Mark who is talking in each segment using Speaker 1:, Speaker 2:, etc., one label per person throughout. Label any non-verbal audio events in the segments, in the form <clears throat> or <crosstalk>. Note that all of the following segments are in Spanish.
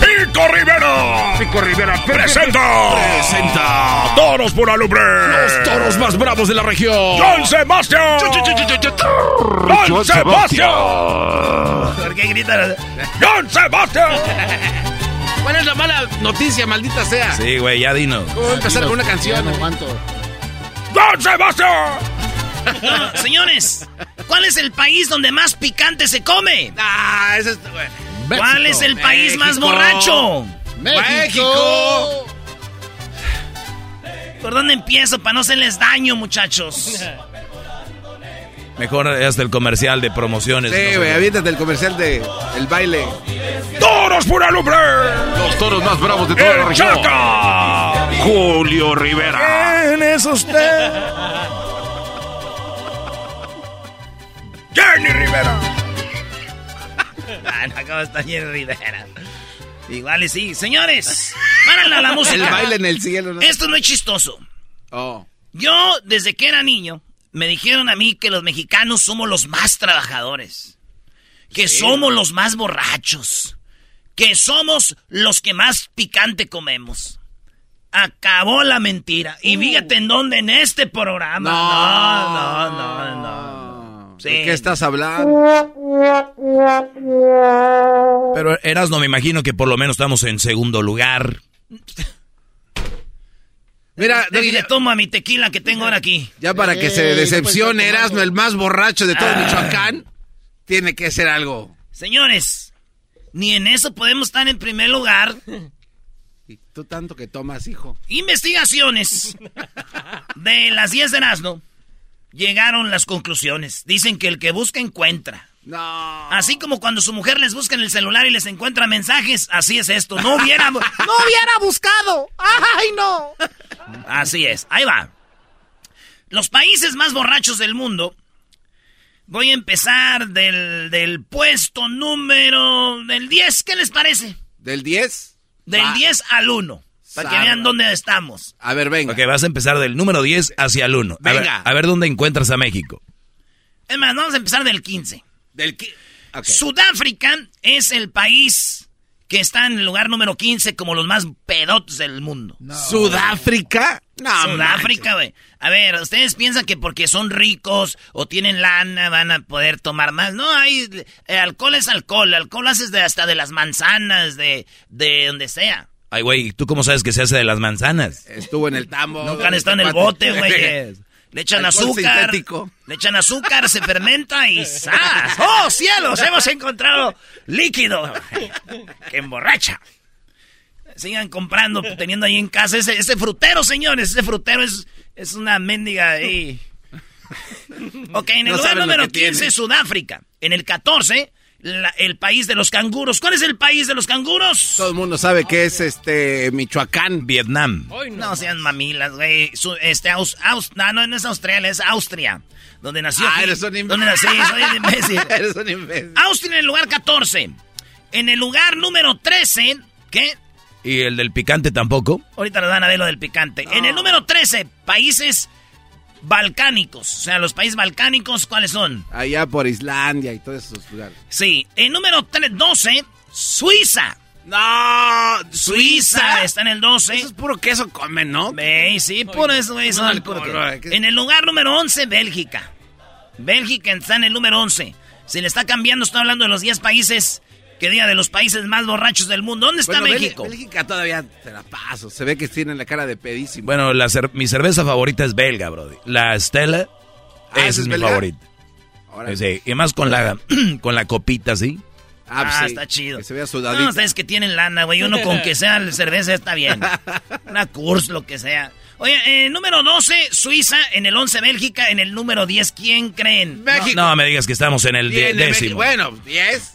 Speaker 1: Pico Rivera.
Speaker 2: Pico Rivera
Speaker 1: Presenta.
Speaker 2: Presenta.
Speaker 1: Toros por alumbre.
Speaker 2: Los toros más bravos de la región.
Speaker 1: John Sebastián. John Sebastián.
Speaker 3: ¿Por qué gritan?
Speaker 1: John Sebastián.
Speaker 4: <laughs>
Speaker 2: ¿Cuál es la mala noticia, maldita sea?
Speaker 3: Sí, güey, ya dinos.
Speaker 2: ¿Cómo voy a empezar con una canción?
Speaker 1: John Sebastián.
Speaker 3: <laughs> Señores, ¿cuál es el país donde más picante se come?
Speaker 2: Ah, eso es.
Speaker 3: ¿Cuál es el país más
Speaker 2: México.
Speaker 3: borracho?
Speaker 2: México.
Speaker 3: ¿Por dónde empiezo para no hacerles daño, muchachos?
Speaker 5: Mejor hasta el comercial de promociones. no
Speaker 4: Sí,
Speaker 5: sé.
Speaker 4: güey, aviéntate el comercial de el baile.
Speaker 1: Toros por alumbre.
Speaker 2: Los toros más bravos de toda la
Speaker 1: El
Speaker 2: región.
Speaker 1: Chaca. Julio Rivera.
Speaker 5: ¿Quién es usted?
Speaker 1: Jenny Rivera.
Speaker 3: Ah, no, acabo de estar lleno de Rivera. Igual y sí. Señores, párale
Speaker 6: <laughs>
Speaker 3: a la música.
Speaker 4: El baile en el cielo. ¿no?
Speaker 3: Esto no es chistoso.
Speaker 4: Oh.
Speaker 3: Yo, desde que era niño, me dijeron a mí que los mexicanos somos los más trabajadores, que somos los más borrachos, que somos los que más picante comemos. Acabó la mentira. Y
Speaker 4: Uh.
Speaker 3: fíjate en dónde, en este programa. No, no, no, no. no. Sí.
Speaker 4: ¿De qué estás hablando?
Speaker 5: Pero Erasno, me imagino que por lo menos estamos en segundo lugar.
Speaker 4: Mira, no,
Speaker 3: Déjale,
Speaker 4: ya,
Speaker 3: toma mi tequila que tengo ahora aquí.
Speaker 4: ya para que se decepcione, Erasmo, el más borracho de todo Michoacán, tiene que ser algo.
Speaker 3: Señores, ni en eso podemos estar en primer lugar.
Speaker 4: Y tú tanto que tomas, hijo.
Speaker 3: investigaciones de las 10 de Erasmo llegaron las conclusiones. Dicen que el que busca encuentra.
Speaker 4: No.
Speaker 3: Así como cuando su mujer les busca en el celular y les encuentra mensajes, así es esto. No hubiera, <laughs> no hubiera buscado. ¡Ay, no! Así es. Ahí va. Los países más borrachos del mundo. Voy a empezar del, del puesto número del 10. ¿Qué les parece?
Speaker 4: ¿Del 10?
Speaker 3: Del
Speaker 4: Va.
Speaker 3: 10 al 1. Para que
Speaker 4: Sabe.
Speaker 3: vean dónde estamos.
Speaker 4: A ver, venga.
Speaker 5: Ok, vas a empezar del número 10 hacia el 1. A ver,
Speaker 4: Venga.
Speaker 5: a ver dónde encuentras a México.
Speaker 3: Es más, vamos a empezar del 15.
Speaker 4: Del qui- Ok.
Speaker 3: Sudáfrica es el país que está en el lugar número 15 como los más pedotes del mundo.
Speaker 4: ¿Sudáfrica? No,
Speaker 3: Sudáfrica, güey. A ver, ustedes piensan que porque son ricos o tienen lana van a poder tomar más. No, hay eh, alcohol es alcohol. El alcohol haces de, hasta de las manzanas, de, de donde sea.
Speaker 5: Ay, güey, ¿tú cómo sabes que se hace de las manzanas?
Speaker 4: manches. Estuvo en el tambo.
Speaker 3: Nunca han estado en el
Speaker 4: Pati-
Speaker 3: bote, güey.
Speaker 4: <laughs>
Speaker 3: Le echan
Speaker 4: Alcohol
Speaker 3: azúcar.
Speaker 4: sintético.
Speaker 3: Le echan azúcar, se fermenta y ¡zas! ¡Oh, cielos! Hemos encontrado líquido. ¡Que emborracha! Sigan comprando, teniendo ahí en casa ese, ese frutero, señores. Ese frutero es, es una mendiga
Speaker 4: <laughs>
Speaker 3: ahí. Ok, en el
Speaker 4: No
Speaker 3: lugar
Speaker 4: saben lo
Speaker 3: número
Speaker 4: que tienen.
Speaker 3: 15, Sudáfrica. En el 14, la- el país de los canguros. ¿Cuál es el país de los canguros?
Speaker 4: Todo el mundo sabe que es este Michoacán.
Speaker 5: Vietnam.
Speaker 3: No sean mamilas, güey. Su- Este, aus, Aus- no, no, no es Australia, es Austria. Donde nació.
Speaker 4: Ah,
Speaker 3: Hit-
Speaker 4: eres un imbécil.
Speaker 3: Donde nací, soy un
Speaker 4: <laughs>
Speaker 3: imbécil.
Speaker 4: <laughs> Eres un imbécil.
Speaker 3: Austria en el lugar 14. En el lugar número 13, ¿qué?
Speaker 5: ¿Y el del picante tampoco?
Speaker 3: Ahorita nos van a ver lo del picante. En
Speaker 4: Ah.
Speaker 3: el número 13, países balcánicos. O sea, los países balcánicos, ¿cuáles son?
Speaker 4: Allá por Islandia y todos esos lugares.
Speaker 3: Sí. En número 3, 12, Suiza.
Speaker 4: No,
Speaker 3: Suiza está en el 12.
Speaker 4: Eso es puro queso comen, ¿no?
Speaker 3: Ey, sí, por eso, güey, son
Speaker 4: alcohol,
Speaker 3: porque-
Speaker 4: güey, que-
Speaker 3: En el lugar número 11, Bélgica. Bélgica está en el número 11. Se le está cambiando, está hablando de los 10 países, que diga de los países más borrachos del mundo. ¿Dónde está
Speaker 4: Bueno, Bel-
Speaker 3: México?
Speaker 4: Bélgica todavía te la paso. Se ve que tienen la cara de pedísimo.
Speaker 5: Bueno, la cer- mi cerveza favorita es belga, brody. La Stella
Speaker 4: Ah,
Speaker 5: es,
Speaker 4: ¿esa es
Speaker 5: mi
Speaker 4: belga?
Speaker 5: favorita. <clears throat>
Speaker 4: Ahora,
Speaker 5: Sí, y más con la, con la copita, ¿sí?
Speaker 4: Ah,
Speaker 3: Ah,
Speaker 4: sí,
Speaker 3: está chido.
Speaker 4: que se vea sudadito.
Speaker 3: No, ustedes que tienen lana, güey. Uno con
Speaker 4: <laughs>
Speaker 3: que sea la cerveza está bien. Una Kurs, lo que sea. Oye, eh, número 12, Suiza. En el 11, Bélgica. En el número 10, ¿quién creen?
Speaker 4: México.
Speaker 5: No, me digas que estamos en el die-
Speaker 4: tiene México.
Speaker 5: décimo.
Speaker 4: Bueno, 10.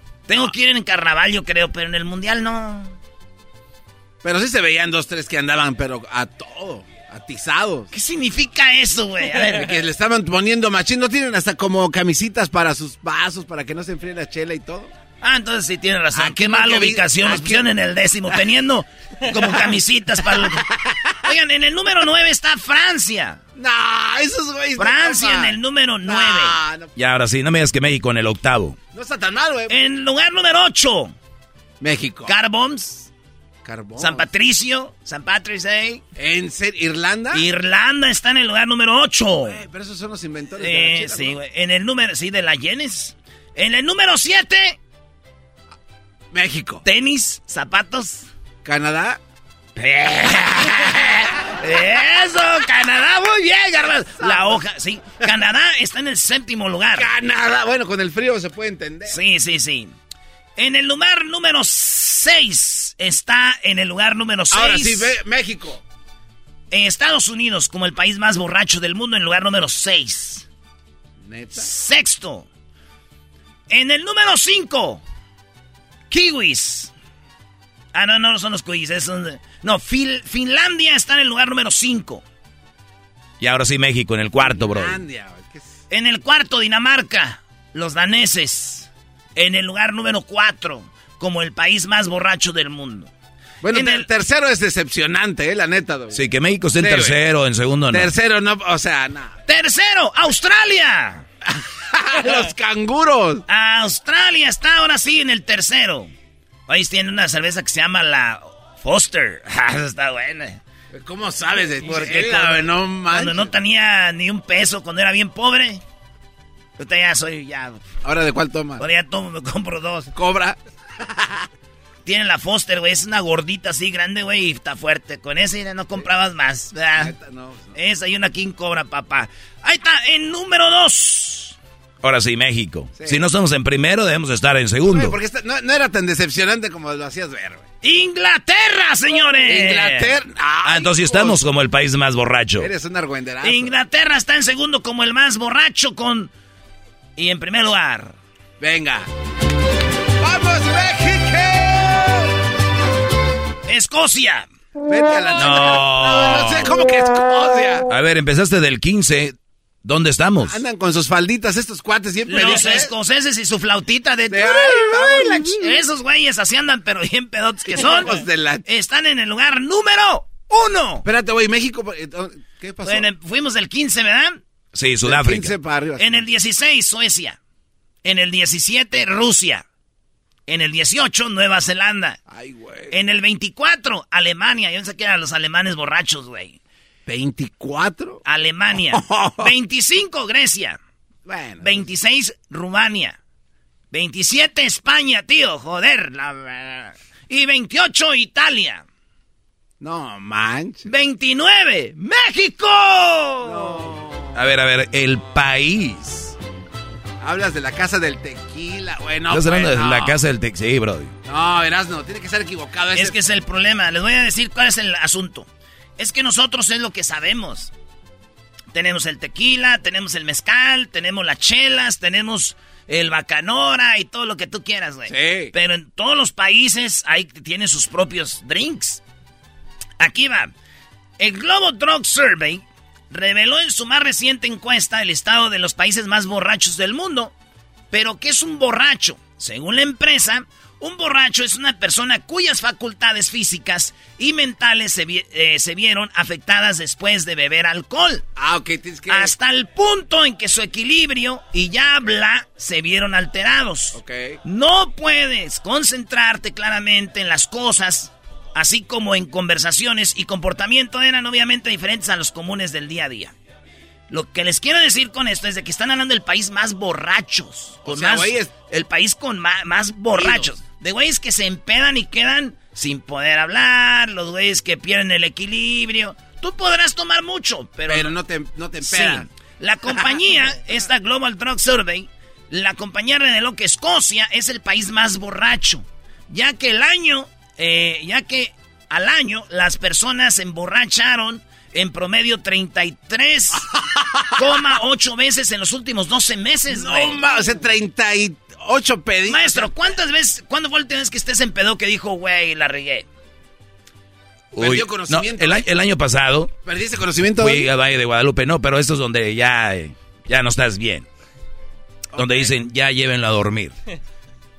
Speaker 3: Tengo que ir en carnaval, yo creo, pero en el Mundial no.
Speaker 4: Pero sí se veían dos, tres que andaban, pero a todo. Atizados.
Speaker 3: ¿Qué significa eso, güey? <laughs> A
Speaker 4: De
Speaker 3: ver,
Speaker 4: <laughs> Que le estaban poniendo machín. No tienen hasta como camisitas para sus vasos, para que no se enfríe la chela y todo.
Speaker 3: Ah, entonces sí tiene razón.
Speaker 4: Ah,
Speaker 3: qué
Speaker 4: qué
Speaker 3: mala
Speaker 4: mal que vi-
Speaker 3: ubicación.
Speaker 4: ah,
Speaker 3: Nos pusieron en el décimo, teniendo como camisitas para... los- Oigan, en el número 9 está Francia.
Speaker 4: No, esos güeyes. no
Speaker 3: Francia en
Speaker 4: toman.
Speaker 3: el número 9.
Speaker 4: No, no,
Speaker 5: Y ahora sí, no me digas que México en el octavo.
Speaker 4: no está tan mal, güey.
Speaker 3: En lugar número 8,
Speaker 4: México.
Speaker 3: Carbombs,
Speaker 4: <laughs> Carbón.
Speaker 3: San Patricio, San Patrick's Day.
Speaker 4: ¿En serio? ¿Irlanda?
Speaker 3: Irlanda está en el lugar número 8.
Speaker 4: Güey, pero esos son los inventores de la
Speaker 3: Eh,
Speaker 4: chela,
Speaker 3: sí,
Speaker 4: ¿no?
Speaker 3: güey. En el número, sí, de la Yenes. En el número 7,
Speaker 4: México.
Speaker 3: tenis, zapatos.
Speaker 4: Canadá.
Speaker 3: <laughs> Eso, Canadá, muy bien, Carlos. La hoja, sí. Canadá está en el séptimo lugar.
Speaker 4: Canadá. Bueno, con el frío se puede entender.
Speaker 3: Sí, sí, sí. En el lugar número 6 está en el lugar número 6.
Speaker 4: Ahora sí, ve- México.
Speaker 3: Estados Unidos como el país más borracho del mundo en lugar número 6.
Speaker 4: Neta.
Speaker 3: Sexto. En el número 5. Kiwis. Ah, no, no son los kiwis. esos son de- No, Fil- Finlandia está en el lugar número 5.
Speaker 5: Y ahora sí, México en el cuarto, bro.
Speaker 4: Finlandia, güey, ¿qué es?
Speaker 3: En el cuarto, Dinamarca. Los daneses. En el lugar número 4. Como el país más borracho del mundo.
Speaker 4: Bueno,
Speaker 3: En
Speaker 4: ter-
Speaker 3: el-
Speaker 4: tercero es decepcionante, eh, la neta, güey.
Speaker 5: Sí, que México esté en
Speaker 4: Sí, güey.
Speaker 5: tercero, en segundo no.
Speaker 4: Tercero, no, o sea, nada.
Speaker 3: Tercero, Australia.
Speaker 4: <laughs> Los canguros.
Speaker 3: Australia está ahora sí en el tercero. Hoy tienen una cerveza que se llama la Foster. <laughs> Ah, esa está buena.
Speaker 4: ¿Cómo sabes de
Speaker 3: Porque
Speaker 4: chela,
Speaker 3: cuando-
Speaker 4: güey? No
Speaker 3: Cuando
Speaker 4: manches.
Speaker 3: no tenía ni un peso, cuando era bien pobre. Ahorita ya soy, ya.
Speaker 4: Ahora, ¿de cuál toma?
Speaker 3: Ahora ya tomo, me compro dos.
Speaker 4: Cobra.
Speaker 3: <laughs> Tiene la Foster, güey. Es una gordita así grande, güey, y está fuerte. Con esa ya no comprabas más. ¿verdad?
Speaker 4: Neta, no, no.
Speaker 3: Esa y una King Cobra, papá. Ahí está, en número dos.
Speaker 5: Ahora sí, México.
Speaker 4: Sí.
Speaker 5: Si no estamos en primero, debemos estar en
Speaker 4: Güey,
Speaker 5: segundo.
Speaker 4: porque esta- no, no era tan decepcionante como lo hacías ver, güey.
Speaker 3: Inglaterra, señores.
Speaker 4: Inglaterra.
Speaker 5: Ah,
Speaker 4: Ay,
Speaker 5: entonces
Speaker 4: hijo,
Speaker 5: estamos como el país más borracho.
Speaker 4: Eres un argüenderazo.
Speaker 3: Inglaterra está en segundo como el más borracho con... Y en primer lugar,
Speaker 4: Venga. ¡Vamos, México!
Speaker 3: Escocia.
Speaker 4: Vete a la
Speaker 5: No.
Speaker 4: No, no sé cómo que Escocia.
Speaker 5: A ver, empezaste del 15. ¿Dónde estamos?
Speaker 4: Andan con sus falditas estos cuates siempre.
Speaker 3: Los
Speaker 4: dicen,
Speaker 3: escoceses y su flautita de...
Speaker 4: De- ay, ay, la chi-
Speaker 3: Esos güeyes así andan, pero bien pedotes
Speaker 4: <laughs>
Speaker 3: que son.
Speaker 4: Hijos de la-
Speaker 3: Están en el lugar número uno.
Speaker 4: Espérate, güey, México. eh, oh, ¿Qué pasó?
Speaker 3: Bueno, fuimos del 15, ¿verdad?
Speaker 5: Sí,
Speaker 4: Del
Speaker 5: Sudáfrica.
Speaker 4: 15 para arriba.
Speaker 3: En el 16, Suecia. En el 17, Rusia. En el 18, Nueva Zelanda.
Speaker 4: Ay, güey.
Speaker 3: En el 24, Alemania. Yo pensé que eran los alemanes borrachos, güey.
Speaker 4: ¿24?
Speaker 3: Alemania.
Speaker 4: <laughs>
Speaker 3: 25, Grecia.
Speaker 4: Bueno.
Speaker 3: 26, Rumania. 27, España, tío. Joder. la- Y 28, Italia.
Speaker 4: No manches.
Speaker 3: 29, México.
Speaker 5: A ver, a ver, el país.
Speaker 4: Hablas de la casa del tequila, güey. No,
Speaker 5: Estás hablando
Speaker 4: güey,
Speaker 5: de
Speaker 4: no.
Speaker 5: la casa del Tex. Sí, bro.
Speaker 4: No, Erasno, tiene que ser equivocado.
Speaker 3: Es
Speaker 4: ese-
Speaker 3: que es el problema. Les voy a decir cuál es el asunto. Es que nosotros es lo que sabemos. Tenemos el tequila, tenemos el mezcal, tenemos las chelas, tenemos el bacanora y todo lo que tú quieras, güey.
Speaker 4: Sí.
Speaker 3: Pero en todos los países hay, tienen sus propios drinks. Aquí va. El Globo Drug Survey reveló en su más reciente encuesta el estado de los países más borrachos del mundo. Pero ¿qué es un borracho? Según la empresa, Un borracho es una persona cuyas facultades físicas y mentales se, vi- eh, se vieron afectadas después de beber alcohol.
Speaker 4: Ah, ok, tienes que.
Speaker 3: Hasta el punto en que su equilibrio y ya habla se vieron alterados.
Speaker 4: Ok.
Speaker 3: No puedes concentrarte claramente en las cosas, así como en conversaciones y comportamiento eran obviamente diferentes a los comunes del día a día. Lo que les quiero decir con esto es de que están hablando del país más borrachos.
Speaker 4: O
Speaker 3: con
Speaker 4: sea,
Speaker 3: más-
Speaker 4: güeyes-
Speaker 3: el país con ma- más borrachos. De güeyes que se empedan y quedan sin poder hablar, los güeyes que pierden el equilibrio. Tú podrás tomar mucho, pero,
Speaker 4: Pero no te, no te
Speaker 3: Sí.
Speaker 4: empedan.
Speaker 3: La
Speaker 4: <laughs>
Speaker 3: compañía, esta Global Drug Survey, la compañía reveló que Escocia es el país más borracho, ya que el año, eh, ya que al año las personas se emborracharon en promedio
Speaker 4: <laughs>
Speaker 3: 33,8 veces en los últimos 12 meses, güey.
Speaker 4: No, ma, o sea, 38 pedidos.
Speaker 3: Maestro, ¿cuántas veces, cuándo fue la última vez que usted se empedó que dijo, güey, la
Speaker 4: <laughs>
Speaker 3: regué?
Speaker 4: Perdió
Speaker 5: no,
Speaker 4: conocimiento. ¿eh?
Speaker 5: el, a- el año pasado
Speaker 4: ¿Perdiste conocimiento?
Speaker 5: fui a Valle de Guadalupe, no, pero esto es donde ya, eh, ya no estás bien. Donde dicen, ya llévenlo a dormir.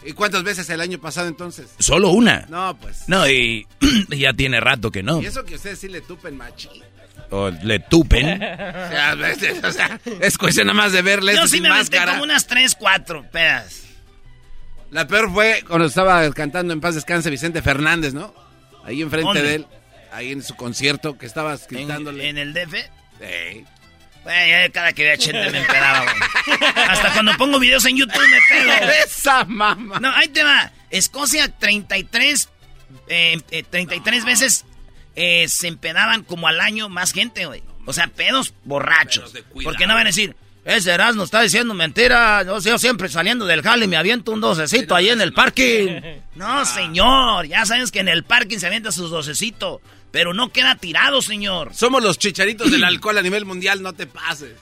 Speaker 4: ¿Y cuántas veces el año pasado entonces?
Speaker 5: Solo una. No,
Speaker 4: No, pues.
Speaker 5: y <clears throat> ya tiene rato que no.
Speaker 4: Y eso que ustedes sí le tupen machín.
Speaker 5: O le tupen.
Speaker 4: <laughs> O sea, a veces, o sea, es cuestión nada más de verle
Speaker 3: Yo
Speaker 4: esto
Speaker 3: sí
Speaker 4: sin
Speaker 3: me aventé
Speaker 4: máscara.
Speaker 3: como unas 3, 4 pedas.
Speaker 4: La peor fue cuando estaba cantando en paz descanse Vicente Fernández, ¿no? Ahí enfrente
Speaker 3: ¿Dónde?
Speaker 4: de él, ahí en su concierto que estabas
Speaker 3: En,
Speaker 4: gritándole.
Speaker 3: en el DF.
Speaker 4: Ey.
Speaker 3: Güey, ya cada que veía Chente me empedaba, güey. Hasta cuando pongo videos en YouTube me pedo.
Speaker 4: <laughs> Esa mamá.
Speaker 3: No, ahí te va. Escocia 33, eh, eh, 33 veces eh, se empedaban como al año más gente, güey. O sea, pedos borrachos. Porque no van a decir, ese Erasmo está diciendo mentira. Yo, yo siempre saliendo del jale me aviento un docecito ahí en el parking. No, señor. Ya sabes que en el parking se avienta sus docecitos. Pero no queda tirado, señor.
Speaker 4: Somos los chicharitos del alcohol a nivel mundial, no te pases.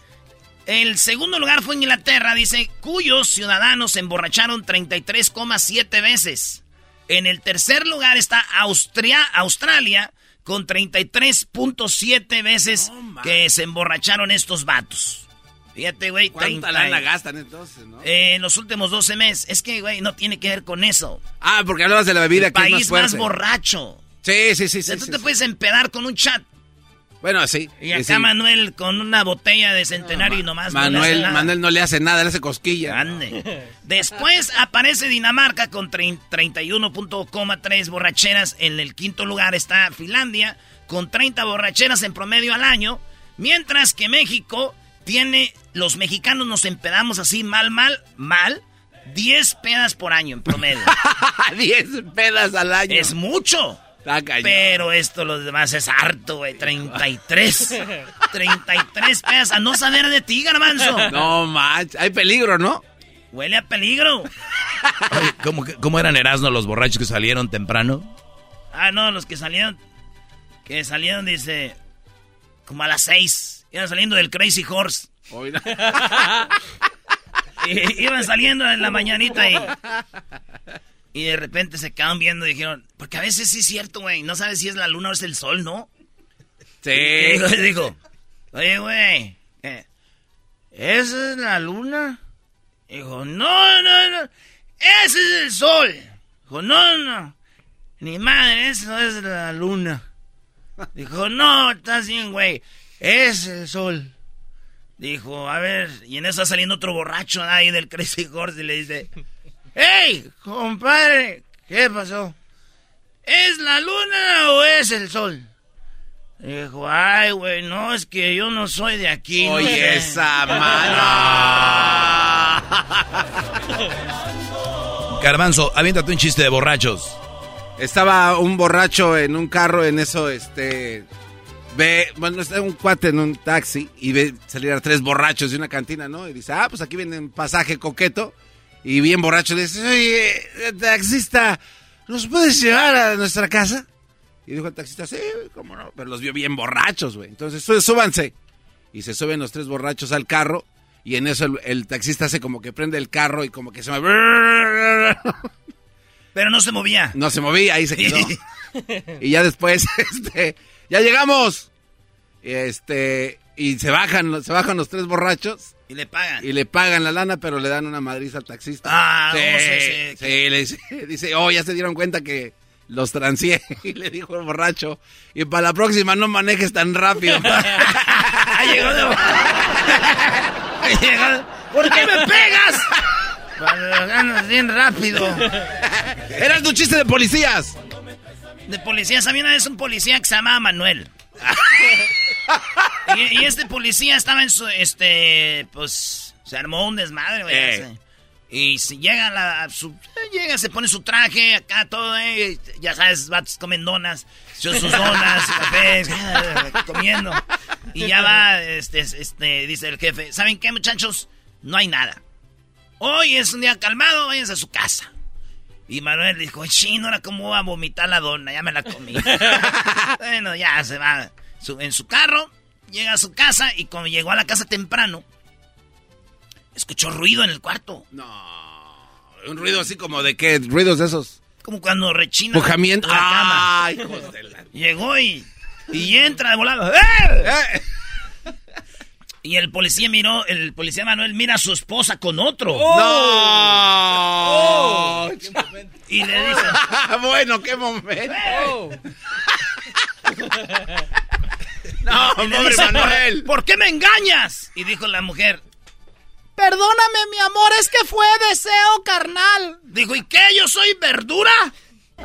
Speaker 3: El segundo lugar fue en Inglaterra, dice, cuyos ciudadanos se emborracharon 33,7 veces. En el tercer lugar está Austria, Australia con 33.7 veces
Speaker 4: No, man.
Speaker 3: que se emborracharon estos vatos. Fíjate, güey.
Speaker 4: ¿Cuánta
Speaker 3: 30
Speaker 4: lana
Speaker 3: y-
Speaker 4: gastan entonces, no?
Speaker 3: Eh, en los últimos 12 meses. Es que, güey, no tiene que ver con eso.
Speaker 4: ah, porque hablabas de la bebida que es más
Speaker 3: País más,
Speaker 4: fuerte.
Speaker 3: borracho.
Speaker 4: sí, sí, sí,
Speaker 3: O sea,
Speaker 4: sí.
Speaker 3: tú
Speaker 4: sí,
Speaker 3: te
Speaker 4: sí.
Speaker 3: puedes empedar con un chat.
Speaker 4: Bueno, sí.
Speaker 3: Y
Speaker 4: sí,
Speaker 3: acá
Speaker 4: sí.
Speaker 3: Manuel con una botella de centenario y nomás. no le hace
Speaker 4: Manuel,
Speaker 3: nada.
Speaker 4: Manuel no le hace nada, le hace cosquilla. <laughs>
Speaker 3: Grande. Después aparece Dinamarca con 31.3 borracheras. En el quinto lugar está Finlandia con 30 borracheras en promedio al año. Mientras que México tiene, los mexicanos nos empedamos así mal, mal, mal, 10 pedas por año en
Speaker 4: <laughs>
Speaker 3: promedio.
Speaker 4: 10 pedas al año.
Speaker 3: es mucho.
Speaker 4: Está cañón.
Speaker 3: Pero esto, los demás es harto, güey.
Speaker 4: <laughs>
Speaker 3: 33. 33 pedas. A no saber de ti, garbanzo.
Speaker 4: No manches, hay peligro, ¿no?
Speaker 3: Huele a peligro.
Speaker 5: Oye, ¿cómo, que- cómo eran Erasmo los borrachos que salieron temprano?
Speaker 3: Ah, no, los que salieron. Que salieron, dice. Como a las seis. Iban saliendo del Crazy Horse.
Speaker 4: Hoy no.
Speaker 3: Y- iban saliendo en la mañanita y. Y de repente se quedaron viendo y dijeron. Porque a veces sí es cierto, güey. No sabes si es la luna o es el sol, ¿no? Y
Speaker 4: Sí.
Speaker 3: digo, digo, oye, güey, eh, ¿esa es la luna? Dijo, no, no, no, ese es el sol. Dijo, no, no, ni madre, esa no es la luna. Dijo, no, estás bien, güey, es el sol. Dijo, a ver, y en eso está saliendo otro borracho ahí del Crazy Horse y le dice, ¡Ey, compadre! ¿Qué pasó? ¿Es la luna o es el sol? Dijo, ay, güey, no, es que yo no soy de aquí. no
Speaker 4: Oye,
Speaker 3: sé".
Speaker 4: esa mano.
Speaker 5: Garbanzo, aviéntate un chiste de borrachos.
Speaker 4: Estaba un borracho en un carro en eso, este. Ve, bueno, está un cuate en un taxi y ve salir a tres borrachos de una cantina, ¿no? Y dice, ah, pues aquí viene un pasaje coqueto. Y bien borracho le dice, oye, eh, taxista, ¿nos puedes llevar a nuestra casa? Y dijo el taxista, sí, cómo no. Pero los vio bien borrachos, güey. Entonces, "Sú- súbanse. Y se suben los tres borrachos al carro. Y en eso el, el taxista hace como que prende el carro y como que se mueve.
Speaker 3: Pero no se movía.
Speaker 4: No se
Speaker 3: <laughs>
Speaker 4: movía, ahí se quedó. y ya después, <laughs> este, ya llegamos. Este, y se bajan, los- se bajan los tres borrachos
Speaker 3: Y le pagan.
Speaker 4: Y le pagan la lana, pero le dan una madriza al taxista.
Speaker 3: Ah,
Speaker 4: sí,
Speaker 3: no sé, sé,
Speaker 4: sí, le dice- <laughs> dice, oh, ya se dieron cuenta que los transié. <laughs> Y le dijo el borracho, y para la próxima no manejes tan rápido. <laughs>
Speaker 3: Ah, llegó de- <laughs> Llegó- ¿Por qué me
Speaker 4: <laughs>
Speaker 3: pegas? Para ganas bien rápido.
Speaker 5: Eras tu chiste de policías.
Speaker 3: De policías, había una vez un policía que se llamaba Manuel. y, y este policía estaba en su, este, pues, se armó un desmadre, güey.
Speaker 5: Eh.
Speaker 3: ese. Y si llega la, a su, eh, llega, se pone su traje, acá todo, eh, ya sabes, vatos comen donas, yo sus donas, cafés, <laughs> comiendo. Y ya va, este, este, dice el jefe, ¿saben qué, muchachos? No hay nada. Hoy es un día calmado, váyanse a su casa. Y Manuel dijo, chino, ahora cómo va a vomitar la dona, ya me la comí. bueno, ya se va su- en su carro, llega a su casa y cuando llegó a la casa temprano, escuchó ruido en el cuarto,
Speaker 4: Un ruido así como de qué, ruidos de esos.
Speaker 3: como cuando rechina
Speaker 4: Pujamiento.
Speaker 3: la cama.
Speaker 4: Ay, hijos de la-
Speaker 3: Llegó y,
Speaker 4: <laughs>
Speaker 3: y entra de volado. ¡Eh! Y el policía miró, el policía Manuel mira a su esposa con otro.
Speaker 4: ¡No! Oh.
Speaker 3: Y le dice,
Speaker 4: bueno, qué momento. <laughs> no,
Speaker 3: y le
Speaker 4: pobre
Speaker 3: dice,
Speaker 4: Manuel.
Speaker 3: ¿por qué me engañas? Y dijo la mujer,
Speaker 7: Perdóname, mi amor, es que fue deseo carnal.
Speaker 3: Digo, ¿y qué? ¿Yo soy verdura? <laughs>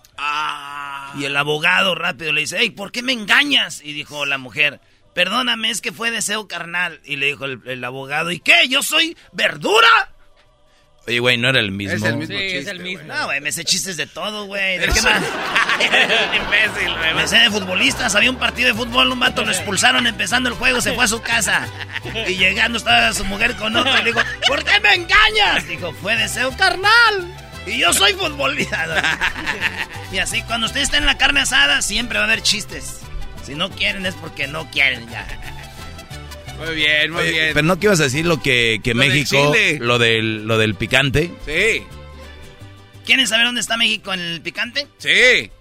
Speaker 3: Y el abogado rápido le dice, hey, ¿por qué me engañas? Y dijo la mujer, perdóname, es que fue deseo carnal. Y le dijo el, el abogado, ¿y qué? ¿Yo soy verdura?
Speaker 5: Oye, güey, no era el mismo.
Speaker 4: Es el mismo
Speaker 7: Sí,
Speaker 4: chiste,
Speaker 7: es el
Speaker 4: güey.
Speaker 7: mismo.
Speaker 3: No, güey, me sé chistes de todo, güey. ¿De qué más? <laughs> imbécil, güey. Me sé de futbolistas. Había un partido de fútbol, un vato lo expulsaron empezando el juego, se fue a su casa. Y llegando estaba su mujer con otro y le dijo, ¿por qué me engañas? Dijo, fue deseo
Speaker 7: Carnal.
Speaker 3: Y yo soy futbolista. y así, cuando usted está en la carne asada, siempre va a haber chistes. Si no quieren es porque no quieren ya.
Speaker 4: Muy bien, muy
Speaker 5: Oye,
Speaker 4: bien.
Speaker 5: Pero no que ibas a decir lo que, que
Speaker 4: Lo del
Speaker 5: México,
Speaker 4: chile.
Speaker 5: lo del, lo del picante.
Speaker 4: Sí,
Speaker 3: ¿Quieren saber dónde está México en el picante?
Speaker 4: sí.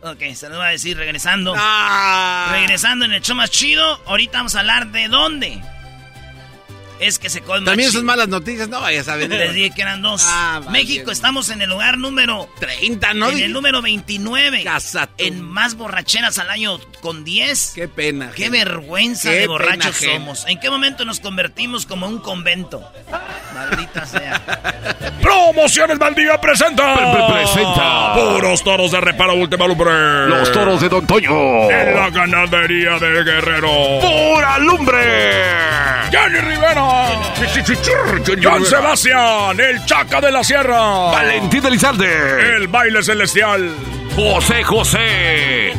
Speaker 3: Ok, se lo va a decir regresando.
Speaker 4: Ah.
Speaker 3: Regresando en el show más chido, ahorita vamos a hablar de dónde. Es que se come más
Speaker 4: También
Speaker 3: chido.
Speaker 4: son malas noticias, no vayas a
Speaker 3: Les
Speaker 4: vender.
Speaker 3: dije que eran dos.
Speaker 4: Ah, vaya.
Speaker 3: México, estamos en el lugar número
Speaker 4: 30, ¿no?
Speaker 3: En el número 29.
Speaker 4: Casa tú.
Speaker 3: En más borracheras al año con 10.
Speaker 4: Qué pena.
Speaker 3: Qué
Speaker 4: gente.
Speaker 3: vergüenza
Speaker 4: Qué
Speaker 3: de
Speaker 4: pena
Speaker 3: borrachos
Speaker 4: ajena.
Speaker 3: somos. ¿En qué momento nos convertimos como un convento? Maldita sea.
Speaker 1: Promociones Maldivia presenta. presenta. Puros toros de reparo última lumbre.
Speaker 2: Los toros de Don Toño.
Speaker 1: En la ganadería del guerrero.
Speaker 2: ¡Pura lumbre!
Speaker 1: Jenny Rivera. Joan Sebastián. El Chaca de la Sierra.
Speaker 2: Valentín Elizalde.
Speaker 1: El baile celestial.
Speaker 2: José José.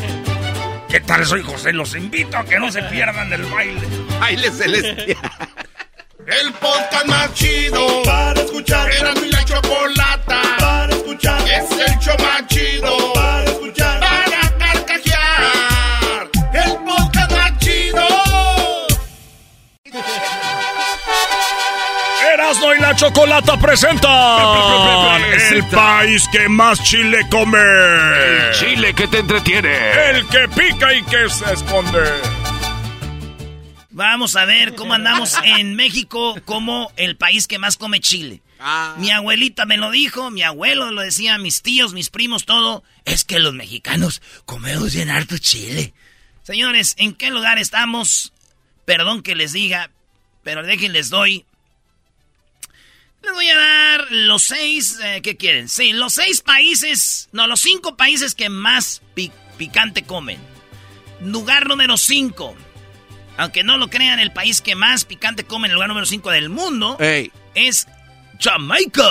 Speaker 1: ¿Qué tal? Soy José. Los invito a que no se pierdan del baile.
Speaker 4: Baile celestial.
Speaker 3: <laughs>
Speaker 8: El podcast más chido para escuchar. Era mi la chocolata para escuchar. Es el show más chido para escuchar. Para carcajear. El podcast más chido.
Speaker 1: Erasmo y la Chocolata presenta el país que más chile come.
Speaker 2: Chile que te entretiene.
Speaker 1: El que pica y que se esconde.
Speaker 3: Vamos a ver cómo andamos en México como el país que más come chile. Mi abuelita me lo dijo, mi abuelo lo decía, mis tíos, mis primos, todo. Es que los mexicanos comemos bien harto chile. Señores, ¿en qué lugar estamos? Perdón que les diga, pero dejen les doy. Les voy a dar los seis, eh, ¿qué quieren? Sí, los seis países, no, los cinco países que más pi- picante comen. Lugar número cinco. Aunque no lo crean, el país que más picante come en el lugar número cinco del mundo
Speaker 4: Ey.
Speaker 3: es Jamaica.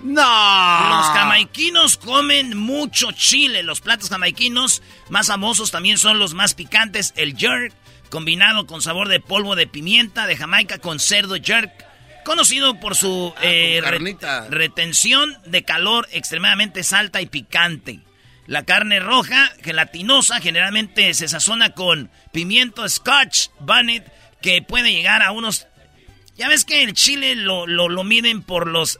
Speaker 4: No.
Speaker 3: Los jamaiquinos comen mucho chile. Los platos jamaiquinos más famosos también son los más picantes, el jerk, combinado con sabor de polvo de pimienta de Jamaica con cerdo jerk, conocido por su eh, re- retención de calor extremadamente alta y picante. La carne roja, gelatinosa, generalmente se sazona con pimiento scotch bonnet que puede llegar a unos... Ya ves que el chile lo, lo, lo miden por los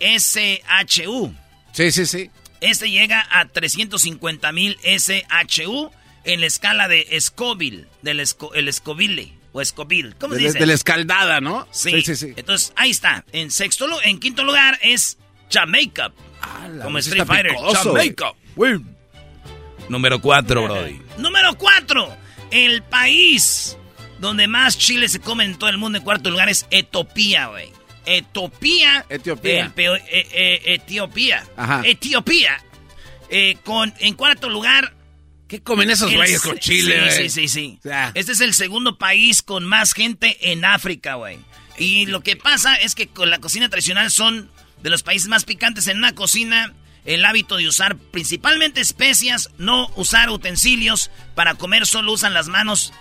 Speaker 3: SHU.
Speaker 4: Sí, sí, sí.
Speaker 3: Este llega a 350 mil SHU en la escala de Scoville, del esco- el Scoville o Scoville. ¿Cómo
Speaker 4: De,
Speaker 3: se dice?
Speaker 4: de la escaldada, ¿no?
Speaker 3: Sí.
Speaker 4: sí, sí.
Speaker 3: Entonces, ahí está. En sexto lu- en quinto lugar es Jamaica. como
Speaker 4: ese
Speaker 3: Street
Speaker 4: está
Speaker 3: Fighter.
Speaker 4: picoso,
Speaker 3: Jamaica.
Speaker 5: Número 4, Brody.
Speaker 3: Número cuatro. El país donde más chile se come en todo el mundo en cuarto lugar es Etopía, güey. Etopía.
Speaker 4: Etiopía.
Speaker 3: el peo- eh, eh, Etiopía.
Speaker 4: Ajá.
Speaker 3: Etiopía. Eh, con, en cuarto lugar,
Speaker 4: ¿Qué comen esos
Speaker 3: el
Speaker 4: güeyes
Speaker 3: se-
Speaker 4: con chile,
Speaker 3: Sí, sí,
Speaker 4: güey?
Speaker 3: sí, sí.
Speaker 4: O sea.
Speaker 3: Este es el segundo país con más gente en África, güey. Y lo que pasa es que con la cocina tradicional son de los países más picantes en una cocina. El hábito de usar principalmente especias, no usar utensilios. Para comer solo usan las manos.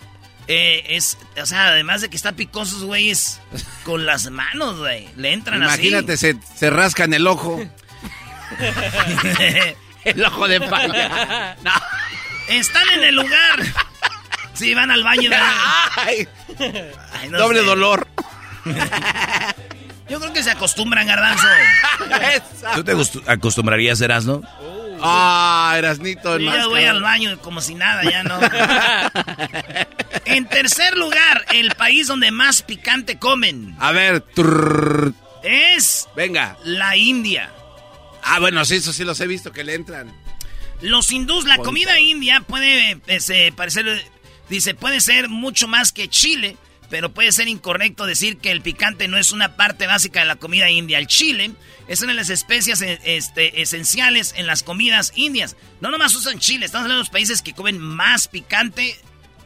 Speaker 3: Eh, es, o sea, además de que está picosos, güey, es con las manos, güey. Le entran
Speaker 4: Imagínate, se, se rascan el
Speaker 3: <laughs>
Speaker 4: ojo.
Speaker 3: así.
Speaker 4: El ojo de <laughs> palo.
Speaker 3: Están en el lugar. Sí, van al baño. ¿verdad?
Speaker 4: Ay,
Speaker 3: Ay, no
Speaker 4: doble
Speaker 3: sé.
Speaker 4: dolor.
Speaker 3: Yo creo que se acostumbran, Garbanzo.
Speaker 4: Esa.
Speaker 5: ¿Tú te gustu- acostumbrarías, Erasno? Oh.
Speaker 4: Ah, Erasnito.
Speaker 3: Yo
Speaker 4: en
Speaker 3: ya voy
Speaker 4: máscara.
Speaker 3: al baño como si nada, ya no. En tercer lugar, el país donde más picante comen
Speaker 4: A ver, trrr,
Speaker 3: es
Speaker 4: venga.
Speaker 3: la India.
Speaker 4: Ah, bueno, sí, eso sí los he visto que le entran.
Speaker 3: Los hindús, la comida india puede pues, eh, parecer, eh, dice, puede ser mucho más que chile, pero puede ser incorrecto decir que el picante no es una parte básica de la comida india. El chile es una de las especias eh, este, esenciales en las comidas indias. No nomás usan chile, estamos hablando de los países que comen más picante,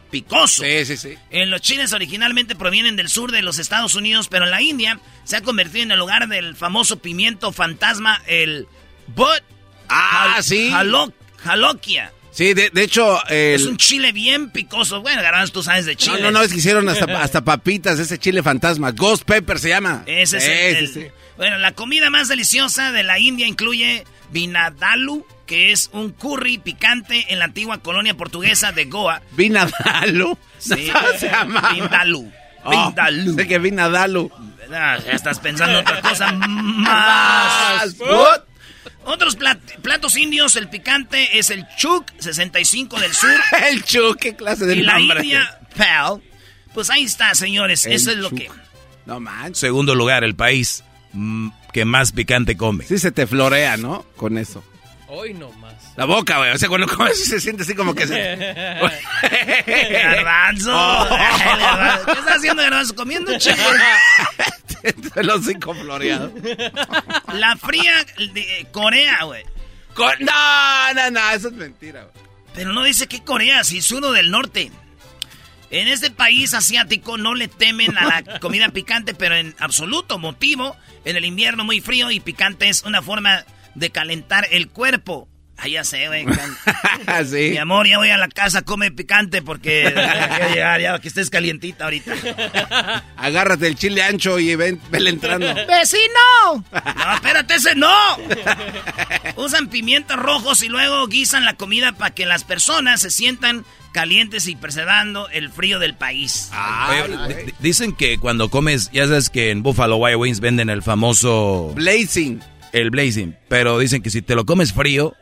Speaker 3: picoso.
Speaker 4: Sí, sí, sí.
Speaker 3: Eh, los chiles originalmente provienen del sur de los Estados Unidos, pero en la India se ha convertido en el hogar del famoso pimiento fantasma, el butt.
Speaker 4: Ah, sí.
Speaker 3: jalo- jalokia.
Speaker 4: Sí, de, de hecho. El...
Speaker 3: Es un chile bien picoso. Bueno, garbanzo, tú sabes de
Speaker 4: No,
Speaker 3: chile.
Speaker 4: no, no, es que hicieron
Speaker 3: <laughs>
Speaker 4: hasta, hasta papitas, ese chile fantasma. Ghost Pepper se llama.
Speaker 3: Ese es
Speaker 4: Sí,
Speaker 3: el,
Speaker 4: sí,
Speaker 3: el-
Speaker 4: sí.
Speaker 3: Bueno, la comida más deliciosa de la India incluye vinadalu, que es un curry picante en la antigua colonia portuguesa de Goa.
Speaker 4: Vinadalo.
Speaker 3: Sí.
Speaker 4: <laughs> No, se llama.
Speaker 3: Vindaloo.
Speaker 4: Oh,
Speaker 3: Vindaloo.
Speaker 4: Sé que Vinadalo.
Speaker 3: Ah, ya estás pensando otra cosa más.
Speaker 4: What?
Speaker 3: Otros plat- platos indios, el picante es el chuk 65 del sur
Speaker 4: <laughs> El chu, qué clase de
Speaker 3: y la
Speaker 4: nombre.
Speaker 3: India pal. Pues ahí está, señores,
Speaker 4: El
Speaker 3: eso es lo
Speaker 4: chuk.
Speaker 3: que...
Speaker 4: No manches.
Speaker 5: Segundo lugar, el país mm, que más picante come.
Speaker 4: Sí se te florea, ¿no? Con eso.
Speaker 9: Hoy
Speaker 4: <laughs>
Speaker 9: nomás.
Speaker 4: La boca, güey. O sea, cuando <laughs> comes se siente así como que
Speaker 3: <laughs>
Speaker 4: se... <laughs>
Speaker 3: Garbanzo.
Speaker 4: Oh.
Speaker 3: Garbanzo. ¿Qué estás haciendo, Garbanzo? Comiendo chile.
Speaker 4: el hocico floreado.
Speaker 3: La fría de Corea, güey.
Speaker 4: Con- No, no, no, eso es mentira, güey.
Speaker 3: Pero no dice que Corea, si es uno del norte. En este país asiático no le temen a
Speaker 4: <laughs>
Speaker 3: la comida picante, pero en absoluto motivo, en el invierno muy frío y picante es una forma de calentar el cuerpo. Ah, ya sé, güey.
Speaker 4: <laughs>
Speaker 3: can-
Speaker 4: sí.
Speaker 3: Mi amor, ya voy a la casa, come picante
Speaker 4: <laughs>
Speaker 3: porque ya, ya, ya, que estés calientita ahorita.
Speaker 4: Agárrate el chile ancho y ven, vele entrando.
Speaker 7: ¡Vecino!
Speaker 3: <laughs> No, Ah, espérate, ese no. Usan pimientos rojos y luego guisan la comida para que las personas se sientan calientes y preservando el frío del país.
Speaker 4: Ah,
Speaker 5: Oye,
Speaker 4: güey.
Speaker 5: di- di- dicen que cuando comes, ya sabes que en Buffalo Wild Wings venden el famoso
Speaker 4: Blazing.
Speaker 5: el blazing, pero dicen que si te lo comes frío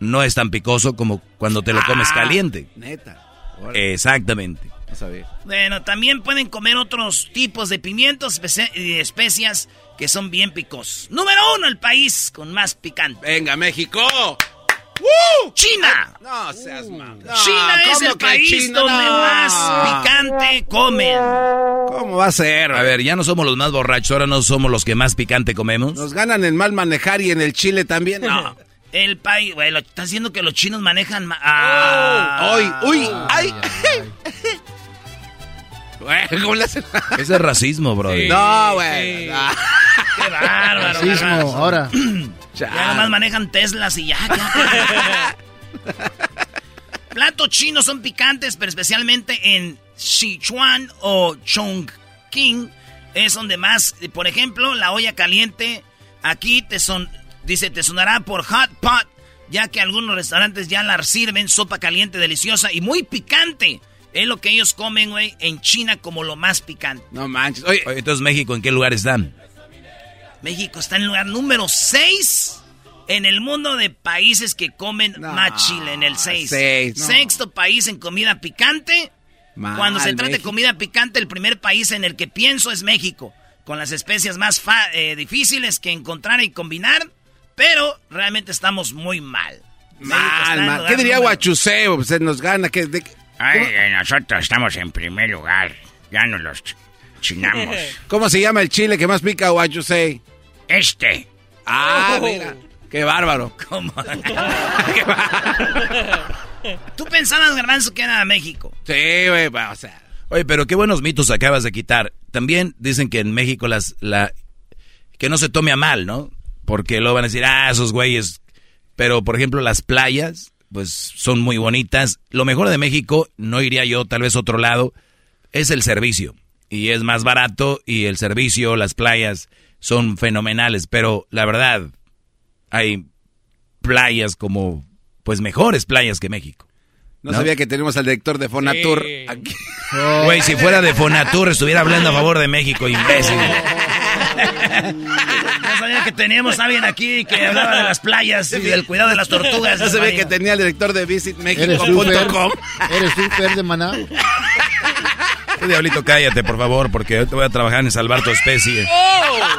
Speaker 5: no es tan picoso como cuando te lo comes
Speaker 4: Ah,
Speaker 5: caliente.
Speaker 4: Neta. Órale,
Speaker 5: Exactamente.
Speaker 4: no sabía.
Speaker 3: Bueno, también pueden comer otros tipos de pimientos espe- y especias que son bien picosos. Número uno, el país con más picante.
Speaker 4: Venga, México.
Speaker 3: China.
Speaker 4: No seas mamón. No,
Speaker 3: China es
Speaker 4: Ah, ¿cómo
Speaker 3: el
Speaker 4: que
Speaker 3: país
Speaker 4: China? Ah.
Speaker 3: donde
Speaker 4: No.
Speaker 3: más picante comen.
Speaker 4: ¿Cómo va a ser?
Speaker 5: A ver, ya no somos los más borrachos, ahora no somos los que más picante comemos.
Speaker 4: Nos ganan en mal manejar y en el chile también.
Speaker 5: <laughs>
Speaker 4: No.
Speaker 3: El país, güey, lo- está diciendo que los chinos manejan ma- Ah.
Speaker 4: Hoy, Oh. uy, ay. Güey, ¿Cómo le hacen?
Speaker 5: Ese es racismo, bro.
Speaker 4: No, güey. no.
Speaker 3: Qué bárbaro,
Speaker 9: Sismo,
Speaker 3: garbanzo.
Speaker 9: ahora.
Speaker 3: Ya nomás manejan Teslas y ya. ya. Plat- platos chinos son picantes, pero especialmente en Sichuan o Chongqing es donde más, por ejemplo, la olla caliente aquí te son, dice, te sonará por hot pot, ya que algunos restaurantes ya la sirven sopa caliente deliciosa y muy picante. Es lo que ellos comen, güey, en China como lo más picante.
Speaker 4: No manches. Oye,
Speaker 5: Oye, entonces México, ¿en qué lugar están?
Speaker 3: México está en lugar número 6 en el mundo de países que comen más chile, en el 6.
Speaker 4: seis, no.
Speaker 3: Sexto país en comida picante.
Speaker 4: mal,
Speaker 3: Cuando se trata de
Speaker 4: México.
Speaker 3: comida picante, el primer país en el que pienso es México, con las especias más fa- eh, difíciles que encontrar y combinar, pero realmente estamos muy mal. México está
Speaker 4: Mal,
Speaker 3: en
Speaker 4: mal.
Speaker 3: lugar
Speaker 4: ¿Qué diría
Speaker 3: número-
Speaker 4: Guachuseo? Se nos gana. ¿qué- de-
Speaker 9: Ay, eh, nosotros estamos en primer lugar. Ya nos los ch- chinamos.
Speaker 4: ¿Cómo se llama el chile que más pica Guachusei?
Speaker 9: Este.
Speaker 3: Oh.
Speaker 4: Ah, mira. Qué bárbaro.
Speaker 3: <laughs> ¿Cómo? Tú pensabas, Garbanzo, que era México.
Speaker 4: Sí, güey, va, o sea.
Speaker 5: Oye, pero qué buenos mitos acabas de quitar. También dicen que en México las la que no se tome a mal, ¿no? Porque luego van a decir, ah, esos güeyes. Pero por ejemplo, las playas, pues son muy bonitas. Lo mejor de México, no iría yo, tal vez otro lado, es el servicio. Y es más barato y el servicio, las playas son fenomenales. Pero la verdad, hay playas como, pues mejores playas que México.
Speaker 4: No,
Speaker 5: ¿No?
Speaker 4: sabía que tenemos al director de Fonatur aquí.
Speaker 5: Güey, si fuera de Fonatur estuviera hablando a favor de México, imbécil.
Speaker 3: No sabía que teníamos a alguien aquí que <laughs> hablaba de las playas y del cuidado de las tortugas.
Speaker 4: No sabía que
Speaker 3: Marina.
Speaker 4: tenía al director de
Speaker 10: Eres súper.
Speaker 4: visitmexico.com.
Speaker 10: Eres súper de
Speaker 3: <laughs>
Speaker 10: maná.
Speaker 5: Tú, Diablito, cállate, por favor, porque hoy te voy a trabajar en salvar tu especie.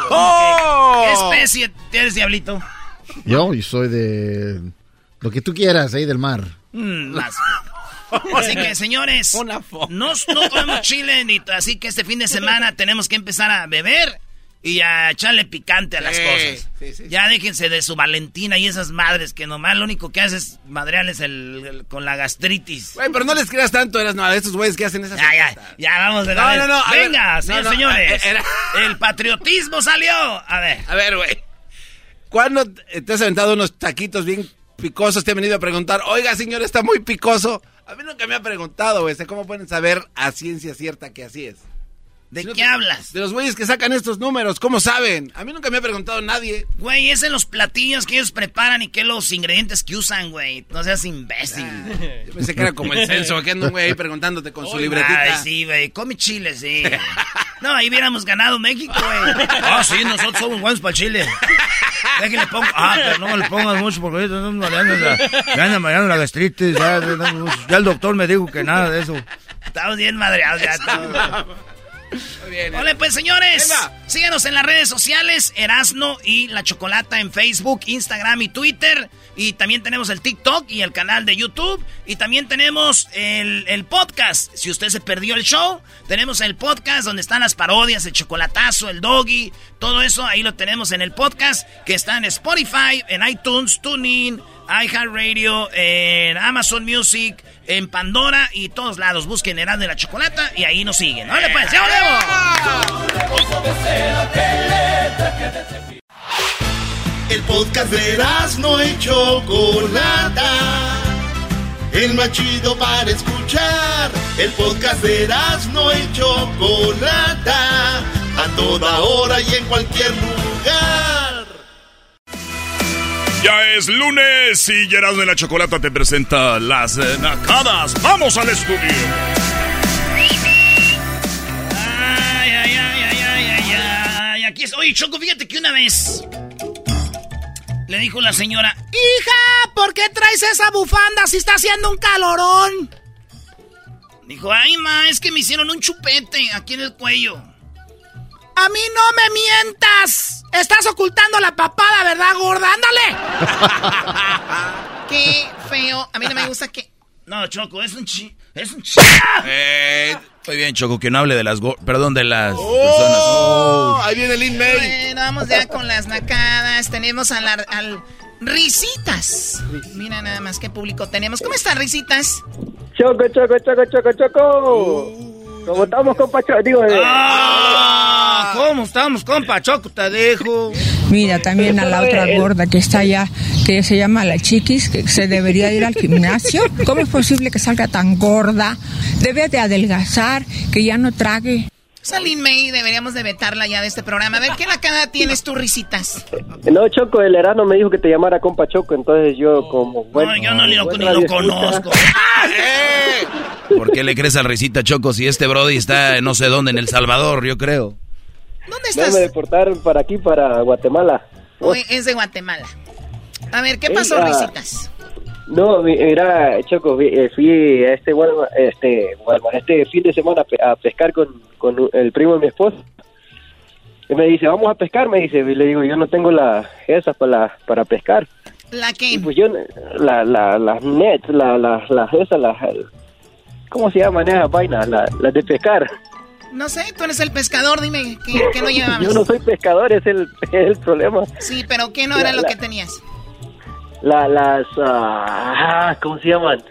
Speaker 4: ¡Oh!
Speaker 3: ¿Qué especie eres, diablito?
Speaker 10: Yo y soy de lo que tú quieras, ahí del mar.
Speaker 3: Mm,
Speaker 4: <laughs>
Speaker 3: más. Así que, señores, no, no comemos chile, ni t- así que este fin de semana tenemos que empezar a beber y a echarle picante a las
Speaker 4: Sí,
Speaker 3: cosas.
Speaker 4: sí, sí,
Speaker 3: ya déjense de su Valentina y esas madres que nomás lo único que hace es madrearles el, el- con la gastritis.
Speaker 4: Güey, pero no les creas tanto, eras no, a estos güeyes que hacen esas
Speaker 3: Ya, ya, ya, vamos de
Speaker 4: No,
Speaker 3: la vez.
Speaker 4: no, no, a
Speaker 3: Venga,
Speaker 4: ver, no,
Speaker 3: señores,
Speaker 4: no, eh,
Speaker 3: señores.
Speaker 4: era-
Speaker 3: El patriotismo salió. A ver.
Speaker 4: A ver, güey. ¿Cuándo te te has aventado unos taquitos bien picosos? Te han venido a preguntar, oiga, señor, está muy picoso. A mí nunca me ha preguntado, güey. ¿Cómo pueden saber a ciencia cierta que así es?
Speaker 3: ¿De
Speaker 4: Si no
Speaker 3: qué
Speaker 4: te-
Speaker 3: hablas?
Speaker 4: De los güeyes que sacan estos números, ¿cómo saben? Ah, A mí nunca me ha preguntado nadie.
Speaker 3: Güey, es en los platillos que ellos preparan y que los ingredientes que usan, güey. No seas imbécil. Ah.
Speaker 4: Yo pensé que era
Speaker 3: <laughs>
Speaker 4: como el censo, que anda un güey ahí preguntándote con su libretita.
Speaker 3: Ay, sí, güey. Come chile, <laughs> sí. No, ahí hubiéramos ganado México, güey. Ah, sí, nosotros somos buenos para Chile. Déjenle pongo. Ah, pero no le pongas mucho porque ahorita no me dañan la, me anda mareando la gastritis. Ya, ya el doctor me dijo que nada de eso. Estamos bien madreados <laughs> ya. todos. Hola, pues señores.
Speaker 4: Venga.
Speaker 3: Síganos en las redes sociales, Erasno y La Chocolata en Facebook, Instagram y Twitter. Y también tenemos el TikTok y el canal de YouTube. Y también tenemos el, el podcast. Si usted se perdió el show, tenemos el podcast donde están las parodias, el chocolatazo, el doggy, todo eso. Ahí lo tenemos en el podcast que está en Spotify, en iTunes, TuneIn, iHeartRadio, en Amazon Music, en Pandora y todos lados. Busquen Erasno y la Chocolata y ahí nos siguen. Hola, pues, ya volvemos.
Speaker 8: El podcast de no y Chocolata. El más chido para escuchar. El podcast de no y Chocolata. A toda hora y en cualquier lugar.
Speaker 1: Ya es lunes y Gerardo de la Chocolata te presenta las eh, nacadas. ¡Vamos al estudio!
Speaker 3: Ay, ay, ay, ay, ay, ay, ay. Aquí es. Oye, Choco, fíjate que una vez le dijo la señora,
Speaker 7: ¡Hija! ¿Por qué traes esa bufanda si está haciendo un calorón?
Speaker 3: dijo, ay, ma, es que me hicieron un chupete aquí en el cuello.
Speaker 7: ¡A mí no me mientas! Estás ocultando la papada, ¿verdad, gorda?
Speaker 3: <laughs>
Speaker 7: ¡Ándale! ¡Qué feo! A mí no me gusta que...
Speaker 3: No, Choco, es un chi. Es un chi.
Speaker 5: Muy Eh, bien, Choco, que no hable de las... go- Perdón, de las
Speaker 4: ¡Oh! Ahí viene el email.
Speaker 7: Bueno, vamos ya con las nacadas. Tenemos al, ar- al Risitas. Mira nada más qué público tenemos. ¿Cómo están, Risitas?
Speaker 11: <laughs> Choco, choco, choco, choco, choco. Como estamos, compa, Cho- digo, eh,
Speaker 6: Ah,
Speaker 3: ¿Cómo estamos, compa? Choco, te dejo.
Speaker 12: eh,
Speaker 13: Mira también a la otra gorda que está allá,
Speaker 14: que ella se llama la chiquis, que se debería ir al
Speaker 12: <laughs>
Speaker 14: gimnasio. ¿Cómo es posible que salga tan gorda? Debe de adelgazar, que ya no trague.
Speaker 7: Salín May, deberíamos de vetarla ya de este programa. A ver, ¿qué lacada tienes tú, risitas?
Speaker 11: No, Choco, el herano me dijo que te llamara compa Choco, entonces yo como bueno.
Speaker 3: yo Oh. no lo,
Speaker 11: buen
Speaker 3: ni lo
Speaker 11: radioescucha-
Speaker 3: conozco.
Speaker 5: ¿Por qué le crees al Risita Choco si este Brody está en no sé dónde, en El Salvador, yo creo?
Speaker 7: ¿Dónde
Speaker 11: No,
Speaker 7: estás?
Speaker 11: me deportaron para aquí, para Guatemala.
Speaker 7: Oye, es de Guatemala. A ver, ¿qué
Speaker 11: Ey,
Speaker 7: pasó,
Speaker 11: ah.
Speaker 7: risitas?
Speaker 11: No, mi- mira, Choco, vi- eh, fui a este, Walmart- este, Walmart, este fin de semana a pe- a pescar con, con el primo de mi esposa. Y me dice, vamos a pescar, me dice. Y le digo, yo no tengo la, esas para, para pescar.
Speaker 7: ¿La qué?
Speaker 11: Pues yo, la, la, las nets, la, la, las esas, las... eh, ¿Cómo se llaman esas vainas? La- Las de pescar.
Speaker 7: No sé, tú eres el pescador, dime, ¿qué, qué no llevabas?
Speaker 11: Yo no soy pescador, es el, <laughs> es el problema.
Speaker 7: Sí, pero ¿qué no era
Speaker 11: La-
Speaker 7: lo
Speaker 11: la-
Speaker 7: que tenías?
Speaker 11: La, las... ah, ¿Cómo se llaman?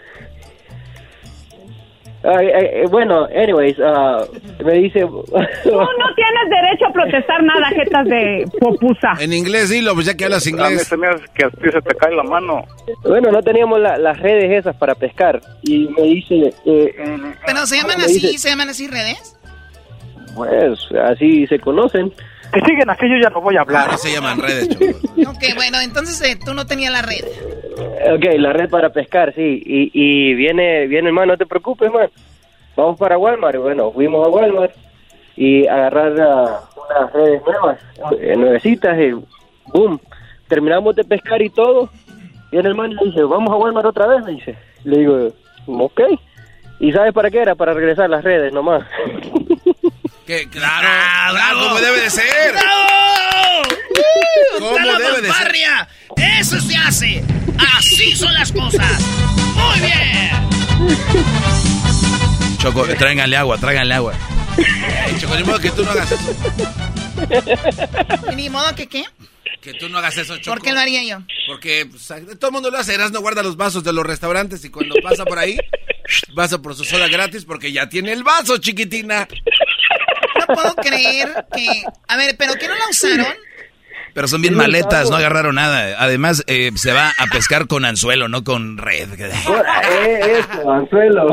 Speaker 11: Ay, ay, eh, bueno, anyways, ah, me dice... <laughs>
Speaker 12: Tú no tienes derecho a protestar nada, jetas de popusa.
Speaker 4: En inglés, dilo, pues ya que hablas inglés.
Speaker 11: mí se
Speaker 4: me hace que a ti se te cae la mano.
Speaker 11: Bueno, no teníamos la- las redes esas para pescar. Y me dice, eh, eh,
Speaker 7: Pero se llaman
Speaker 11: Me
Speaker 7: así,
Speaker 11: dice-
Speaker 7: se llaman así redes.
Speaker 11: pues así se conocen. Que siguen así, yo ya no voy a hablar. se llaman redes,
Speaker 7: Ok, bueno, entonces eh, tú no tenías la red.
Speaker 11: Ok, la red para pescar, sí. Y, y viene, viene, man, no te preocupes, man. Vamos para Walmart. Y Bueno, fuimos a Walmart y agarrar ah, unas redes nuevas, eh, nuevecitas, y boom. Terminamos de pescar y todo. Viene el man y le dice, vamos a Walmart otra vez, me dice. Le digo, ok. ¿Y sabes para qué era? Para regresar las redes
Speaker 7: <laughs>
Speaker 11: nomás.
Speaker 5: Que claro,
Speaker 6: Ah,
Speaker 5: claro, como debe de ser.
Speaker 3: ¡Bravo!
Speaker 5: ¿Cómo
Speaker 3: ¡Está la
Speaker 5: debe de ser?
Speaker 3: fanfarria! ¡Eso se hace! ¡Así son las cosas! ¡Muy bien!
Speaker 5: Choco, tráiganle agua, tráiganle agua.
Speaker 4: Choco, ni modo que tú no hagas eso.
Speaker 7: Ni modo que qué.
Speaker 4: Que tú no hagas eso, Choco.
Speaker 7: ¿Por qué lo haría yo?
Speaker 4: Porque pues, todo el mundo lo hace. Erasmo guarda los vasos de los restaurantes y cuando pasa por ahí, pasa por su soda gratis porque ya tiene el vaso, chiquitina.
Speaker 7: No puedo creer que. A ver, ¿pero qué no la usaron?
Speaker 5: Pero son bien maletas, no agarraron nada. Además, eh, se va a pescar con anzuelo, no con red.
Speaker 11: Eh, eso, anzuelo.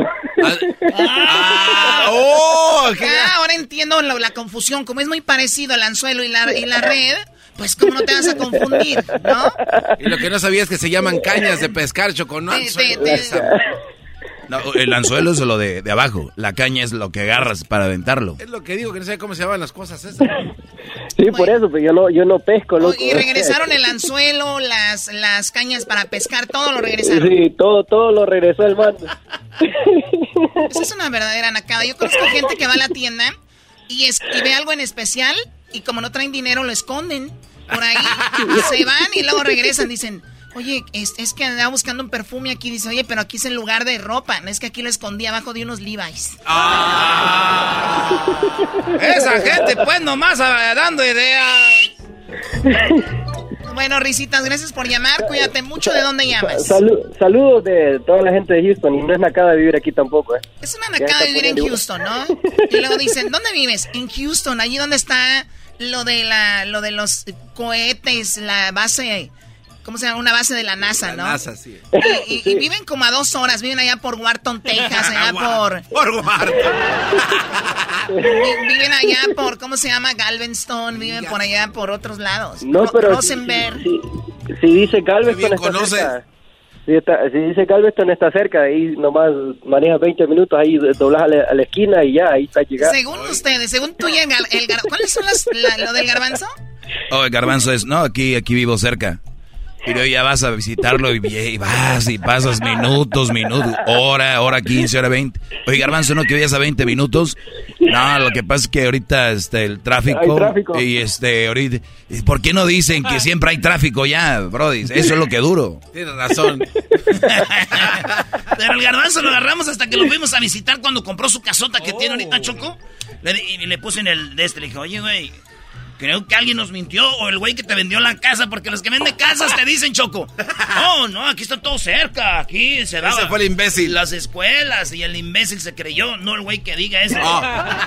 Speaker 5: Ah, oh, qué-
Speaker 7: Ah, ahora entiendo la, la confusión. Como es muy parecido el anzuelo y la, y la red, pues cómo no te vas
Speaker 5: <laughs>
Speaker 7: a confundir, ¿no?
Speaker 4: Y lo que no sabía es que se llaman cañas de pescar, Choco. No,
Speaker 7: Te-
Speaker 4: anzuelo.
Speaker 7: te-
Speaker 4: Esa-
Speaker 5: No, el anzuelo es lo de, de abajo. La caña es lo que agarras para aventarlo.
Speaker 4: es lo que digo, que no sabía cómo se llaman las cosas esas.
Speaker 11: Sí, por eso, pero yo no, yo no pesco, loco.
Speaker 7: Y
Speaker 11: <laughs>
Speaker 7: regresaron el anzuelo, las, las cañas para pescar, todo lo regresaron.
Speaker 11: Sí, todo, todo lo regresó
Speaker 7: <laughs>
Speaker 11: el man.
Speaker 7: Esa es una verdadera nacada. Yo conozco gente que va a la tienda y, es, y ve algo en especial y como no traen dinero lo esconden por ahí, se van y luego regresan, dicen... Oye, es, es que andaba buscando un perfume aquí. Dice, oye, pero aquí es el lugar de ropa. No es que aquí lo escondí abajo de unos Levi's.
Speaker 9: Esa gente, pues,
Speaker 7: nomás
Speaker 6: ah,
Speaker 7: dando ideas. Bueno, Risitas, gracias por llamar. Cuídate mucho de dónde llamas.
Speaker 11: Salu- saludos de toda la gente de Houston y no es nacada de vivir aquí tampoco, ¿eh?
Speaker 7: Es una nacada de vivir en Houston, ¿no? Y luego dicen, ¿dónde vives? En Houston, allí donde está lo de la, lo de los cohetes, la base, ¿cómo se llama? Una base de la NASA, ¿no?
Speaker 4: NASA, sí.
Speaker 7: Y, y- y viven como a dos horas, viven allá por Wharton, Texas, allá por...
Speaker 6: <laughs>
Speaker 4: Por guarda.
Speaker 7: vi- Viven allá por, ¿cómo se llama? Galveston, viven por allá por otros lados.
Speaker 11: No,
Speaker 7: Ro-
Speaker 11: pero-
Speaker 7: Rosenberg.
Speaker 11: Si dice Galveston
Speaker 7: bien
Speaker 11: está
Speaker 7: conoces.
Speaker 11: cerca. Si, está- si dice Galveston está cerca, ahí nomás manejas 20 minutos, ahí doblas a la, a la esquina y ya, ahí está llegando.
Speaker 7: Según ustedes, según tú y el, gar- el gar- ¿cuáles son las, la- lo del
Speaker 11: <laughs>
Speaker 7: garbanzo?
Speaker 5: Oh, el garbanzo es, no, aquí, aquí vivo cerca. Y luego ya vas a visitarlo y, y vas y pasas minutos, minutos, hora, hora 15, hora 20. Oye, garbanzo, ¿no que hoy es a 20 minutos? No, lo que pasa es que ahorita este, el tráfico...
Speaker 11: Hay tráfico. Ah.
Speaker 5: Y este, ahorita... ¿y ¿Por qué no dicen que siempre hay tráfico ya, Brody? Eso es lo que duro.
Speaker 4: Tienes razón.
Speaker 3: Pero el garbanzo lo agarramos hasta que lo fuimos a visitar cuando compró su casota que tiene ahorita Choco. Le, di- y le puse en el de este, le dije, oye, güey, Creo que alguien nos mintió o el güey que te vendió la casa, porque los que venden casas te dicen, Choco. No, no, aquí está todo cerca, aquí se daba.
Speaker 4: Ese fue el imbécil.
Speaker 3: Las escuelas y el imbécil se creyó, no el güey que diga eso.
Speaker 4: Ah.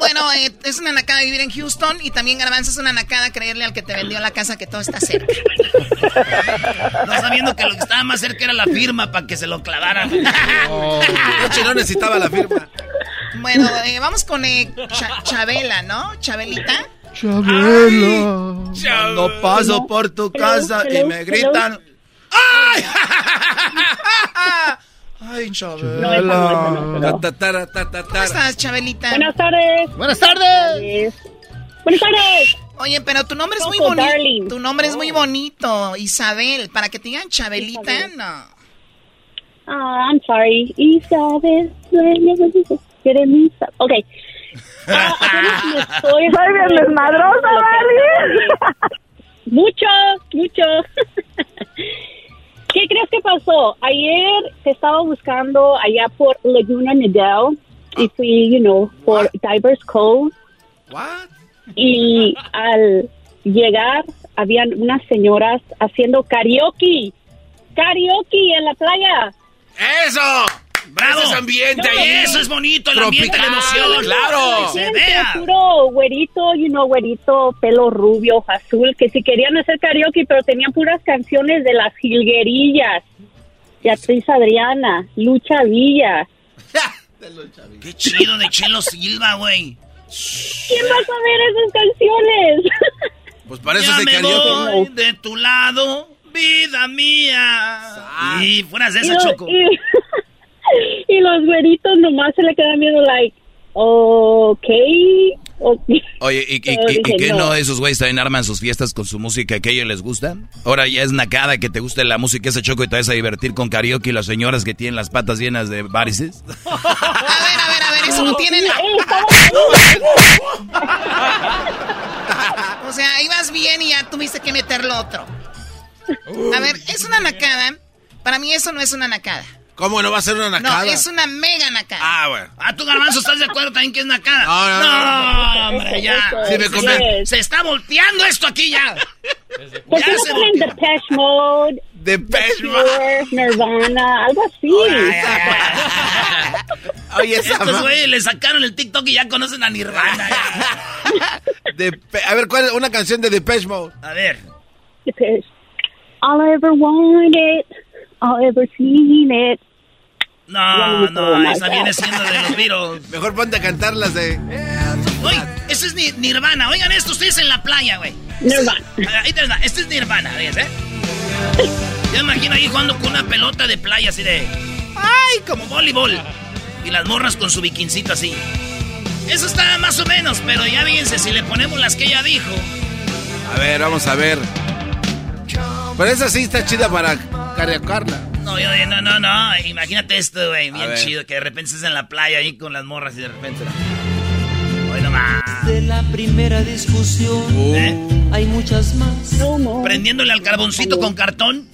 Speaker 7: Bueno, eh, es una nacada vivir en Houston y también Garbanzo es una nacada creerle al que te vendió la casa que todo está cerca.
Speaker 3: No sabiendo que lo que estaba más cerca era la firma para que se lo clavaran.
Speaker 4: Noche <laughs> no necesitaba la firma.
Speaker 7: Bueno, eh, vamos con eh, Cha- Chabela, ¿no? Chabelita.
Speaker 15: Chabelo.
Speaker 4: Cuando paso por tu casa y me gritan.
Speaker 7: ¡Ay!
Speaker 4: ¡Ay,
Speaker 7: No, esa no, esa no, esa
Speaker 4: Chabela!
Speaker 7: no.
Speaker 4: Ta, ta, ta, ta, ta,
Speaker 7: ¿Cómo
Speaker 4: ta.
Speaker 7: estás, Chabelita?
Speaker 16: Buenas tardes.
Speaker 7: Buenas tardes.
Speaker 16: Buenas tardes.
Speaker 7: Oye, pero tu nombre es muy
Speaker 16: Coco,
Speaker 7: bonito.
Speaker 16: darling. Oh.
Speaker 7: Tu nombre es muy bonito, Isabel. Para que te digan Chabelita, no. <laughs>
Speaker 16: Ah, I'm sorry. Isabel, sueño con tus esperanzas. Ok. Ah, apenas me estoy...
Speaker 17: Soy bien desmadrosa,
Speaker 16: ¿vale? <laughs> mucho, mucho. <laughs> ¿Qué crees que pasó? Ayer te estaba buscando allá por Laguna Niguel y fui, you know, por Divers Cove. Y al llegar habían unas señoras haciendo karaoke. Karaoke en la playa.
Speaker 4: ¡Eso!
Speaker 3: ¡Bravo!
Speaker 4: Ese es ambiente
Speaker 16: No,
Speaker 4: ahí.
Speaker 16: eso es
Speaker 3: bonito,
Speaker 16: el ambiente, la
Speaker 4: Tropical,
Speaker 16: emoción.
Speaker 4: ¡Claro!
Speaker 16: Sí, sí, puro güerito, you know, güerito, pelo rubio, ojo azul, que si querían hacer karaoke, pero tenían puras canciones de las jilguerillas. Beatriz Adriana, Lucha Villa.
Speaker 3: Qué chido de Chelo Silva, güey.
Speaker 16: ¿Quién va a saber esas canciones?
Speaker 4: <laughs> Pues para eso
Speaker 3: ya
Speaker 4: se
Speaker 3: me
Speaker 4: cayó.
Speaker 3: voy de tu lado, vida mía. Y fueras de esa,
Speaker 16: Y lo-
Speaker 3: Choco.
Speaker 16: Y, y los güeritos nomás se le quedan viendo, like, ok, ok.
Speaker 5: Oye, ¿y, y,
Speaker 16: Pero
Speaker 5: y- y
Speaker 16: dije,
Speaker 5: qué
Speaker 16: no.
Speaker 5: no esos güeyes también arman sus fiestas con su música que a ellos les gusta? Ahora ya es nacada que te guste la música ese choco y te vas a divertir con karaoke y las señoras que tienen las patas llenas de varices.
Speaker 7: A ver, eso no tiene nada. O sea, ibas bien y ya tuviste que meterlo otro. A ver, es una nacada. Para mí eso no es una nacada.
Speaker 4: ¿Cómo no va a ser una nacada?
Speaker 7: No, es una mega nacada.
Speaker 4: Ah, bueno.
Speaker 3: Ah, tú, Garbanzo, ¿estás de acuerdo también que es nacada?
Speaker 4: No, no, no.
Speaker 3: hombre, ya.
Speaker 4: Eso, Ah. <laughs> Sí, me eso conven-
Speaker 3: se, está volteando esto aquí ya.
Speaker 16: ¿Por qué
Speaker 3: Ya
Speaker 16: no
Speaker 3: se
Speaker 16: ponen Depeche Mode? Depeche Mode. Nirvana, algo así.
Speaker 4: <laughs> Oye, esa
Speaker 3: Estos
Speaker 4: ma-
Speaker 3: güeyes le sacaron el TikTok y ya conocen a Nirvana.
Speaker 4: <laughs>
Speaker 3: ya.
Speaker 4: Depe- a ver, ¿cuál es una canción de Depeche Mode?
Speaker 3: A ver.
Speaker 16: Depeche. All I ever wanted, all I ever seen it.
Speaker 3: No, no, esa viene siendo de los Beatles.
Speaker 4: Mejor ponte a cantar las de...
Speaker 3: Oye, eso es ni- Nirvana. Oigan esto, ustedes en la playa, güey.
Speaker 16: Nirvana.
Speaker 3: Ahí te va, Este es Nirvana, ¿ves, eh? Yo me imagino ahí jugando con una pelota de playa así de... ¡Ay! Como voleibol. Y las morras con su bikincito así. Eso está más o menos, pero ya fíjense, si le ponemos las que ella dijo...
Speaker 4: A ver, vamos a ver. Pero esa sí está chida para cariocarla.
Speaker 3: No, yo de- no, no, no. Imagínate esto, güey. Bien
Speaker 4: ver.
Speaker 3: chido, que de repente estés en la playa ahí con las morras y de repente... Hoy nomás.
Speaker 18: De la primera discusión ¿Eh? hay muchas más.
Speaker 3: Prendiéndole al carboncito con cartón.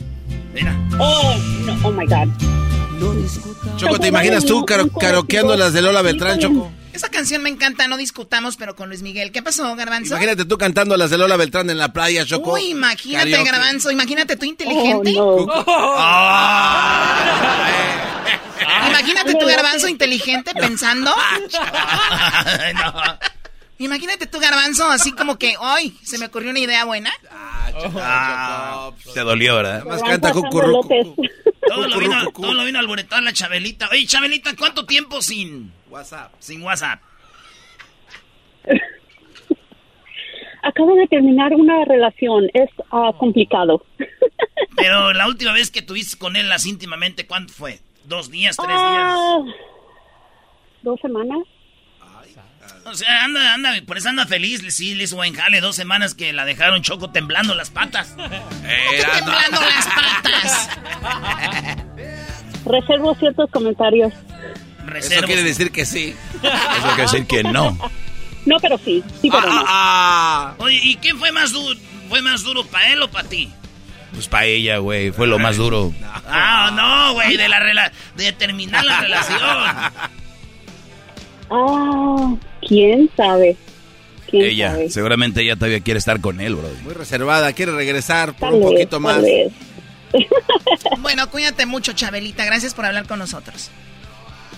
Speaker 3: Mira.
Speaker 16: Oh, no, oh my God.
Speaker 4: Choco, ¿te imaginas tú caro- karaokeando las de Lola Beltrán, Choco?
Speaker 7: <laughs> Esa canción me encanta, no discutamos, pero con Luis Miguel. ¿Qué pasó, Garbanzo?
Speaker 4: Imagínate tú cantando las de Lola Beltrán en la playa, Choco.
Speaker 7: Uy, imagínate,
Speaker 4: Karaoke.
Speaker 7: Garbanzo, imagínate
Speaker 16: Oh,
Speaker 7: tú
Speaker 3: Oh,
Speaker 7: inteligente.
Speaker 4: <laughs> Ah,
Speaker 7: Imagínate tú, Garbanzo, inteligente, pensando.
Speaker 3: Ay, <laughs> no.
Speaker 7: Imagínate tú, Garbanzo, así como que, hoy se me ocurrió una idea buena.
Speaker 5: Ah, se dolió, ¿verdad?
Speaker 4: Más canta cucurrucu.
Speaker 3: Todo lo, vino, todo lo vino a alborotar la Chabelita. Oye, Chabelita, ¿cuánto tiempo sin
Speaker 4: WhatsApp?
Speaker 3: Sin WhatsApp.
Speaker 16: Acabo de terminar una relación, es ah, complicado.
Speaker 3: Pero la última vez que tuviste con él las íntimamente, ¿cuánto fue? ¿Dos días, tres
Speaker 16: Ah, ¿Dos semanas?
Speaker 3: días? O sea, anda, anda, por eso anda feliz. Sí, le hizo buen jale. Dos semanas que la dejaron choco temblando las patas.
Speaker 7: Temblando las patas.
Speaker 16: Reservo ciertos comentarios.
Speaker 4: Eso quiere decir que sí.
Speaker 5: Eso quiere decir que no.
Speaker 16: No, pero sí, sí, pero no.
Speaker 3: Oye, ¿y quién fue más duro? ¿Fue más duro para él o para ti?
Speaker 5: Pues para ella, güey, fue lo más duro.
Speaker 3: Ah, no, güey, de la rela de terminar la relación.
Speaker 16: Ah, quién sabe. ¿Quién
Speaker 5: Ella,
Speaker 16: sabe?
Speaker 5: seguramente ella todavía quiere estar con él, bro.
Speaker 4: Muy reservada, quiere regresar por
Speaker 16: Tal
Speaker 4: un
Speaker 16: vez,
Speaker 4: poquito
Speaker 16: tal
Speaker 4: más.
Speaker 16: vez.
Speaker 7: Bueno, cuídate mucho, Chabelita. Gracias por hablar con nosotros.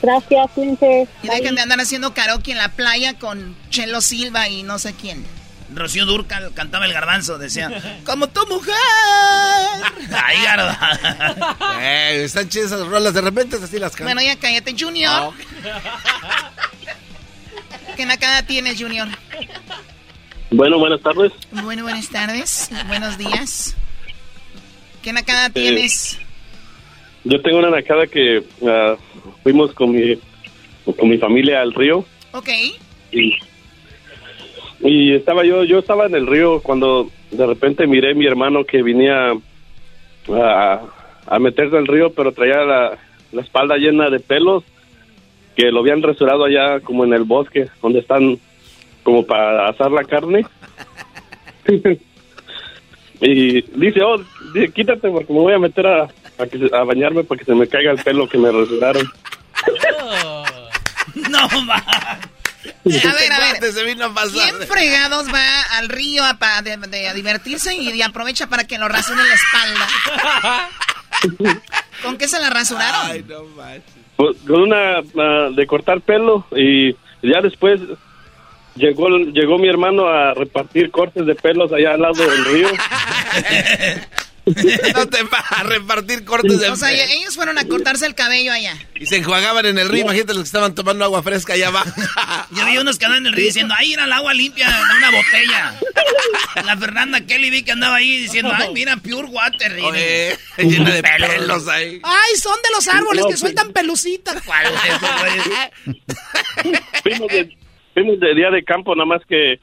Speaker 16: Gracias, cuídense.
Speaker 7: Y dejen de andar haciendo karaoke en la playa con Chelo Silva y no sé quién.
Speaker 3: Rocío Durcal cantaba el garbanzo, decía.
Speaker 7: Como tu mujer.
Speaker 3: Ay,
Speaker 4: Eh, están chidas esas rolas, de repente es así las cantan.
Speaker 7: Bueno, ya cállate,
Speaker 4: Ah,
Speaker 7: <laughs> Junior.
Speaker 4: ok.
Speaker 7: ¿Qué nacada tienes, Junior?
Speaker 19: Bueno, buenas tardes.
Speaker 7: Bueno, buenas tardes. Buenos días. ¿Qué nacada tienes?
Speaker 19: Yo tengo una nacada que ah, fuimos con mi, con mi familia al río
Speaker 7: Ok.
Speaker 19: y, y estaba yo, yo estaba en el río cuando de repente miré a mi hermano que venía a, a meterse al río, pero traía la, la espalda llena de pelos que lo habían rasurado allá como en el bosque, donde están como para asar la carne. y dice, oh, dice, quítate porque me voy a meter a, a que se- a bañarme para que se me caiga el pelo que me rasuraron.
Speaker 3: No, ma.
Speaker 7: A ver, a ver.
Speaker 4: Se vino a pasar.
Speaker 7: ¿Quién fregados va al río a, pa- de- de- a divertirse y, y aprovecha para que lo rasuren la espalda? ¿Con qué se la rasuraron?
Speaker 19: Con Pues, con una ah, de cortar pelo y ya después llegó llegó mi hermano a repartir cortes de pelos allá al lado del río.
Speaker 4: No te va a repartir cortes de
Speaker 7: O sea, e- ellos fueron a cortarse el cabello allá.
Speaker 4: Y se enjuagaban en el río, imagínate los que estaban tomando agua fresca allá abajo.
Speaker 3: Yo vi unos que andaban en el río diciendo, ay, era el agua limpia en una
Speaker 4: <laughs>
Speaker 3: botella. La Fernanda Kelly vi que andaba ahí diciendo, ay, mira, pure water. y-
Speaker 4: Llena de pelos ahí.
Speaker 7: Ay, son de los árboles que sueltan pelucitas. <laughs>
Speaker 19: fuimos, de, fuimos de día de campo, nada más que,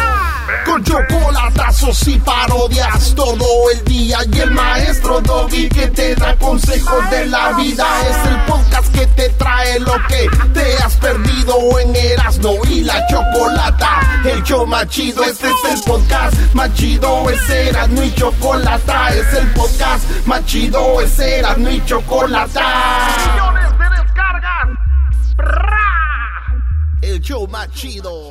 Speaker 8: Ah. Con chocolatazos y parodias todo el día y el maestro Doggy que te da consejos de la vida es el podcast que te trae lo que te has perdido en Erasmo y la chocolata. El show más chido, este es el podcast más chido, es Erasmo y chocolata, es el podcast más chido, es Erasmo y chocolata. Millones de descargas. El show más chido.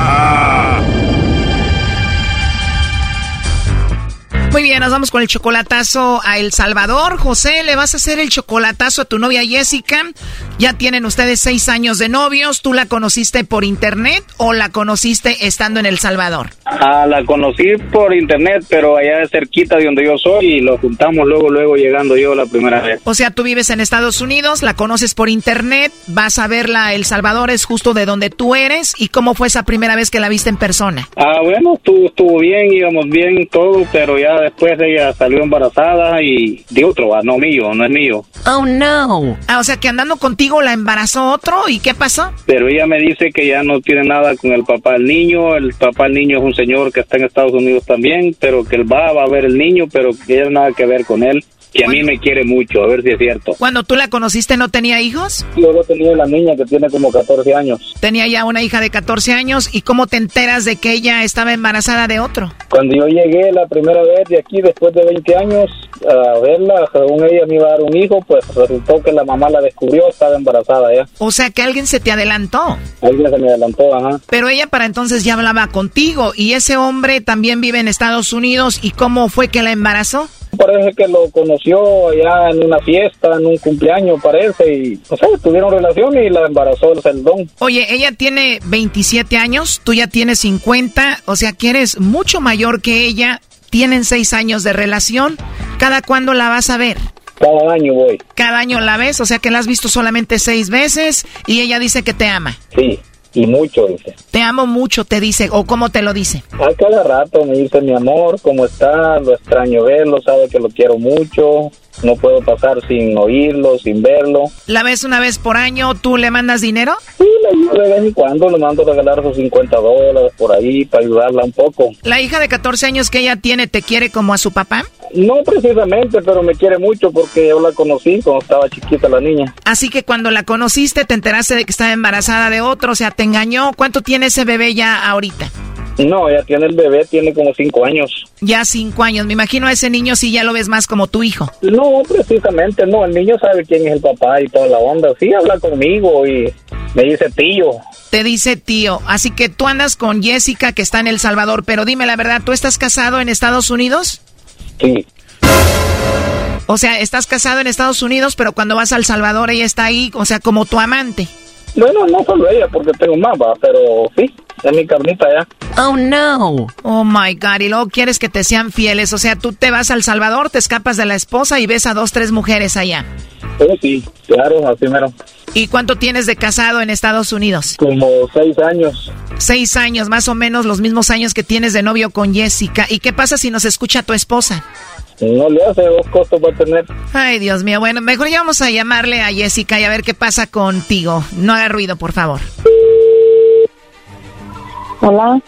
Speaker 7: Muy bien, nos vamos con el chocolatazo a El Salvador. José, le vas a hacer el chocolatazo a tu novia Jessica. Ya tienen ustedes seis años de novios. ¿Tú la conociste por internet o la conociste estando en El Salvador?
Speaker 20: Ah, la conocí por internet, pero allá cerquita de donde yo soy y lo juntamos luego, luego llegando yo la primera vez.
Speaker 7: O sea, tú vives en Estados Unidos, la conoces por internet, vas a verla a El Salvador, es justo de donde tú eres. ¿Y cómo fue esa primera vez que la viste en persona?
Speaker 20: Ah, bueno, estuvo, estuvo bien, íbamos bien todo, pero ya después ella salió embarazada y de otro, ah, no mío, no es mío.
Speaker 7: Oh, no. Ah, o sea, que andando contigo la embarazó otro. ¿Y qué pasó?
Speaker 20: Pero ella me dice que ya no tiene nada con el papá del niño, el papá del niño es un señor que está en Estados Unidos también, pero que él va, va a ver el niño, pero que ella nada que ver con él, que a mí me quiere mucho, a ver si es cierto.
Speaker 7: Cuando tú la conociste, ¿no tenía hijos?
Speaker 20: Luego tenía la niña que tiene como 14 años.
Speaker 7: Tenía ya una hija de 14 años y cómo te enteras de que ella estaba embarazada de otro.
Speaker 20: Cuando yo llegué la primera vez de aquí, después de 20 años, a verla, según ella me iba a dar un hijo, pues resultó que la mamá la descubrió, estaba embarazada ya.
Speaker 7: O sea que alguien se te adelantó.
Speaker 20: Alguien se me adelantó, ajá.
Speaker 7: Pero ella para entonces ya hablaba contigo y ese hombre también vive en Estados Unidos y cómo fue que la embarazó.
Speaker 20: Parece que lo conoció allá en una fiesta, en un cumpleaños, parece, y no sé, tuvieron relación y la embarazó el celdón.
Speaker 7: Oye, ella tiene 27 años, tú ya tienes 50, o sea que eres mucho mayor que ella, tienen 6 años de relación, ¿cada cuándo la vas a ver?
Speaker 20: Cada año voy,
Speaker 7: Cada año la ves, o sea que la has visto solamente 6 veces y ella dice que te ama.
Speaker 20: sí, y mucho, dice.
Speaker 7: Te amo mucho, te dice, o cómo te lo dice.
Speaker 20: A cada rato me dice mi amor, ¿cómo está? Lo extraño verlo, sabe que lo quiero mucho, no puedo pasar sin oírlo, sin verlo.
Speaker 7: La ves una vez por año, tú le mandas dinero.
Speaker 20: Sí, la ayudo de vez en cuando, le mando a regalar sus 50 dólares por ahí para ayudarla un poco.
Speaker 7: ¿La hija de 14 años que ella tiene te quiere como a su papá?
Speaker 20: No precisamente, pero me quiere mucho porque yo la conocí cuando estaba chiquita la niña.
Speaker 7: Así que cuando la conociste te enteraste de que estaba embarazada de otro, o sea, te engañó. ¿Cuánto tiene ese bebé ya ahorita?
Speaker 20: No, ella tiene el bebé, tiene como 5 años.
Speaker 7: Ya cinco años. Me imagino a ese niño si ya lo ves más como tu hijo.
Speaker 20: No, precisamente no, el niño sabe quién es el papá y toda la onda. Sí, habla conmigo y me dice tío.
Speaker 7: Te dice tío. Así que tú andas con Jessica que está en El Salvador, pero dime la verdad, ¿tú estás casado en Estados Unidos?
Speaker 20: Sí.
Speaker 7: O sea, estás casado en Estados Unidos, pero cuando vas al Salvador ella está ahí, o sea, como tu amante.
Speaker 20: Bueno, no solo ella, porque tengo más, va, pero sí, es mi carnita ya.
Speaker 7: Oh no. Oh my god, y luego quieres que te sean fieles. O sea, tú te vas al Salvador, te escapas de la esposa y ves a dos, tres mujeres allá.
Speaker 20: Pero sí, claro, así mero.
Speaker 7: ¿Y cuánto tienes de casado en Estados Unidos?
Speaker 20: Como seis años.
Speaker 7: Seis años, más o menos los mismos años que tienes de novio con Jessica. ¿Y qué pasa si nos escucha tu esposa?
Speaker 20: No le hace dos costos para tener.
Speaker 7: Ay, Dios mío. Bueno, mejor ya vamos a llamarle a Jessica y a ver qué pasa contigo. No haga ruido, por favor.
Speaker 21: Hola.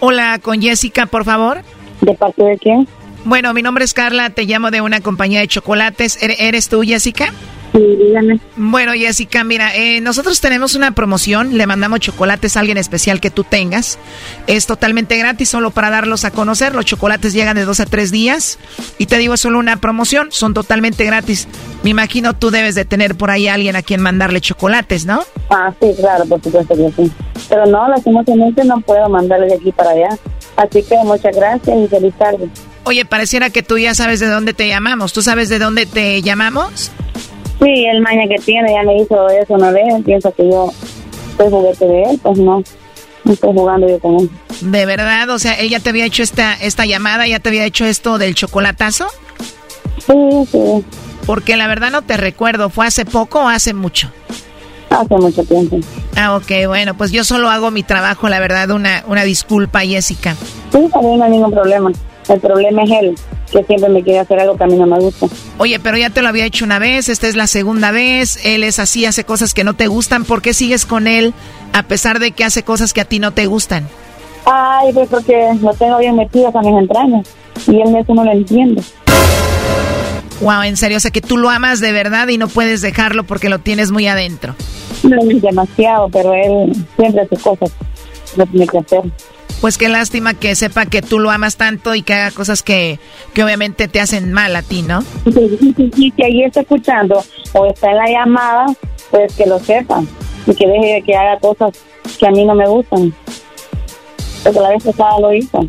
Speaker 7: Hola, con Jessica, por favor.
Speaker 21: ¿De parte de quién?
Speaker 7: Bueno, mi nombre es Carla, te llamo de una compañía de chocolates. ¿E- ¿Eres tú, Jessica?
Speaker 21: Sí, dígame.
Speaker 7: Bueno, Jessica, mira, eh, nosotros tenemos una promoción, le mandamos chocolates a alguien especial que tú tengas. Es totalmente gratis, solo para darlos a conocer. Los chocolates llegan de dos a tres días. Y te digo, es solo una promoción, son totalmente gratis. Me imagino tú debes de tener por ahí a alguien a quien mandarle chocolates, ¿no?
Speaker 21: Ah, sí, claro, por supuesto que sí. Pero no, lastimosamente no puedo mandarle de aquí para allá. Así que muchas gracias y feliz tarde.
Speaker 7: Oye, pareciera que tú ya sabes de dónde te llamamos. ¿Tú sabes de dónde te llamamos?
Speaker 21: Sí, el maña que tiene ya me hizo eso una vez. Piensa que yo soy juguete de él, pues no. No estoy jugando yo con él.
Speaker 7: ¿De verdad? O sea, ella te había hecho esta, esta llamada, ya te había hecho esto del chocolatazo.
Speaker 21: Sí, sí,
Speaker 7: Porque la verdad no te recuerdo, ¿fue hace poco o hace mucho?
Speaker 21: hace mucho tiempo.
Speaker 7: Ah, ok, bueno, pues yo solo hago mi trabajo, la verdad, una, una disculpa, Jessica.
Speaker 21: Sí, también no hay ningún problema. El problema es él, que siempre me quiere hacer algo que a mí no me gusta.
Speaker 7: Oye, pero ya te lo había hecho una vez, esta es la segunda vez, él es así, hace cosas que no te gustan, ¿por qué sigues con él a pesar de que hace cosas que a ti no te gustan?
Speaker 21: Ay, pues porque lo tengo bien metido a mis entrañas. Y él de eso no lo entiende.
Speaker 7: Wow, en serio, o sea que tú lo amas de verdad y no puedes dejarlo porque lo tienes muy adentro.
Speaker 21: No es demasiado, pero él siempre hace cosas. Lo tiene que hacer.
Speaker 7: Pues qué lástima que sepa que tú lo amas tanto y que haga cosas que, que obviamente te hacen mal a ti, ¿no?
Speaker 21: Y si- y si- y si ahí está escuchando o está en la llamada, pues que lo sepa. Y que deje de que haga cosas que a mí no me gustan. Porque la vez pasada lo hizo.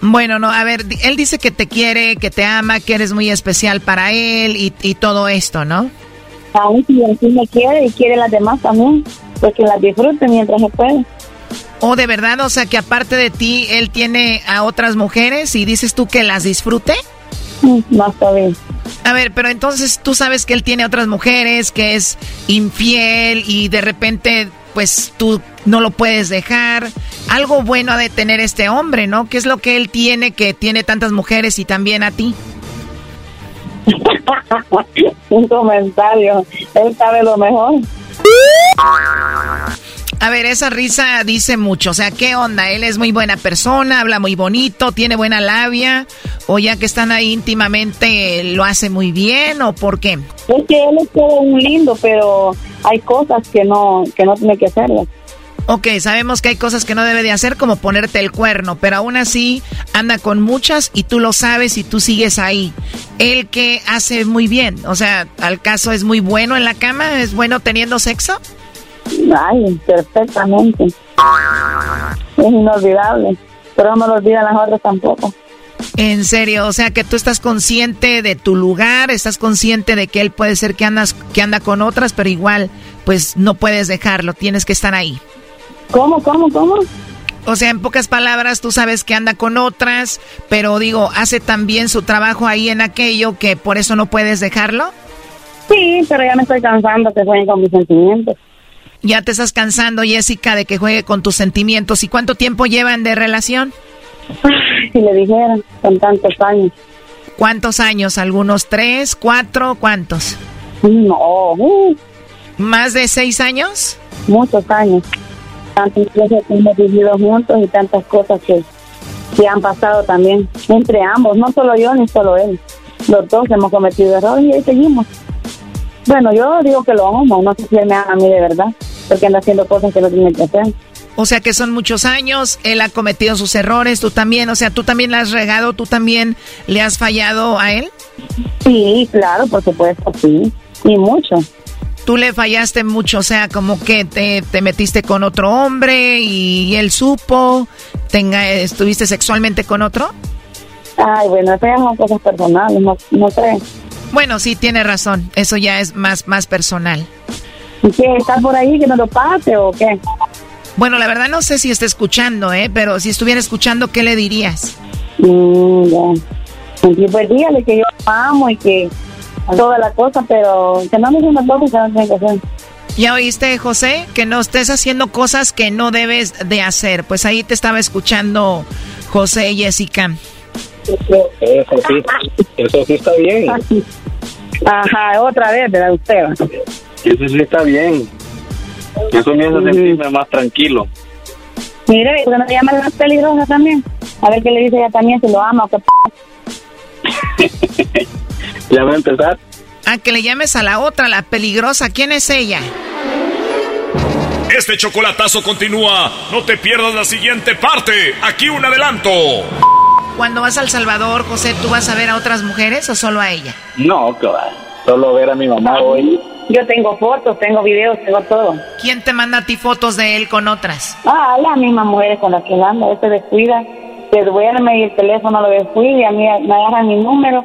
Speaker 7: Bueno, no, a ver, di- él dice que te quiere, que te ama, que eres muy especial para él y, y todo esto, ¿no?
Speaker 21: Aún si en sí me quiere y quiere las demás también, pues que las disfrute mientras se puede.
Speaker 7: O de verdad, o sea, que aparte de ti, él tiene a otras mujeres y dices tú que las disfrute.
Speaker 21: No está bien.
Speaker 7: A ver, pero entonces tú sabes que él tiene otras mujeres, que es infiel y de repente, pues tú no lo puedes dejar. Algo bueno ha de tener este hombre, ¿no? ¿Qué es lo que él tiene que tiene tantas mujeres y también a ti?
Speaker 21: <laughs> Un comentario. Él sabe lo mejor.
Speaker 7: A ver, esa risa dice mucho. O sea, ¿qué onda? Él es muy buena persona, habla muy bonito, tiene buena labia. O ya que están ahí íntimamente, lo hace muy bien. ¿O por qué?
Speaker 21: Es que él es todo un lindo, pero hay cosas que no, que no tiene que hacerlas.
Speaker 7: Ok, sabemos que hay cosas que no debe de hacer, como ponerte el cuerno, pero aún así anda con muchas y tú lo sabes y tú sigues ahí. Él que hace muy bien. O sea, ¿al caso es muy bueno en la cama? ¿Es bueno teniendo sexo?
Speaker 21: Ay, perfectamente. Es inolvidable. Pero no me lo olvidan las otras tampoco.
Speaker 7: En serio, o sea que tú estás consciente de tu lugar, estás consciente de que él puede ser que andas, que anda con otras, pero igual, pues no puedes dejarlo, tienes que estar ahí.
Speaker 21: ¿Cómo, cómo, cómo?
Speaker 7: O sea, en pocas palabras, tú sabes que anda con otras, pero digo, hace también su trabajo ahí en aquello que por eso no puedes dejarlo.
Speaker 21: Sí, pero ya me estoy cansando que jueguen con mis sentimientos.
Speaker 7: Ya te estás cansando, Jessica, de que juegue con tus sentimientos. ¿Y cuánto tiempo llevan
Speaker 21: <laughs>
Speaker 7: de relación?
Speaker 21: Si le dijeran, con tantos años.
Speaker 7: ¿Cuántos años? ¿Algunos tres, cuatro? ¿Cuántos?
Speaker 21: No, uh,
Speaker 7: ¿Más de seis años?
Speaker 21: muchos años, tantas cosas que hemos vivido juntos y tantas cosas que, que han pasado también entre ambos, no solo yo ni solo él. Los dos hemos cometido errores y ahí seguimos. Bueno, yo digo que lo amo, no sé si él me ama a mí de verdad, porque anda haciendo cosas que no tiene que hacer.
Speaker 7: O sea que son muchos años, él ha cometido sus errores, tú también, o sea, tú también la has regado, tú también le has fallado a él.
Speaker 21: Sí, claro, por supuesto, sí, y mucho.
Speaker 7: Tú le fallaste mucho, o sea, como que te, te metiste con otro hombre y, él supo, tenga, estuviste sexualmente con otro.
Speaker 21: Ay, bueno, esas son cosas personales, no, no sé.
Speaker 7: Bueno, sí, tiene razón, eso ya es más, más personal.
Speaker 21: ¿Y qué? ¿Está por ahí que no lo pase o qué?
Speaker 7: Bueno, la verdad no sé si está escuchando, ¿eh? Pero si estuviera escuchando, ¿qué le dirías?
Speaker 21: Mm, ya. Y pues dígale que yo lo amo y que toda la cosa, pero que no me hizo una cosa que no tiene que hacer.
Speaker 7: ¿Ya oíste, José? Que no estés haciendo cosas que no debes de hacer. Pues ahí te estaba escuchando José y Jessica.
Speaker 20: Eso sí, eso sí está bien.
Speaker 21: Ajá, otra vez, ¿verdad? Usted.
Speaker 20: Eso sí está bien. Eso me hace sentirme más tranquilo.
Speaker 21: Mire, ¿por qué no le llaman las peligrosas también? A ver qué le dice ella también, si lo ama o qué p-
Speaker 20: Ya va a empezar.
Speaker 7: Ah, que le llames a la otra, la peligrosa. ¿Quién es ella?
Speaker 22: <laughs> Este chocolatazo continúa. No te pierdas la siguiente parte. Aquí un adelanto.
Speaker 7: Cuando vas al Salvador, José, ¿tú vas a ver a otras mujeres o solo a ella?
Speaker 20: No, que va. Solo ver a mi mamá hoy.
Speaker 21: Yo tengo fotos, tengo videos, tengo todo.
Speaker 7: ¿Quién te manda a ti fotos de él con otras?
Speaker 21: Ah, las mismas mujeres con las que él anda, él se descuida, se duerme y el teléfono lo descuida y a mí me agarran mi número.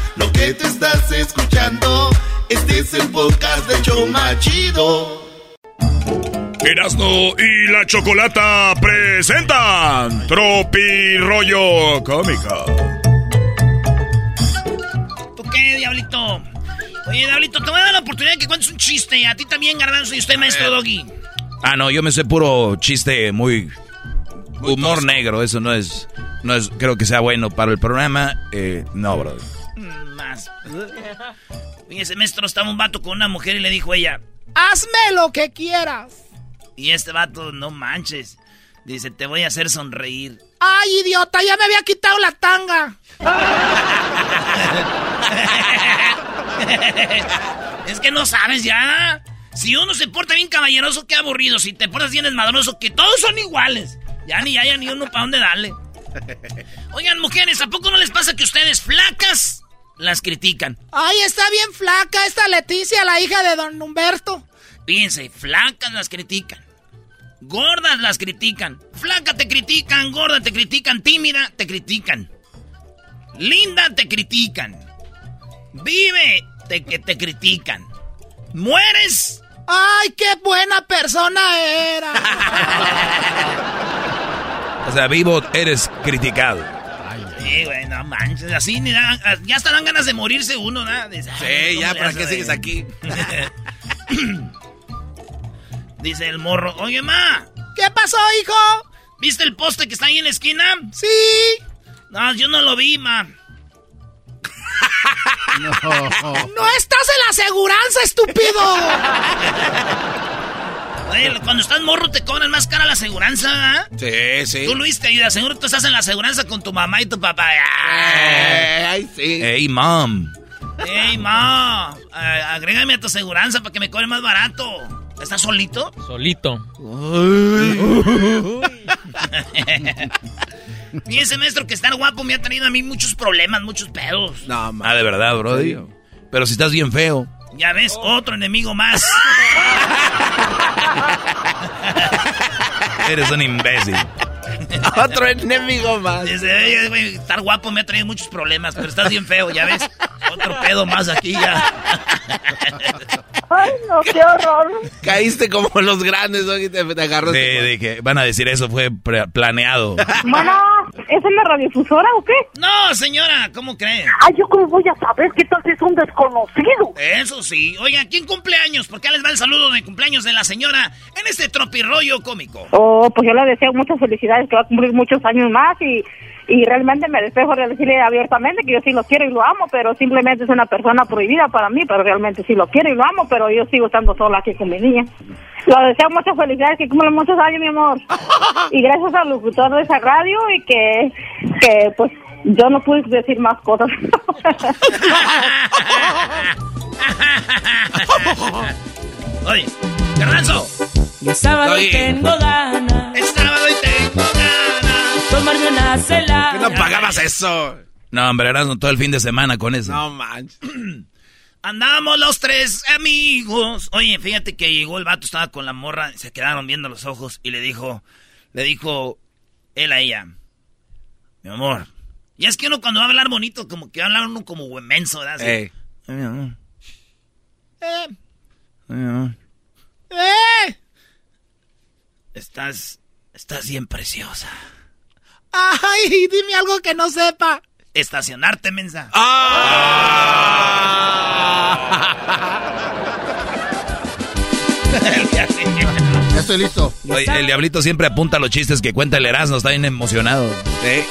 Speaker 8: Lo que te estás escuchando, este es el podcast de Choma Chido.
Speaker 22: Erasno y la Chocolata presentan Tropi Rollo Cómico.
Speaker 3: ¿Tú qué, Diablito? Oye, Diablito, te voy a dar la oportunidad de que cuentes un chiste. A ti también, Garbanzo, y usted, maestro Doggy.
Speaker 5: Ah, no, yo me sé puro chiste muy... Humor negro, eso no es, no es... Creo que sea bueno para el programa. Eh, no, bro.
Speaker 3: Mm, Más. Oye, ese maestro estaba un vato con una mujer y le dijo ella.
Speaker 7: Hazme lo que quieras.
Speaker 3: Y este vato, no manches. Dice, te voy a hacer sonreír.
Speaker 7: Ay, idiota, ya me había quitado la tanga.
Speaker 3: <laughs> es que no sabes ya. Si uno se porta bien caballeroso, qué aburrido. Si te portas bien desmadroso, que todos son iguales. Ya ni haya ni uno para dónde darle. Oigan, mujeres, ¿a poco no les pasa que ustedes flacas las critican?
Speaker 7: Ay, está bien flaca esta Leticia, la hija de don Humberto.
Speaker 3: Fíjense, flacas las critican. Gordas las critican. Flaca te critican, gorda te critican, tímida te critican. Linda te critican. Vive te, que te critican. Mueres.
Speaker 7: Ay, qué buena persona
Speaker 20: <laughs>
Speaker 7: era.
Speaker 5: O sea, vivo eres criticado.
Speaker 3: Sí, güey, no manches. Así ni da- ya hasta dan ganas de morirse uno, ¿no?
Speaker 5: Sí, ya, ¿para qué sigues
Speaker 3: aquí? <laughs> Dice el morro, oye, ma.
Speaker 7: ¿Qué pasó, hijo?
Speaker 3: ¿Viste el poste que está ahí en la esquina?
Speaker 7: Sí.
Speaker 3: No, yo no lo vi, ma.
Speaker 7: No estás en la aseguranza, estúpido.
Speaker 3: <laughs> Oye, cuando estás morro te cobran más cara la aseguranza, ¿ah?
Speaker 5: Sí, sí.
Speaker 3: Tú, Luis, te ayudas. Seguro tú estás en la aseguranza con tu mamá y tu papá.
Speaker 5: Ay, Eh, sí. Hey, mom.
Speaker 3: ¡Ey, ma! a- Agrégame a tu aseguranza para que me cobre más barato. ¿Estás <laughs> solito?
Speaker 16: Solito.
Speaker 3: Y ese maestro que estar guapo me ha traído a mí muchos problemas, muchos pedos.
Speaker 5: No, Ah, de verdad, bro. Pero si estás bien feo.
Speaker 3: Ya ves, otro enemigo más.
Speaker 5: Eres un
Speaker 4: <laughs>
Speaker 5: imbécil.
Speaker 3: <laughs> Otro enemigo más. estar guapo me ha traído muchos problemas, pero estás bien feo, ya ves. Otro pedo más aquí ya.
Speaker 12: Ay, no, qué horror.
Speaker 4: Caíste como los grandes, ¿no? Y te, te agarraste.
Speaker 5: De, de que van a decir eso fue pre- planeado.
Speaker 12: Bueno, ¿es en la radiofusora o qué?
Speaker 3: No, señora, ¿cómo cree?
Speaker 12: Ay, yo cómo voy a saber qué tal si es un desconocido.
Speaker 3: Eso sí. Oiga, ¿quién cumpleaños? Porque ya les va el saludo de cumpleaños de la señora en este tropirroyo cómico.
Speaker 12: Oh, pues yo le deseo muchas felicidades, que va a cumplir muchos años más y, y realmente me despejo de decirle abiertamente que yo sí lo quiero y lo amo, pero simplemente es una persona prohibida para mí, pero realmente sí lo quiero y lo amo, pero yo sigo estando sola aquí con mi niña. Le deseo muchas felicidades, que cumple muchos años, mi
Speaker 16: <laughs>
Speaker 12: amor. Y gracias al locutor de esa radio y que, que pues yo no pude decir más cosas. <laughs>
Speaker 3: Oye, Garbanzo.
Speaker 6: Y es sábado y tengo ganas.
Speaker 3: Es sábado y tengo ganas.
Speaker 6: Tomarme una celada.
Speaker 4: ¿Qué no pagabas eso?
Speaker 5: No, hombre, eras no todo el fin de semana con eso.
Speaker 4: No manches.
Speaker 3: <clears throat> Andábamos los tres amigos. Oye, fíjate que llegó el vato, estaba con la morra, se quedaron viendo los ojos y le dijo, le dijo él a ella, mi amor. Y es que uno cuando va a hablar bonito, como que va a hablar uno como buen menso, ¿verdad? Así,
Speaker 4: Ey.
Speaker 3: "Ay, mi amor,
Speaker 6: Eh,
Speaker 3: ay, mi amor,
Speaker 6: eh.
Speaker 3: estás, estás bien preciosa.
Speaker 6: Ay, dime algo que no sepa.
Speaker 3: Estacionarte, mensa.
Speaker 5: Ah.
Speaker 3: <laughs>
Speaker 10: Ya estoy listo.
Speaker 5: Oye, el diablito siempre apunta los chistes que cuenta el Erasmo, está bien emocionado.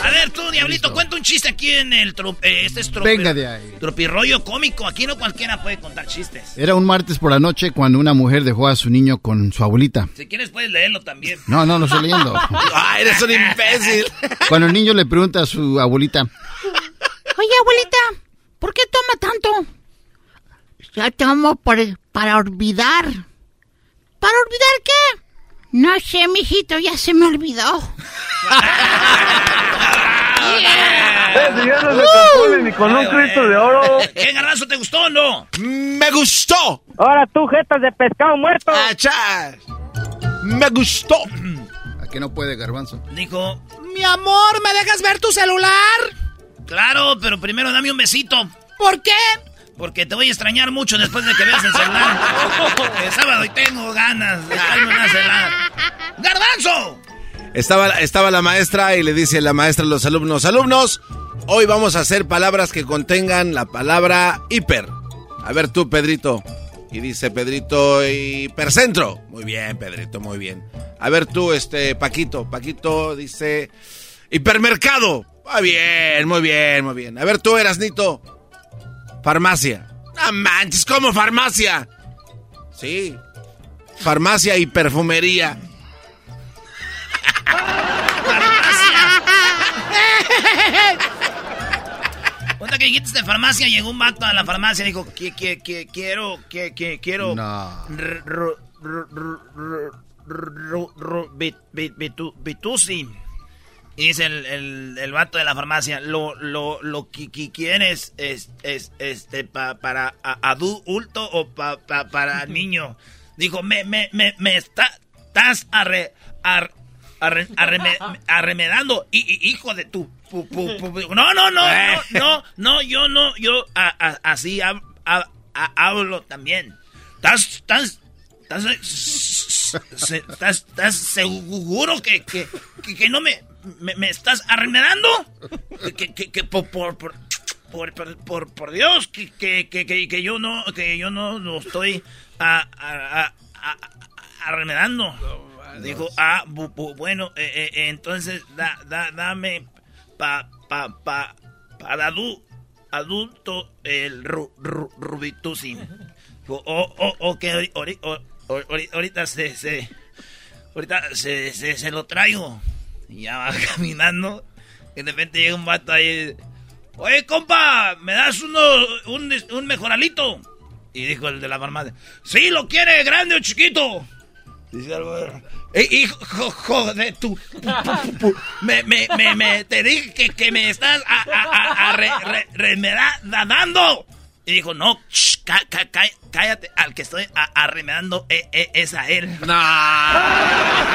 Speaker 3: A ver, tú, Diablito, cuenta un chiste aquí en el... tro- eh, este es tropi-
Speaker 10: Venga de ahí.
Speaker 3: Tropirroyo cómico. Aquí no cualquiera puede contar chistes.
Speaker 10: Era un martes por la noche cuando una mujer dejó a su niño con su abuelita.
Speaker 3: Si quieres pues, puedes leerlo también.
Speaker 10: No, no, lo estoy leyendo.
Speaker 3: ¡Ay, eres un imbécil!
Speaker 10: Cuando el niño le pregunta a su abuelita,
Speaker 16: Oye, abuelita, ¿por qué toma tanto? Ya tomo por, para olvidar. ¿Para olvidar qué? No sé, mijito, ya se me olvidó.
Speaker 20: Ese ya no se compone ni con un Cristo de oro.
Speaker 3: ¿Qué garbanzo te gustó o no?
Speaker 20: ¡Me gustó! Ahora tú, jetas de pescado muerto.
Speaker 4: ¡Achas! ¡Me gustó!
Speaker 10: ¿a qué no puede garbanzo?
Speaker 3: Dijo,
Speaker 6: Mi amor, ¿me dejas ver tu celular?
Speaker 3: claro, pero primero dame un besito.
Speaker 6: ¿Por qué?
Speaker 3: Porque te voy a extrañar mucho después de que veas el
Speaker 5: <laughs>
Speaker 3: celular. <laughs> El sábado y tengo ganas de echarme una celada. ¡Garbanzo!
Speaker 4: Estaba, estaba la maestra y le dice la maestra a los alumnos, alumnos, hoy vamos a hacer palabras que contengan la palabra hiper. A ver tú, Pedrito. Y dice Pedrito, hipercentro. Muy bien, Pedrito, muy bien. A ver tú, este, Paquito. Paquito dice, hipermercado. Muy bien, muy bien, muy bien. A ver tú, Erasnito. Farmacia. No manches, ¿cómo farmacia? Sí. Farmacia y perfumería. <laughs>
Speaker 3: Cuenta que dijiste de farmacia, llegó un vato a la farmacia y dijo, que, que, que, quiero, que, que, quiero...
Speaker 6: No.
Speaker 3: r- ro- ro- ro- ro- ro- ro- bit- bit- bitu- Bitusi. Y dice el, el, el vato de la farmacia, lo, lo, lo que, que quieres es, es este, pa- para a- adulto o pa- pa- para niño. Dijo, me, me, me, me está, estás arre, ar- arre- arreme- arremedando, y, y- hijo de tu... pu- pu- pu- pu- Pues, No, no, no, no, no, no, yo no, yo a- a- así hab- hab- a- hablo también. ¿Estás, estás, estás, se- estás- estás seguro que, que, que, que no me, me, me estás arremedando? Que, que, que por, por, por, por, por- por- por Dios, que, que, que, que- que yo no, que yo no, no estoy a- a- a- a- a- arremedando. Dijo, ah, bu- bu- bueno, eh, eh, entonces da, da- dame pa, pa, pa, para adu- adulto el ru, ru- rubitusi. Dijo, oh, oh, oh, que ori- ori- or- or- ori- ahorita se, se, ahorita se, se, se lo traigo. Y ya va <laughs> caminando. Y de repente llega un vato ahí. Oye, compa, ¿me das uno, un, un mejoralito? Y dijo el de la farmacia, sí, lo quiere, grande o chiquito. Dice algo de- Eh, hijo, joder, tú. pu- pu- pu- Me, me, me, me, te dije que, que me estás a, a, a- a re- re- remedando. Y dijo, no, shh, ca- ca- ca- cállate, al que estoy a- arremedando eh, eh, es a él. <laughs>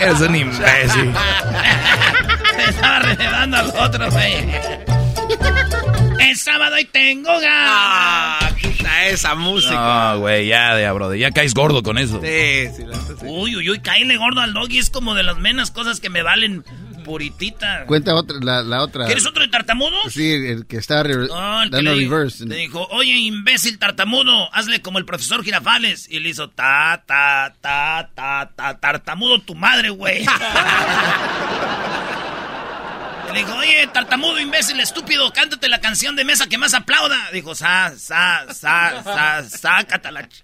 Speaker 5: Eres un imbécil.
Speaker 3: <laughs> Me estaba remedando al otro, güey. es eh. sábado y tengo
Speaker 4: Ah,
Speaker 3: ganas.
Speaker 4: Quita esa música.
Speaker 5: No, güey, ya, ya, brother. Ya caes gordo con eso.
Speaker 4: Sí, sí,
Speaker 3: Uy, uy, uy, caíle gordo al doggy. Es como de las menos cosas que me valen puritita.
Speaker 10: Cuenta otra, la, la otra.
Speaker 3: ¿Quieres otro de tartamudo?
Speaker 10: Sí, el que está re-
Speaker 3: Ah, el que
Speaker 10: dando
Speaker 3: le,
Speaker 10: reverse.
Speaker 3: le dijo, oye, imbécil tartamudo, hazle como el profesor Girafales. Y le hizo, ta, ta, ta, ta, ta, tartamudo tu madre,
Speaker 4: <laughs>
Speaker 3: güey. Y le dijo, oye, tartamudo, imbécil, estúpido, cántate la canción de mesa que más aplauda. Dijo, sa, sa, sa, sa, sácata la... ch-".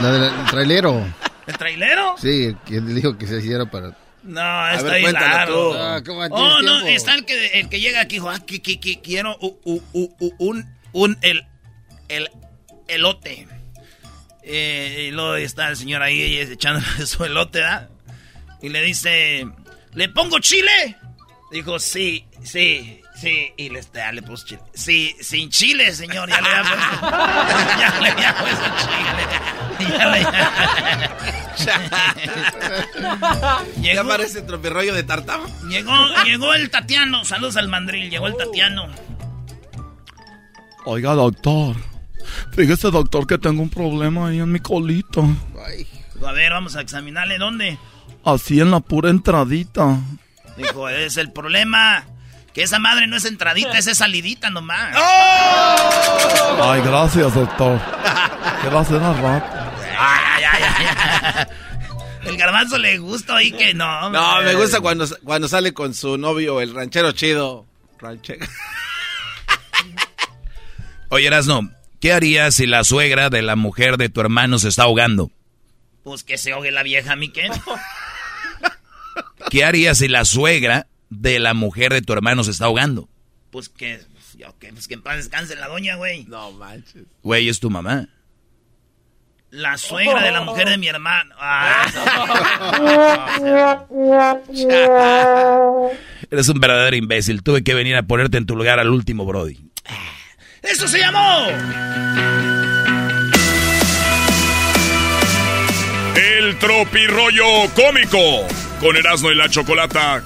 Speaker 10: La
Speaker 3: <laughs>
Speaker 10: del trailero.
Speaker 3: <laughs> ¿El trailero?
Speaker 10: Sí, que le dijo que se hiciera para.
Speaker 3: No,
Speaker 10: A
Speaker 3: Ah, está
Speaker 10: ver,
Speaker 3: bien
Speaker 10: cuéntalo
Speaker 3: largo.
Speaker 10: tú. Ah, ¿cómo tienes
Speaker 3: oh, no,
Speaker 10: tiempo?
Speaker 3: está el que, el que llega aquí y dijo, ah, que, que- que quiero u- u- u- u- un, un, el, el, elote. Eh, y luego está el señor ahí y es echándole <laughs> su elote, ¿verdad? Y le dice, ¿le pongo chile? Dijo, sí, sí, sí. Y le, este, ya le puso chile. Sí, sin chile, señor. Ya le había puesto, <laughs> ya le había puesto chile. <laughs> Ya le
Speaker 4: Ya parece tropirroyo de tartamo. <laughs>
Speaker 3: Llegó, llegó el Tatiano. Saludos al mandril.
Speaker 4: Oh,
Speaker 3: Llegó el Tatiano.
Speaker 2: Oiga, doctor. Fíjese, doctor, que tengo un problema ahí en mi colita.
Speaker 3: Dijo, a ver, vamos a examinarle dónde.
Speaker 2: Así en la pura entradita.
Speaker 3: Dijo, es el problema. Que esa madre no es entradita, esa es salidita nomás.
Speaker 4: ¡Oh!
Speaker 2: Ay, gracias, doctor. ¿Qué va a hacer al rato?
Speaker 3: Ay, ay, ay, ay. El garbanzo le gusta ahí que no.
Speaker 4: No,
Speaker 3: hombre.
Speaker 4: me gusta cuando, cuando sale con su novio, el ranchero chido. Ranchero.
Speaker 5: Oye, Erasno, ¿qué harías si la suegra de la mujer de tu hermano se está ahogando?
Speaker 3: Pues que se ahogue la vieja, mi
Speaker 4: <laughs>
Speaker 3: qué.
Speaker 5: ¿Qué harías si la suegra de la mujer de tu hermano se está ahogando?
Speaker 3: Pues que. yo qué, Pues que en paz descanse la doña, güey.
Speaker 4: No manches.
Speaker 5: Güey, es tu mamá.
Speaker 3: La suegra
Speaker 4: Oh.
Speaker 3: de la mujer de mi hermano. Ah.
Speaker 4: <laughs>
Speaker 3: <laughs>
Speaker 5: Eres un verdadero imbécil. Tuve que venir a ponerte en tu lugar al último, Brody.
Speaker 3: ¡Eso se llamó!
Speaker 22: El tropirollo cómico con Erasmo y la Chocolata.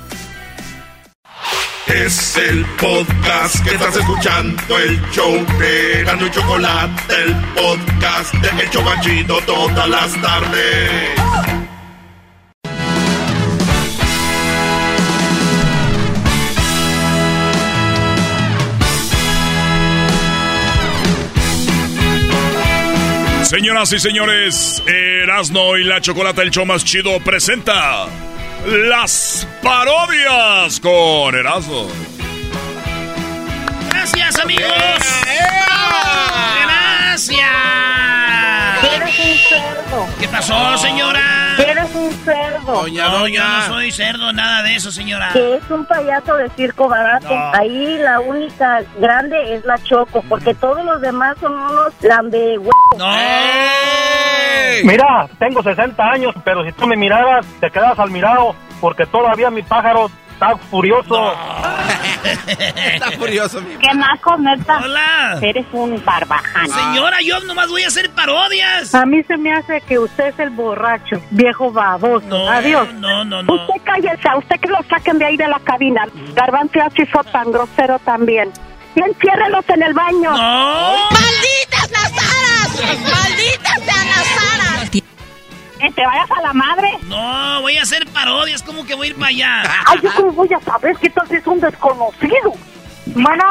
Speaker 8: Es el podcast que estás escuchando, el show de Erasmo y Chocolate, el podcast de El Chocachito todas las tardes.
Speaker 22: Señoras y señores, Erasmo y la Chocolata, el show más chido, presenta las parodias con Erasmo.
Speaker 3: Gracias, amigos.
Speaker 6: Eres
Speaker 3: Gracias.
Speaker 6: un cerdo.
Speaker 3: ¿Qué pasó, señora?
Speaker 6: Eres un cerdo.
Speaker 3: No, yo no soy cerdo, nada de eso, señora.
Speaker 12: que es un payaso de circo barato.
Speaker 3: No.
Speaker 12: Ahí la única grande es la Choco,
Speaker 3: Mm.
Speaker 12: porque todos los demás son unos lambe
Speaker 23: Mira, tengo 60 años, pero si tú me miraras, te quedas al mirado, porque todavía mi pájaro está furioso.
Speaker 4: Está furioso, mi
Speaker 12: ¿Qué más conecta?
Speaker 3: Hola.
Speaker 12: Eres un barbaján.
Speaker 3: Señora, yo nomás voy a hacer parodias.
Speaker 12: A mí se me hace que usted es el borracho, viejo baboso. Adiós.
Speaker 3: No, no, no.
Speaker 12: Usted cállese, a usted que lo saquen de ahí de la cabina. Garbanzo ya se hizo tan grosero también. Y enciérrelos en el baño.
Speaker 6: ¡Malditas las aras! ¡Malditas sean las aras!
Speaker 12: te vayas a la madre.
Speaker 3: No, voy a hacer parodias, ¿cómo que voy a ir para allá?
Speaker 12: Ay, yo cómo voy a saber que tal es un desconocido. Bueno,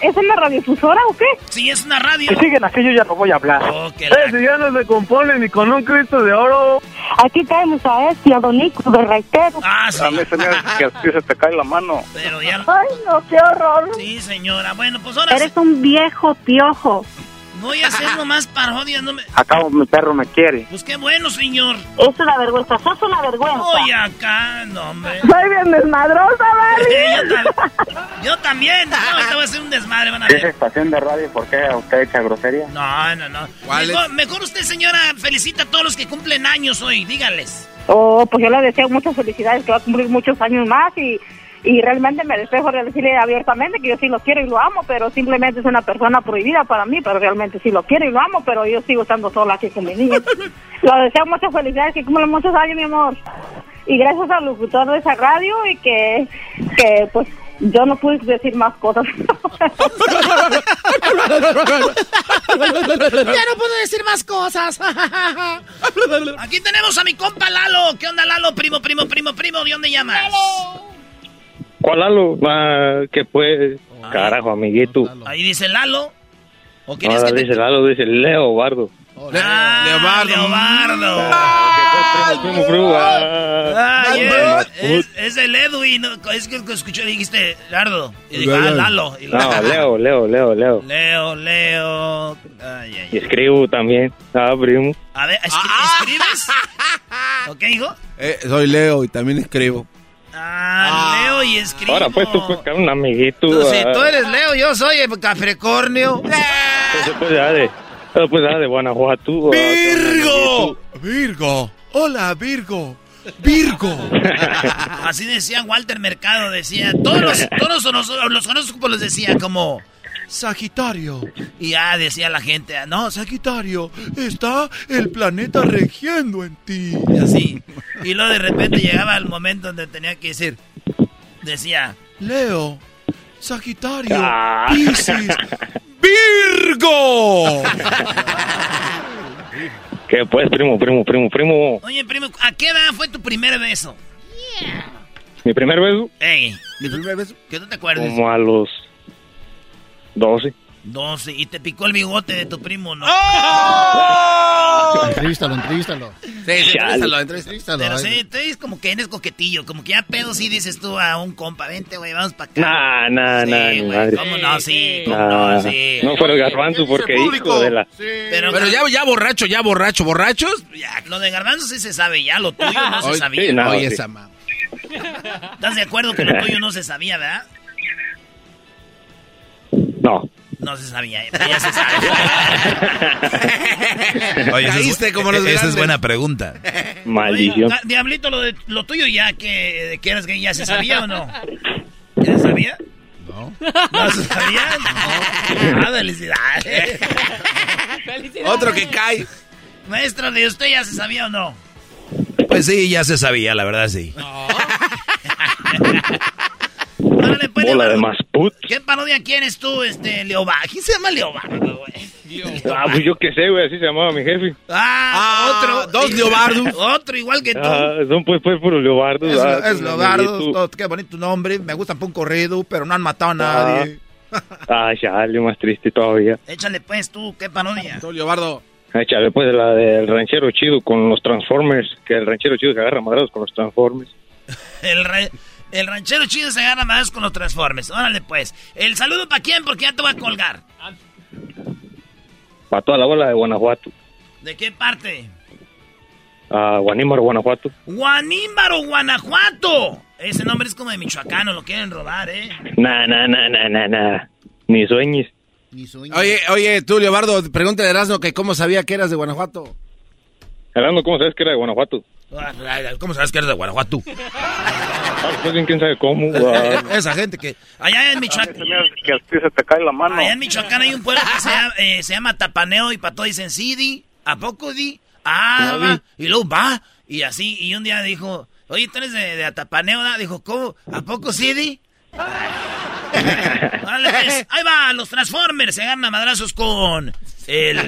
Speaker 12: ¿es en la radiodifusora o qué?
Speaker 3: Sí, es una radio. Oh,
Speaker 23: Si siguen así, yo ya no voy a hablar. Ese ya no se compone ni con un Cristo de oro.
Speaker 12: Aquí tenemos a este, a Don Nico, de Raitero.
Speaker 3: A
Speaker 23: mí se me hace que así se te cae la mano.
Speaker 3: Pero ya...
Speaker 12: Ay, no, qué horror.
Speaker 3: Sí, señora. Bueno, pues ahora
Speaker 12: Eres un viejo piojo.
Speaker 3: voy a hacer nomás parodias. No me...
Speaker 23: Acabo, mi perro me quiere.
Speaker 3: Pues qué bueno, señor.
Speaker 12: Es una vergüenza, sos una vergüenza.
Speaker 3: Oye, acá, no, hombre.
Speaker 12: Soy bien desmadrosa,
Speaker 3: <laughs> Barbie. yo, tam- yo también. No, ahorita voy a hacer un desmadre, van a ver.
Speaker 23: estación de radio, ¿por qué usted echa grosería?
Speaker 3: No, no, no. Mejor, mejor usted, señora, felicita a todos los que cumplen años hoy, dígales.
Speaker 12: Oh, pues yo le deseo muchas felicidades, que va a cumplir muchos años más y, y realmente me despejo de decirle abiertamente que yo sí lo quiero y lo amo, pero simplemente es una persona prohibida para mí, pero realmente sí lo quiero y lo amo, pero yo sigo estando sola aquí con mi niño. lo deseo muchas felicidades, que cumplan muchos años, mi amor. Y gracias al locutor de esa radio y que, que pues
Speaker 21: yo no pude decir más cosas.
Speaker 7: Ya no puedo decir más cosas.
Speaker 3: Aquí tenemos a mi compa Lalo. ¿Qué onda, Lalo? Primo, primo, primo, primo. ¿De dónde llamas?
Speaker 13: ¿Cuál Lalo? Ah, que pues, carajo, amiguito.
Speaker 3: Ahí dice Lalo. ¿O quieres
Speaker 13: Ahora
Speaker 3: que te...
Speaker 13: dice Lalo, dice Leo Bardo.
Speaker 3: Ah, Leobardo.
Speaker 13: Primo, primo, ah.
Speaker 3: Ay,
Speaker 13: Ah,
Speaker 3: es, es el Edwin. ¿no? Es que escuché, dijiste Lardo. Y dije, ah, Lalo. Y
Speaker 13: No, Leo, Leo, Leo, Leo.
Speaker 3: Leo, Leo. Ay, ay.
Speaker 13: Y escribo también. Ah, primo.
Speaker 3: <laughs> A ver, escri- ¿escribes? ¿O qué dijo?
Speaker 4: Eh, soy Leo y también escribo.
Speaker 3: Ah, Leo y escribo.
Speaker 13: Ahora pues tú, pues, un amiguito.
Speaker 3: Tú, sí,
Speaker 13: ah,
Speaker 3: tú eres Leo, yo soy el Capricornio.
Speaker 13: Pues, pues, ya de, pues, ya de Guanajuato. ah,
Speaker 2: Virgo.
Speaker 13: <laughs>
Speaker 2: Virgo. Hola, Virgo. Virgo.
Speaker 3: Así decía Walter Mercado, decía, todos los, todos los, los, los horóscopos los decía como Sagitario. Y ya decía la gente, "Ah, no, Sagitario, está el planeta regiendo en ti. Y así. Y luego de repente llegaba el momento donde tenía que decir, decía,
Speaker 2: Leo. Sagitario.
Speaker 3: Ah.
Speaker 2: Piscis. Virgo.
Speaker 13: Que pues, primo, primo, primo, primo.
Speaker 3: oye primo, ¿a qué edad fue tu primer beso?
Speaker 13: Mi primer beso,
Speaker 3: Ey, ¿mi primer beso? Que no te acuerdes.
Speaker 13: como a los 12.
Speaker 3: 12. Y te picó el bigote de tu primo, ¿no?
Speaker 13: ¡Oh!
Speaker 10: Entrevístalo, entrevístalo.
Speaker 3: entrevístalo,
Speaker 10: entrevístalo.
Speaker 3: Pero
Speaker 10: Ay,
Speaker 3: sí, tú eres como que eres coquetillo, como que ya pedo sí dices tú a un compa, vente, güey, vamos para acá.
Speaker 13: Nah, nah, nah, ni madre.
Speaker 3: ¿Cómo no? Sí, ¿cómo
Speaker 13: Nah,
Speaker 3: no? Sí.
Speaker 13: no fue el garbanzo porque hijo de la...
Speaker 3: Pero,
Speaker 4: Pero ya, ya borracho, ya borracho, borrachos.
Speaker 3: lo de Garbanzo sí se sabe ya, lo tuyo Ah, no se
Speaker 4: Hoy-
Speaker 3: sabía.
Speaker 4: sí, no, Oye, sí.
Speaker 10: esa
Speaker 3: ¿Estás de acuerdo que lo tuyo no se sabía, verdad?
Speaker 13: No.
Speaker 3: No se sabía, pero Eh, ya
Speaker 1: <laughs>
Speaker 3: se sabe.
Speaker 5: Oye, esa es bu- e- Esa es
Speaker 3: grandes.
Speaker 5: buena pregunta.
Speaker 3: Oiga, ga- Diablito, lo, de, lo tuyo ya que, de que eres gay, ¿ya se sabía o no? ¿Ya se sabía? No. ¿No se sabía? No. Ah, felicidades.
Speaker 4: Otro que cae.
Speaker 3: Maestro, ¿de usted ya se sabía o no?
Speaker 5: Pues sí, ya se sabía, la verdad sí.
Speaker 13: Bola de más put.
Speaker 3: ¿Qué parodia quieres tú, este, Leoba? ¿Quién se llama Leoba, güey?
Speaker 13: Ah, pues yo qué sé, güey, así se llamaba mi jefe.
Speaker 3: Ah, otro.
Speaker 13: dos Leobardos.
Speaker 3: Otro igual que tú.
Speaker 13: Ah, son pues, pues, puros leobardos.
Speaker 1: Es,
Speaker 13: ah,
Speaker 1: es
Speaker 13: pues,
Speaker 1: Leobardo,
Speaker 13: amiguito.
Speaker 1: todo- qué bonito nombre. Me gustan por un corrido, pero no han matado
Speaker 13: Ah.
Speaker 1: a
Speaker 6: ah,
Speaker 1: nadie.
Speaker 13: Ay, Ah, chale, más triste todavía.
Speaker 3: Échale pues tú, ¿qué parodia? Tú,
Speaker 4: Leobardo.
Speaker 13: Ay, chale, pues la del ranchero chido con los Transformers, que el ranchero chido se agarra a madrazos con los Transformers.
Speaker 3: <laughs> El, ra- el ranchero chido se gana más con los transformes. Órale, pues. ¿El saludo para quién? Porque ya te voy a colgar.
Speaker 13: Para toda la bola de Guanajuato.
Speaker 3: ¿De qué parte?
Speaker 13: A Guanímaro, Guanajuato.
Speaker 3: Guanímbaro, Guanajuato. Ese nombre es como de michoacano, lo quieren robar, ¿eh?
Speaker 13: Na, na, na, na, na, na. Ni sueñes.
Speaker 4: Oye, oye, tú, Leobardo, pregúntale a Erasmo que cómo sabía que eras de Guanajuato.
Speaker 13: Gerardo, ¿cómo sabes que era de Guanajuato?
Speaker 5: ¿Cómo sabes que eres de Guanajuato?
Speaker 13: Ah, pues bien, quién sabe cómo. ah.
Speaker 3: Esa gente que... Allá en Michoacán...
Speaker 13: que a ti se te cae la mano.
Speaker 3: Allá en Michoacán hay un pueblo que se llama, eh, se llama Tapaneo y para todo dicen sí, di, ¿a poco di? Ah, va, y luego va, y así, y un día dijo, oye, tú eres de, de Tapaneo, ¿verdad? Dijo, ¿cómo? ¿A poco sí, di? Órale, pues, ahí va, los Transformers se agarran a madrazos con el,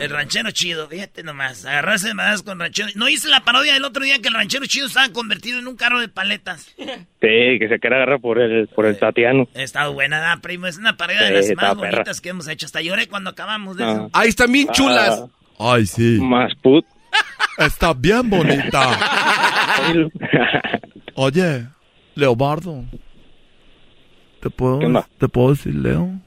Speaker 3: el ranchero chido. Fíjate nomás, agarrarse de madrazos con ranchero. ¿No hice la parodia del otro día que el ranchero chido estaba convertido en un carro de paletas?
Speaker 13: Sí, que se quiere agarrar por el, por el Tatiano.
Speaker 3: Ha estado buena, ¿verdad, primo? Es una parodia de
Speaker 13: Sí,
Speaker 3: las
Speaker 13: estaba
Speaker 3: más
Speaker 13: perra.
Speaker 3: bonitas que hemos hecho. Hasta lloré cuando acabamos de eso.
Speaker 13: Ah.
Speaker 4: Ahí están bien chulas.
Speaker 2: Ay, sí.
Speaker 13: Más put.
Speaker 2: Está
Speaker 13: <laughs>
Speaker 2: bien bonita. Oye, Leobardo. ¿Te puedo,
Speaker 13: ¿Qué onda?
Speaker 2: ¿Te puedo decir Leo?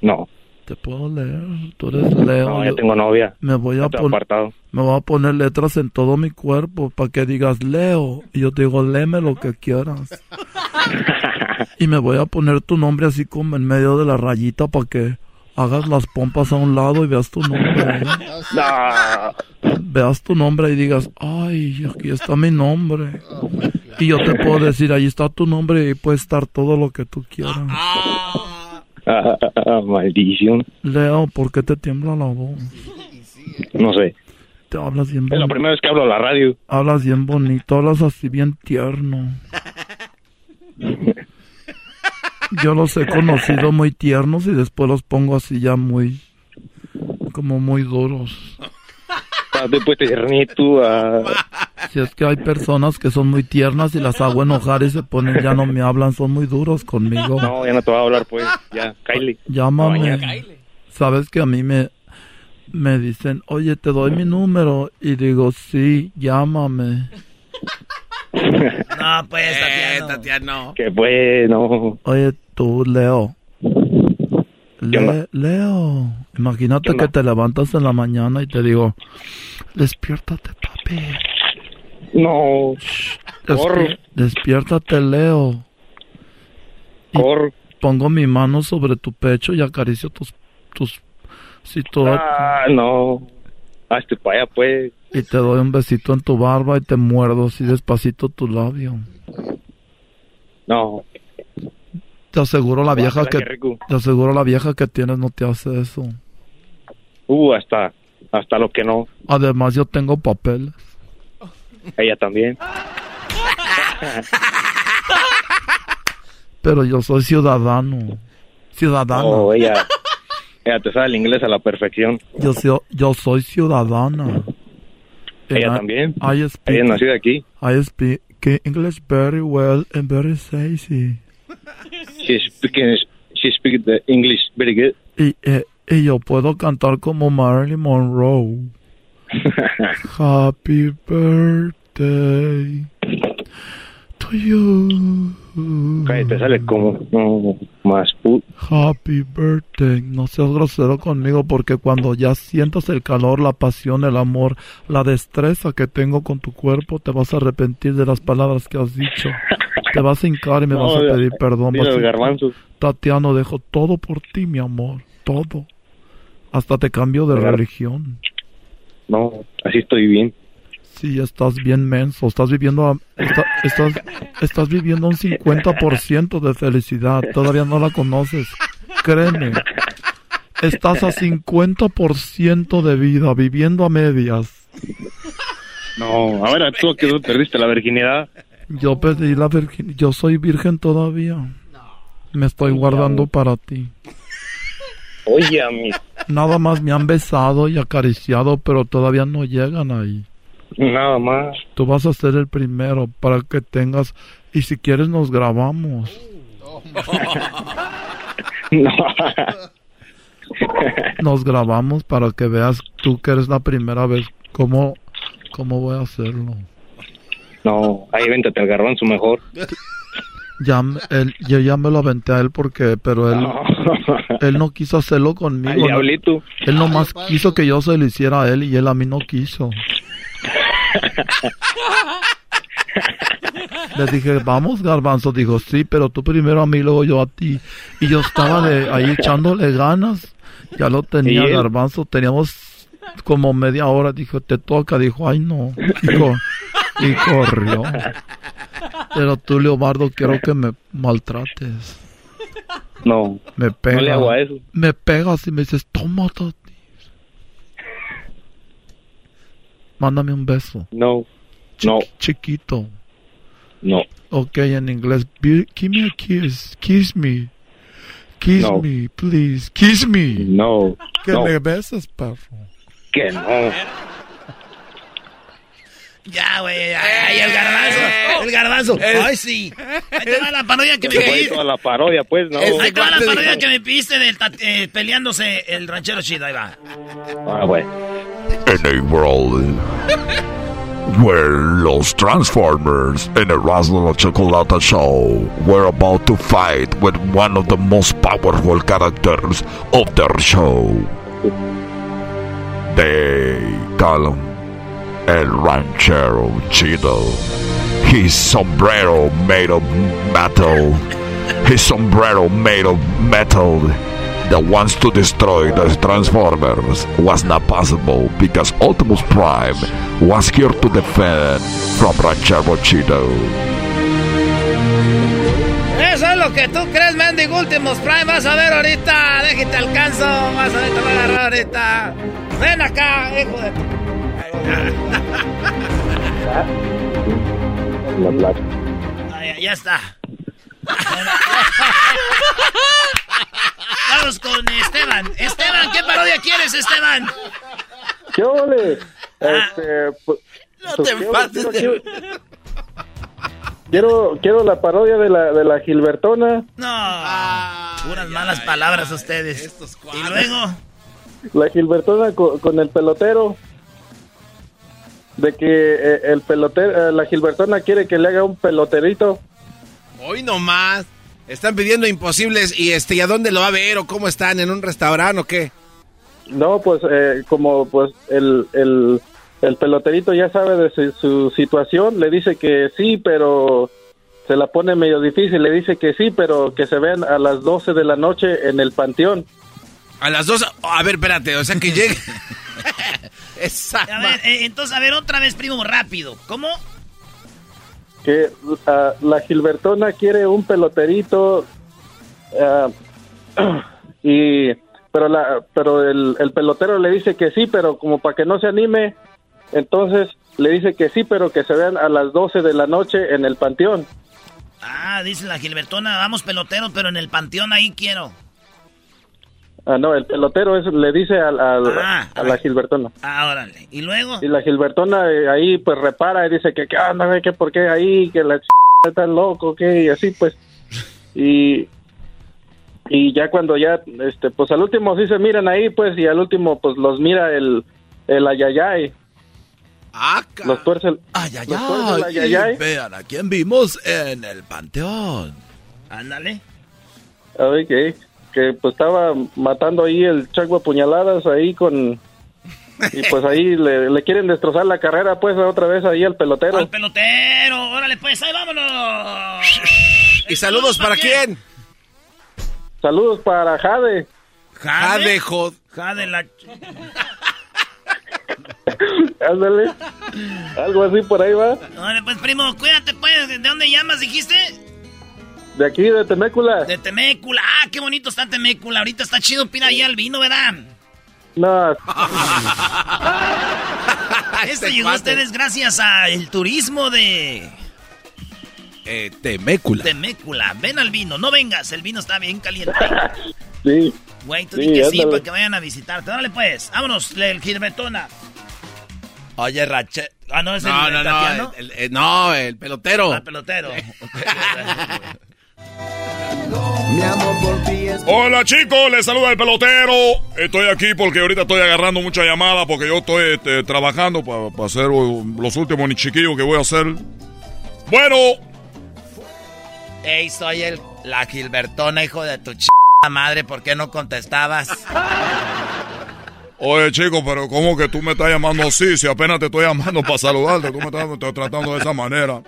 Speaker 13: No.
Speaker 2: ¿Te puedo leer? Tú eres Leo.
Speaker 13: No, ya
Speaker 2: yo-
Speaker 13: tengo novia.
Speaker 2: Me voy,
Speaker 13: Ya
Speaker 2: a
Speaker 13: estoy
Speaker 2: pon-
Speaker 13: apartado.
Speaker 2: me voy a poner letras en todo mi cuerpo para que digas Leo. Y yo te digo, léeme lo
Speaker 13: <laughs>
Speaker 2: que quieras. y me voy a poner tu nombre así como en medio de la rayita para que hagas las pompas a un lado y veas tu nombre.
Speaker 13: <laughs> No.
Speaker 2: veas tu nombre y digas, ay, aquí está mi nombre. Y yo te puedo decir, ahí está tu nombre y puede estar todo lo que tú quieras.
Speaker 13: Ah, ah, ah, maldición.
Speaker 2: Leo, ¿por qué te tiembla la voz?
Speaker 13: No sé.
Speaker 2: Te hablas bien
Speaker 13: Es la
Speaker 2: bonito.
Speaker 13: primera vez que hablo a la radio.
Speaker 2: Hablas bien bonito, hablas así bien tierno. yo los he conocido muy tiernos y después los pongo así ya muy, como muy duros.
Speaker 13: Ah, Después te tú a...
Speaker 2: Si es que hay personas que son muy tiernas y las hago enojar y se ponen, ya no me hablan, son muy duros conmigo.
Speaker 13: No, ya no te voy a hablar, pues. Ya, Kylie.
Speaker 2: Llámame.
Speaker 13: No, ya.
Speaker 2: Sabes que a mí me, me dicen, oye, te doy mi número. Y digo, sí, llámame.
Speaker 3: No, pues,
Speaker 1: Eh,
Speaker 3: Tatiano.
Speaker 13: Que bueno.
Speaker 2: Oye, tú, Leo. Le-
Speaker 13: onda?
Speaker 2: Leo, imagínate que te levantas en la mañana y te digo, despiértate, papi.
Speaker 13: No.
Speaker 2: Despi-
Speaker 13: Corre.
Speaker 2: Despiértate, Leo. Y Pongo mi mano sobre tu pecho y acaricio tus... tus si toda-
Speaker 13: Ah, no. Hazte para allá, pues.
Speaker 2: Y te doy un besito en tu barba y te muerdo así despacito tu labio.
Speaker 13: No.
Speaker 2: Te aseguro la vieja
Speaker 13: Guácala,
Speaker 2: que...
Speaker 13: qué rico.
Speaker 2: Te aseguro la vieja que tienes no te hace eso.
Speaker 13: Uh, hasta, hasta los que no.
Speaker 2: Además yo tengo papel.
Speaker 13: Ella
Speaker 2: <laughs>
Speaker 13: también.
Speaker 2: Pero yo soy ciudadano. Ciudadano.
Speaker 13: Oh, ella, ella te sabe el inglés a la perfección.
Speaker 2: Yo, soy, yo soy ciudadana.
Speaker 13: Ella
Speaker 2: I-
Speaker 13: también.
Speaker 2: ah, I speak-
Speaker 13: Ella es nacida aquí.
Speaker 2: I speak English very well and very sexy.
Speaker 13: She speaks she speak the English very good.
Speaker 2: Y, eh, y yo puedo cantar como Marilyn Monroe.
Speaker 13: <laughs>
Speaker 2: Happy birthday to you.
Speaker 3: Mm.
Speaker 13: Te sale como no, más pu-
Speaker 2: Happy birthday. No seas grosero conmigo porque cuando ya sientas el calor, la pasión, el amor, la destreza que tengo con tu cuerpo, te vas a arrepentir de las palabras que has dicho. Te vas a hincar y me
Speaker 13: No,
Speaker 2: vas a
Speaker 13: mira,
Speaker 2: pedir perdón.
Speaker 13: mira
Speaker 2: Vas a
Speaker 13: el
Speaker 2: decir,
Speaker 13: garbanzo.
Speaker 2: Tatiano, dejo todo por ti, mi amor. Todo. Hasta te cambio de
Speaker 13: Claro.
Speaker 2: religión.
Speaker 13: No, así estoy bien.
Speaker 2: Sí, estás bien menso. Estás viviendo, a- esta- estás, estás viviendo un 50% de felicidad. Todavía no la conoces. Créeme. Estás a 50% de vida, viviendo a medias.
Speaker 13: No, a ver, tú que tú perdiste la virginidad.
Speaker 2: Yo pedí la virgen. Yo soy virgen todavía. Me estoy guardando para ti.
Speaker 13: Oye, a mí.
Speaker 2: Nada más me han besado y acariciado, pero todavía no llegan ahí.
Speaker 13: Nada más.
Speaker 2: Tú vas a ser el primero para que tengas. Y si quieres, nos grabamos.
Speaker 13: <laughs> No.
Speaker 2: <laughs> Nos grabamos para que veas tú que eres la primera vez. ¿Cómo, cómo voy a hacerlo?
Speaker 13: No, ahí véntate al garbanzo mejor.
Speaker 2: Ya, me- él, yo ya me lo aventé a él porque, pero él, <laughs> él no quiso hacerlo conmigo.
Speaker 13: Al
Speaker 2: ¿no?
Speaker 13: diablito.
Speaker 2: Él nomás quiso que yo se lo hiciera a él y él a mí no quiso. Le dije, vamos, garbanzo. Dijo, sí, pero tú primero a mí, luego yo a ti. Y yo estaba de ahí echándole ganas. Ya lo tenía,
Speaker 13: ¿Y él?
Speaker 2: garbanzo. Teníamos como media hora. Dijo, te toca. Dijo, ay,
Speaker 13: <laughs>
Speaker 2: no. Dijo, y corrió. Pero tú, Leobardo, quiero que me maltrates.
Speaker 13: No.
Speaker 2: Me pega.
Speaker 13: No le hago a eso.
Speaker 2: Me pegas y me dices, toma, Tati. Mándame un beso.
Speaker 13: No. No.
Speaker 2: Chiquito.
Speaker 13: No.
Speaker 2: Ok, en inglés. "Be- Give me a kiss. Kiss me. Kiss
Speaker 13: No.
Speaker 2: me, please. Kiss me.
Speaker 13: No.
Speaker 2: Que
Speaker 13: no.
Speaker 2: me besas, perro.
Speaker 13: Que no.
Speaker 3: Ya, güey. Ay, el garbanzo.
Speaker 1: Eh.
Speaker 3: El garbanzo. Ay, sí. Ahí te va la parodia que me
Speaker 13: Que fue
Speaker 3: pediste.
Speaker 13: toda la parodia, pues, no.
Speaker 3: Ahí te va la parodia que me pediste de ta- eh, peleándose el ranchero chido. Ahí va.
Speaker 13: Ah, bueno.
Speaker 9: en el world where los Transformers and Erasmo La Chocolata Show were about to fight with one of the most powerful characters of their show. They call him El Ranchero Chido. His sombrero made of metal. His sombrero made of metal that wants to destroy the Transformers was not possible because Optimus Prime was here to defend from Ranchero Chido.
Speaker 6: Eso es lo que tú crees, Mendigo Últimos Prime. Vas a ver ahorita. Déjate alcanzo. Vas a ver, te voy a agarrar ahorita. Ven acá, hijo de.
Speaker 13: La plata.
Speaker 3: Ahí, ya está. <laughs> Vamos con Esteban. Esteban, ¿qué parodia quieres, Esteban?
Speaker 24: ¿Qué ole?
Speaker 23: Ah.
Speaker 24: Este, pues,
Speaker 3: No
Speaker 24: pues,
Speaker 3: te
Speaker 24: quiero-
Speaker 3: empates.
Speaker 24: Quiero, quiero, quiero la parodia de la, de la Gilbertona.
Speaker 3: No. Puras malas palabras a ustedes. y luego,
Speaker 24: La Gilbertona co- con, el pelotero. De que eh, el pelotero, eh, la Gilbertona quiere que le haga un peloterito.
Speaker 4: Hoy nomás. Están pidiendo imposibles y este, ¿y a dónde lo va a ver o cómo están? ¿En un restaurante o qué?
Speaker 24: No, pues eh, como pues el, el, el peloterito ya sabe de su, su situación, le dice que sí, pero se la pone medio difícil, le dice que sí, pero que se vean a las 12 de la noche en el panteón.
Speaker 4: A las dos. A ver, espérate, o sea <laughs> que llegue.
Speaker 3: a ver, eh, entonces, a ver, otra vez, primo, rápido. ¿Cómo?
Speaker 24: que ah, la Gilbertona quiere un peloterito ah, <clears throat> y pero la pero el, el pelotero le dice que sí pero como para que no se anime entonces le dice que sí pero que se vean a las 12 de la noche en el panteón
Speaker 3: Ah, dice la Gilbertona, vamos peloteros, pero en el panteón ahí quiero.
Speaker 24: ah no el pelotero es, le dice al, al- a la Gilbertona
Speaker 3: Ah, órale. ¿Y luego?
Speaker 24: y la Gilbertona eh, ahí pues repara y dice que qué onda, güey? que por qué ahí, que la ch... está loco, que y así pues. Y y ya cuando ya este pues al último sí se miran ahí pues y al último pues los mira el el ayayay.
Speaker 3: Ah,
Speaker 24: Los tuerce el los tuerce el ayayay.
Speaker 6: vean a quién vimos en el panteón.
Speaker 3: Ándale.
Speaker 24: Ay, que, que pues estaba matando ahí el chaco a puñaladas ahí con y pues ahí le, le quieren destrozar la carrera pues otra vez ahí al pelotero.
Speaker 3: Al pelotero, órale pues,
Speaker 6: <laughs>
Speaker 3: ahí vámonos.
Speaker 4: ¿Y saludos para quién?
Speaker 24: Saludos para Jade.
Speaker 4: Jade, jod.
Speaker 3: Jade la...
Speaker 24: <laughs> Ándale. Algo así por ahí va.
Speaker 3: Órale pues, primo, cuídate pues. ¿De dónde llamas, dijiste?
Speaker 24: De aquí, de Temécula.
Speaker 3: De Temécula. Ah, qué bonito está Temécula. Ahorita está chido, pira ahí al vino,
Speaker 6: <laughs>
Speaker 3: ¿verdad?
Speaker 24: No.
Speaker 6: Este
Speaker 3: Esto llegó Este a ustedes gracias al turismo de...
Speaker 6: Eh, Temécula.
Speaker 3: Temécula. Ven al vino, no vengas, el vino está bien caliente.
Speaker 24: Sí.
Speaker 3: Güey, tú
Speaker 6: Sí,
Speaker 3: di que sí
Speaker 6: ándale.
Speaker 3: para que vayan a visitarte. Órale pues, vámonos, el Gilbertona.
Speaker 6: Oye, Rache.
Speaker 3: Ah, no, es
Speaker 6: No,
Speaker 3: el
Speaker 6: no, no,
Speaker 3: Tatiano?
Speaker 4: el- el- no, el pelotero.
Speaker 3: Ah, pelotero. <laughs>
Speaker 22: Hola chicos, les saluda el pelotero. Estoy aquí porque ahorita estoy agarrando mucha llamada porque yo estoy este, trabajando para hacer los últimos ni chiquillos que voy a hacer. Bueno,
Speaker 6: Ey, soy el, la Gilbertona, hijo de tu ch... madre. ¿Por qué no contestabas?
Speaker 22: oye chicos, pero ¿cómo que tú me estás llamando así? Si apenas te estoy llamando para saludarte, tú me estás estás tratando de esa manera.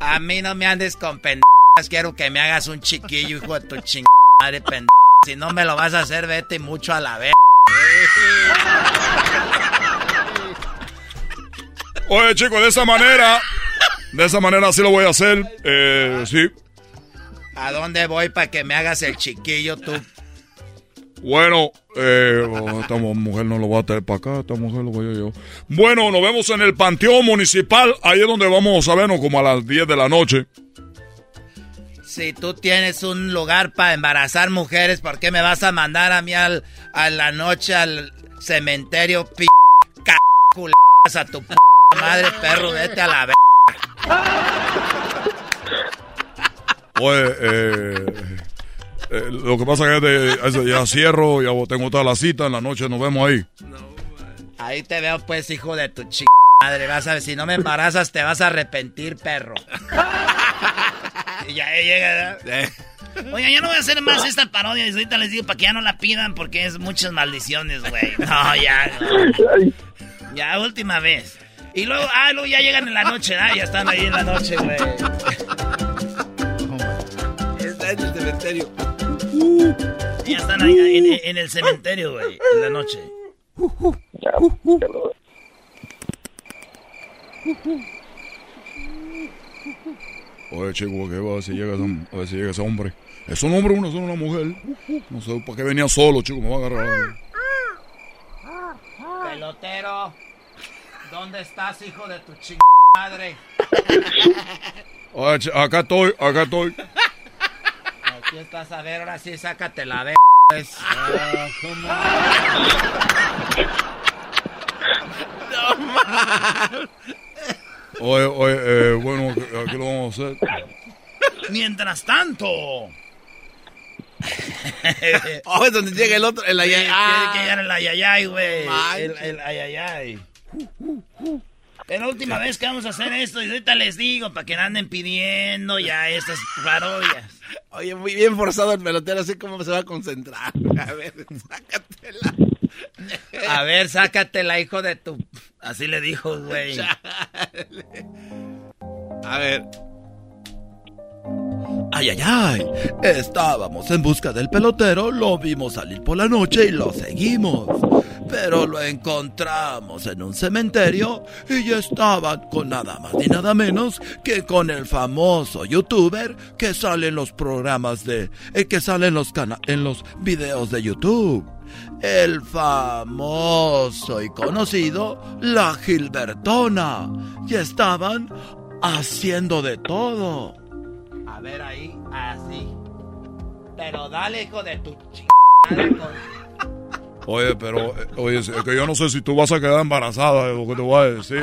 Speaker 6: A mí no me andes con pendejas. Quiero que me hagas un chiquillo, hijo de tu ching... madre, pendeja. Si no me lo vas a hacer, vete mucho a la vez.
Speaker 22: Oye, chicos, de esa manera, de esa manera sí lo voy a hacer. Eh, sí.
Speaker 6: ¿A dónde voy para que me hagas el chiquillo tú?
Speaker 22: Bueno, eh, oh, esta mu- mujer no lo va a traer para acá, esta mujer lo voy a llevar. Bueno, nos vemos en el Panteón Municipal, ahí es donde vamos a vernos como a las 10 de la noche.
Speaker 6: Si tú tienes un lugar para embarazar mujeres, ¿por qué me vas a mandar a mí al, a la noche al cementerio p c- culeras a tu p madre, perro? Vete a la verga.
Speaker 22: Oye, eh, eh, lo que pasa es que de- eso, ya cierro, ya tengo toda la cita, en la noche nos vemos ahí.
Speaker 6: Ahí te veo, pues, hijo de tu ch... madre. Vas a ver, si no me embarazas, te vas a arrepentir,
Speaker 4: <laughs>
Speaker 6: perro.
Speaker 3: Y ya ahí llega.
Speaker 4: Eh.
Speaker 3: ¿verdad? Oiga, ya no voy a hacer más esta parodia. y Ahorita les digo para que ya no la pidan porque es muchas maldiciones, güey. No, ya.
Speaker 24: Ay,
Speaker 3: Ya, última vez. Y luego, ah, luego ya llegan en la noche, ¿verdad? Ya están ahí en la noche, güey.
Speaker 4: Está en el cementerio.
Speaker 3: Ya están ahí en, en el cementerio, güey, en la noche.
Speaker 16: <laughs>
Speaker 22: Oye, chico, ¿qué va? A ver si llega ese, a ver si llega ese hombre. Es un hombre, una, es una mujer. No sé para qué venía solo, chico, me va a agarrar.
Speaker 6: Pelotero, ¿dónde estás, hijo de tu ch... madre?
Speaker 22: Oye, ch- acá estoy, acá estoy.
Speaker 1: Si estás a ver, ahora sí, sácate la de.
Speaker 6: pues. No mames.
Speaker 14: Oye, oye, eh, bueno, ¿qué lo vamos a hacer?
Speaker 3: Mientras tanto.
Speaker 4: <laughs> Oh, es donde llega el otro, el ah. ayayay.
Speaker 3: Sí, tiene que llegar el ayayay, güey. El, el ayayay. Es la última vez que vamos a hacer esto y ahorita les digo para que no anden pidiendo ya estas parodias.
Speaker 4: Oye, muy bien forzado el pelotero, así como se va a concentrar. A ver, sácatela.
Speaker 1: A ver, sácatela, hijo de tu.
Speaker 3: Así le dijo, güey.
Speaker 4: <laughs> A ver.
Speaker 15: Ay, ay, ay. Estábamos en busca del pelotero, lo vimos salir por la noche y lo seguimos. Pero lo encontramos en un cementerio y ya estaba con nada más ni nada menos que con el famoso youtuber que sale en los programas de. eh, que sale en los, cana- en los videos de YouTube. El famoso y conocido La Gilbertona. Y estaban haciendo de todo.
Speaker 1: A ver ahí, así. Pero dale, hijo de tu ch.
Speaker 14: Oye, pero, eh, oye, es que yo no sé si tú vas a quedar embarazada, es lo que te voy a decir.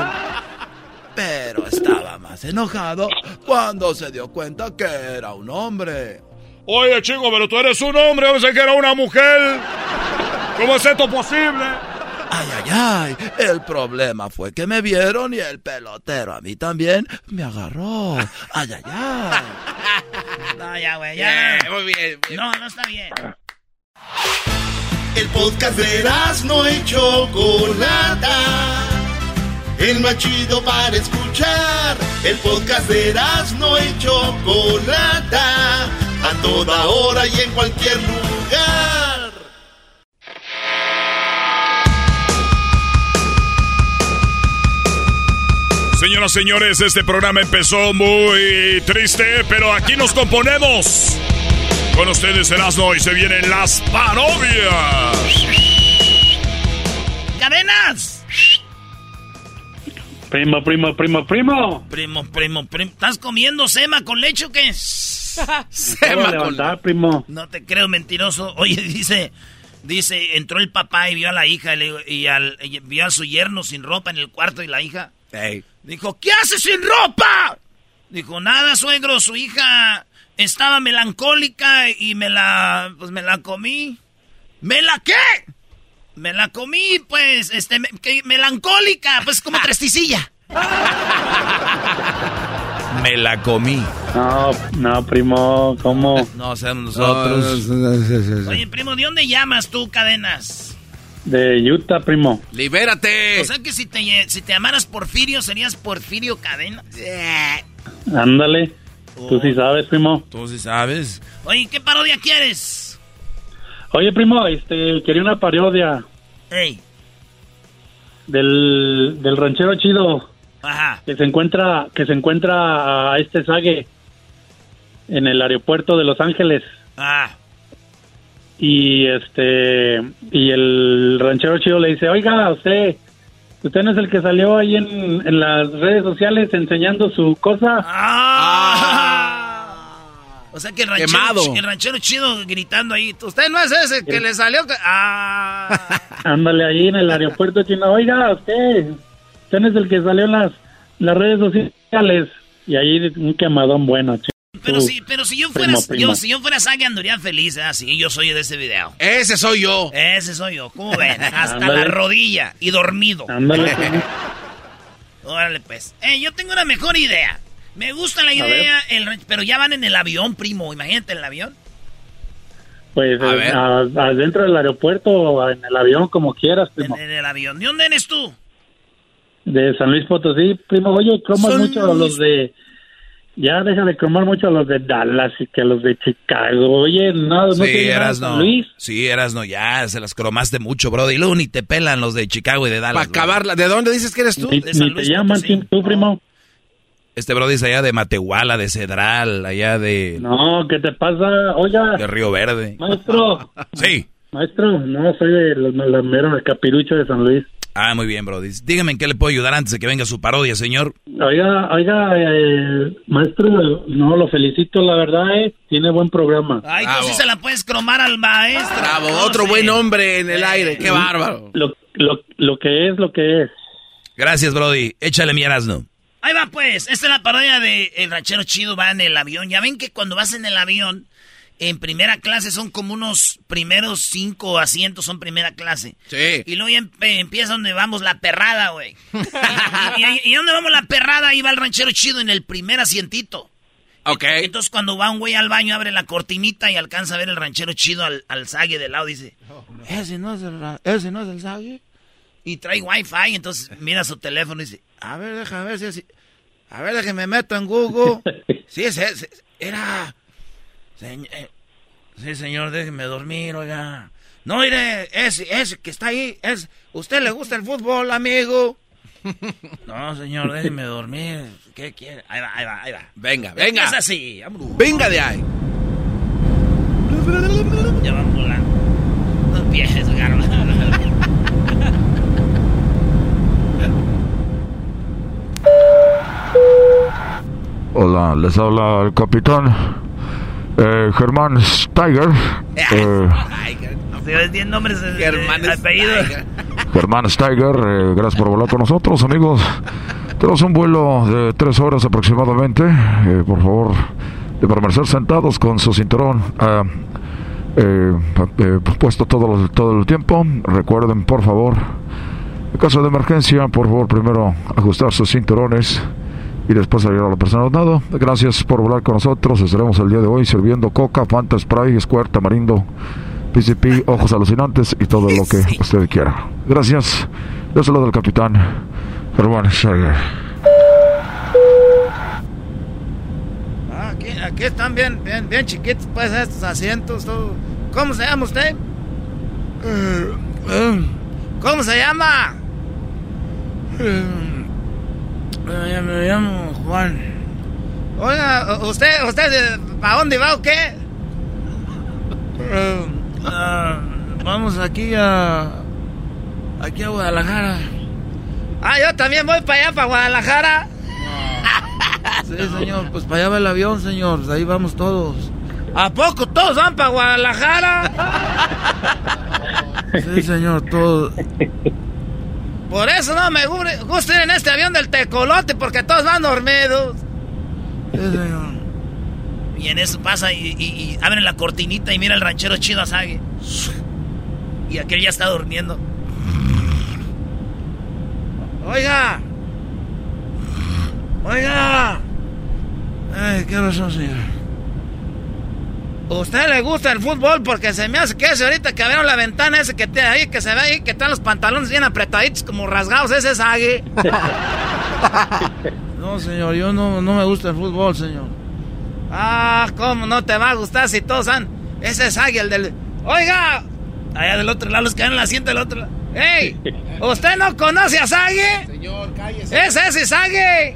Speaker 15: Pero estaba más enojado cuando se dio cuenta que era un hombre.
Speaker 14: Oye, chico, pero tú eres un hombre, yo pensé que era una mujer. ¿Cómo es esto posible?
Speaker 15: Ay, ay, ay. El problema fue que me vieron y el pelotero a mí también me agarró. Ay, ay, ay.
Speaker 3: No, ya, güey, ya.
Speaker 4: muy bien,
Speaker 3: No, no está bien.
Speaker 8: El podcast de no y Chocolata. El más chido para escuchar. El podcast de no y Chocolata. A toda hora y en cualquier lugar.
Speaker 22: Señoras, señores, este programa empezó muy triste, pero aquí nos componemos. Con ustedes, Erasmo, y se vienen las parodias.
Speaker 3: ¡Cadenas!
Speaker 25: Primo, primo, primo, primo.
Speaker 3: Primo, primo, primo. ¿Estás comiendo sema con leche o qué?
Speaker 25: Acabo de
Speaker 3: sema
Speaker 25: levantar, primo.
Speaker 3: No te creo, mentiroso. Oye, dice, dice, entró el papá y vio a la hija y, le digo- y al, y vio a su yerno sin ropa en el cuarto y la hija dijo, ¿qué haces sin ropa? Dijo, nada, suegro, su hija estaba melancólica y me la, pues me la comí. ¿Me la qué? Me la comí, pues, este, me- que- melancólica, pues <laughs> como tresticilla.
Speaker 5: Me la comí.
Speaker 25: No, no, primo, ¿cómo?
Speaker 5: No, sean nosotros.
Speaker 3: Oye, primo, ¿de dónde llamas tú, cadenas?
Speaker 25: De Utah, primo.
Speaker 3: ¡Libérate! O sea que si te, lle- si te llamaras Porfirio, serías Porfirio Cadenas. Eh.
Speaker 25: Ándale. Tú sí sabes, primo.
Speaker 5: Oh. Tú sí sabes.
Speaker 3: Oye, ¿qué parodia quieres?
Speaker 25: Oye, primo, este, quería una parodia
Speaker 3: Ey,
Speaker 25: del, del ranchero chido
Speaker 3: ajá.
Speaker 25: que se encuentra que se encuentra a este sague en el aeropuerto de Los Ángeles
Speaker 3: Ah,
Speaker 25: y este y el ranchero chido le dice, "Oiga, usted usted no es el que salió ahí en, en las redes sociales enseñando su cosa."
Speaker 3: Ah. O sea que el ranchero,
Speaker 25: Quemado.
Speaker 3: el ranchero chido gritando ahí. Usted no es ese que le salió. ca- Ah.
Speaker 25: Ándale ahí en el aeropuerto chino. Oiga, usted, usted no es el que salió en las, las redes sociales. Y ahí un quemadón bueno, chico.
Speaker 3: Pero si, pero si yo fuera,
Speaker 25: Primo, primo.
Speaker 3: yo, si yo fuera Saga andaría feliz, ¿eh? Sí, yo soy de ese video.
Speaker 4: Ese soy yo.
Speaker 3: Ese soy yo. ¿Cómo
Speaker 25: <laughs>
Speaker 3: ven? Hasta
Speaker 25: Ándale.
Speaker 3: la rodilla y dormido.
Speaker 6: <laughs>
Speaker 25: Ándale, primo.
Speaker 3: Órale, pues. Eh, yo tengo una mejor idea. Me gusta la idea, el ran- pero ya van en el avión, primo. Imagínate en el avión.
Speaker 25: Pues
Speaker 3: A
Speaker 25: eh,
Speaker 3: ver.
Speaker 25: a- adentro del aeropuerto, en el avión, como quieras, primo.
Speaker 3: En el avión. ¿De dónde eres tú?
Speaker 25: De San Luis Potosí, primo. Oye, cromas mucho a los de... Ya deja de cromar mucho a los de Dallas y que a los de Chicago. Oye, no, no
Speaker 5: Sí,
Speaker 25: te llamas
Speaker 5: eras no.
Speaker 25: San Luis.
Speaker 5: Sí, eras no, ya se las cromaste mucho, bro. Y luego ni te pelan los de Chicago y de Dallas.
Speaker 4: Para acabarla. ¿De dónde dices que eres tú?
Speaker 5: Ni- De San ni te Luis
Speaker 25: llaman, tú, primo.
Speaker 5: Este bro dice allá de Matehuala, de Cedral, allá de,
Speaker 25: No, ¿qué te pasa? Oiga,
Speaker 5: de Río Verde.
Speaker 25: maestro.
Speaker 5: Sí.
Speaker 25: Maestro, no, soy de los- de la mero del Capirucho de San Luis.
Speaker 5: Ah, muy bien, Brody. Dígame en qué le puedo ayudar antes de que venga su parodia, señor.
Speaker 25: Oiga, oiga, eh, maestro, no, lo felicito, la verdad, eh, tiene buen programa. Ah,
Speaker 3: Ay, tú sí se la puedes cromar al maestro.
Speaker 4: Bravo, otro buen hombre en el aire, qué
Speaker 5: eh.
Speaker 4: bárbaro.
Speaker 25: Lo, lo, lo que es, lo que es.
Speaker 5: Gracias, Brody. Échale mi Erasno.
Speaker 3: Ahí va pues, esta es la parodia de El Ranchero Chido va en el avión. Ya ven que cuando vas en el avión, en primera clase son como unos primeros cinco asientos son primera clase.
Speaker 4: Sí.
Speaker 3: Y luego ya em- eh, empieza donde vamos la perrada,
Speaker 4: <laughs>
Speaker 3: güey. y, y- y donde vamos la perrada, ahí va el ranchero chido en el primer asientito.
Speaker 4: Ok.
Speaker 3: Entonces cuando va un güey al baño, abre la cortinita y alcanza a ver el ranchero chido al, al zague de lado, dice, "Eh",
Speaker 6: Ese no es el, ra- ese no es el sague.
Speaker 3: y trae wifi, entonces mira su teléfono y dice,
Speaker 6: A ver, déjame ver si es. A ver, déjame me meto en Google. Sí, es ese. Era. Señ- eh, sí, señor, déjeme dormir, oiga. No, mire, ese, ese que está ahí, es. ¿Usted le gusta el fútbol, amigo? No, señor, déjeme dormir. ¿Qué quiere? Ahí va, ahí va, ahí va.
Speaker 4: Venga,
Speaker 6: Es
Speaker 4: venga.
Speaker 3: así, vámonos.
Speaker 4: Venga de ahí.
Speaker 3: Ya van volando. Los pies, garbanzo.
Speaker 9: Hola, les habla el capitán eh, Germán
Speaker 13: <laughs>
Speaker 9: Steiger. Eh,
Speaker 3: Se ven 10 nombres de, de apellidos.
Speaker 9: Germán Steiger, eh, gracias por volar con nosotros, amigos. Tenemos un vuelo de tres horas aproximadamente. Eh, por favor, de permanecer sentados con su cinturón ah, eh, pa- eh, puesto todo, los- todo el tiempo. Recuerden, por favor, en caso de emergencia, por favor, primero ajustar sus cinturones y después salir a la persona de lado. Gracias por volar con nosotros. Estaremos el día de hoy sirviendo coca, Fanta Sprite, Square, Tamarindo, PCP, ojos alucinantes y todo lo que usted quiera. Gracias. Yo soy del capitán Germán Schreier.
Speaker 6: <laughs> Ah, aquí, aquí están bien, bien, bien chiquitos, pues, estos asientos, todo. ¿Cómo se llama usted? Eh, ¿Cómo se llama? Eh, me llamo Juan. Oiga, u- ¿usted, usted, para dónde va o qué?
Speaker 3: Ah,
Speaker 6: vamos aquí a... Aquí a Guadalajara. Ah, yo también voy para allá, para Guadalajara. <laughs> Sí, señor, pues para allá va el avión, señor.
Speaker 15: pues
Speaker 6: Ahí vamos todos. ¿A poco todos van para Guadalajara? Sí, señor,
Speaker 13: <laughs>
Speaker 6: todos. Por eso no me gu- gusta ir en este avión del tecolote, porque todos van dormidos.
Speaker 3: Y en eso pasa y, y- y abren la cortinita y mira el ranchero chido a Sage. Y aquel ya está durmiendo.
Speaker 6: Oiga. Oiga. Ay, qué razón, señor. ¿Usted le gusta el fútbol? Porque se me hace que ese ahorita que abrieron la ventana ese que tiene ahí, que se ve ahí, que están los pantalones bien apretaditos, como rasgados, ese es Agui. no, señor, yo no, no me gusta el fútbol, señor. Ah, ¿cómo no te va a gustar si todos han... Ese es Agui, el del... Oiga.
Speaker 3: Allá del otro lado, los que dan el asiento del otro lado.
Speaker 6: ¡Ey! ¿Usted no conoce a Sague? Señor, cállese. ¡Ese es Sague!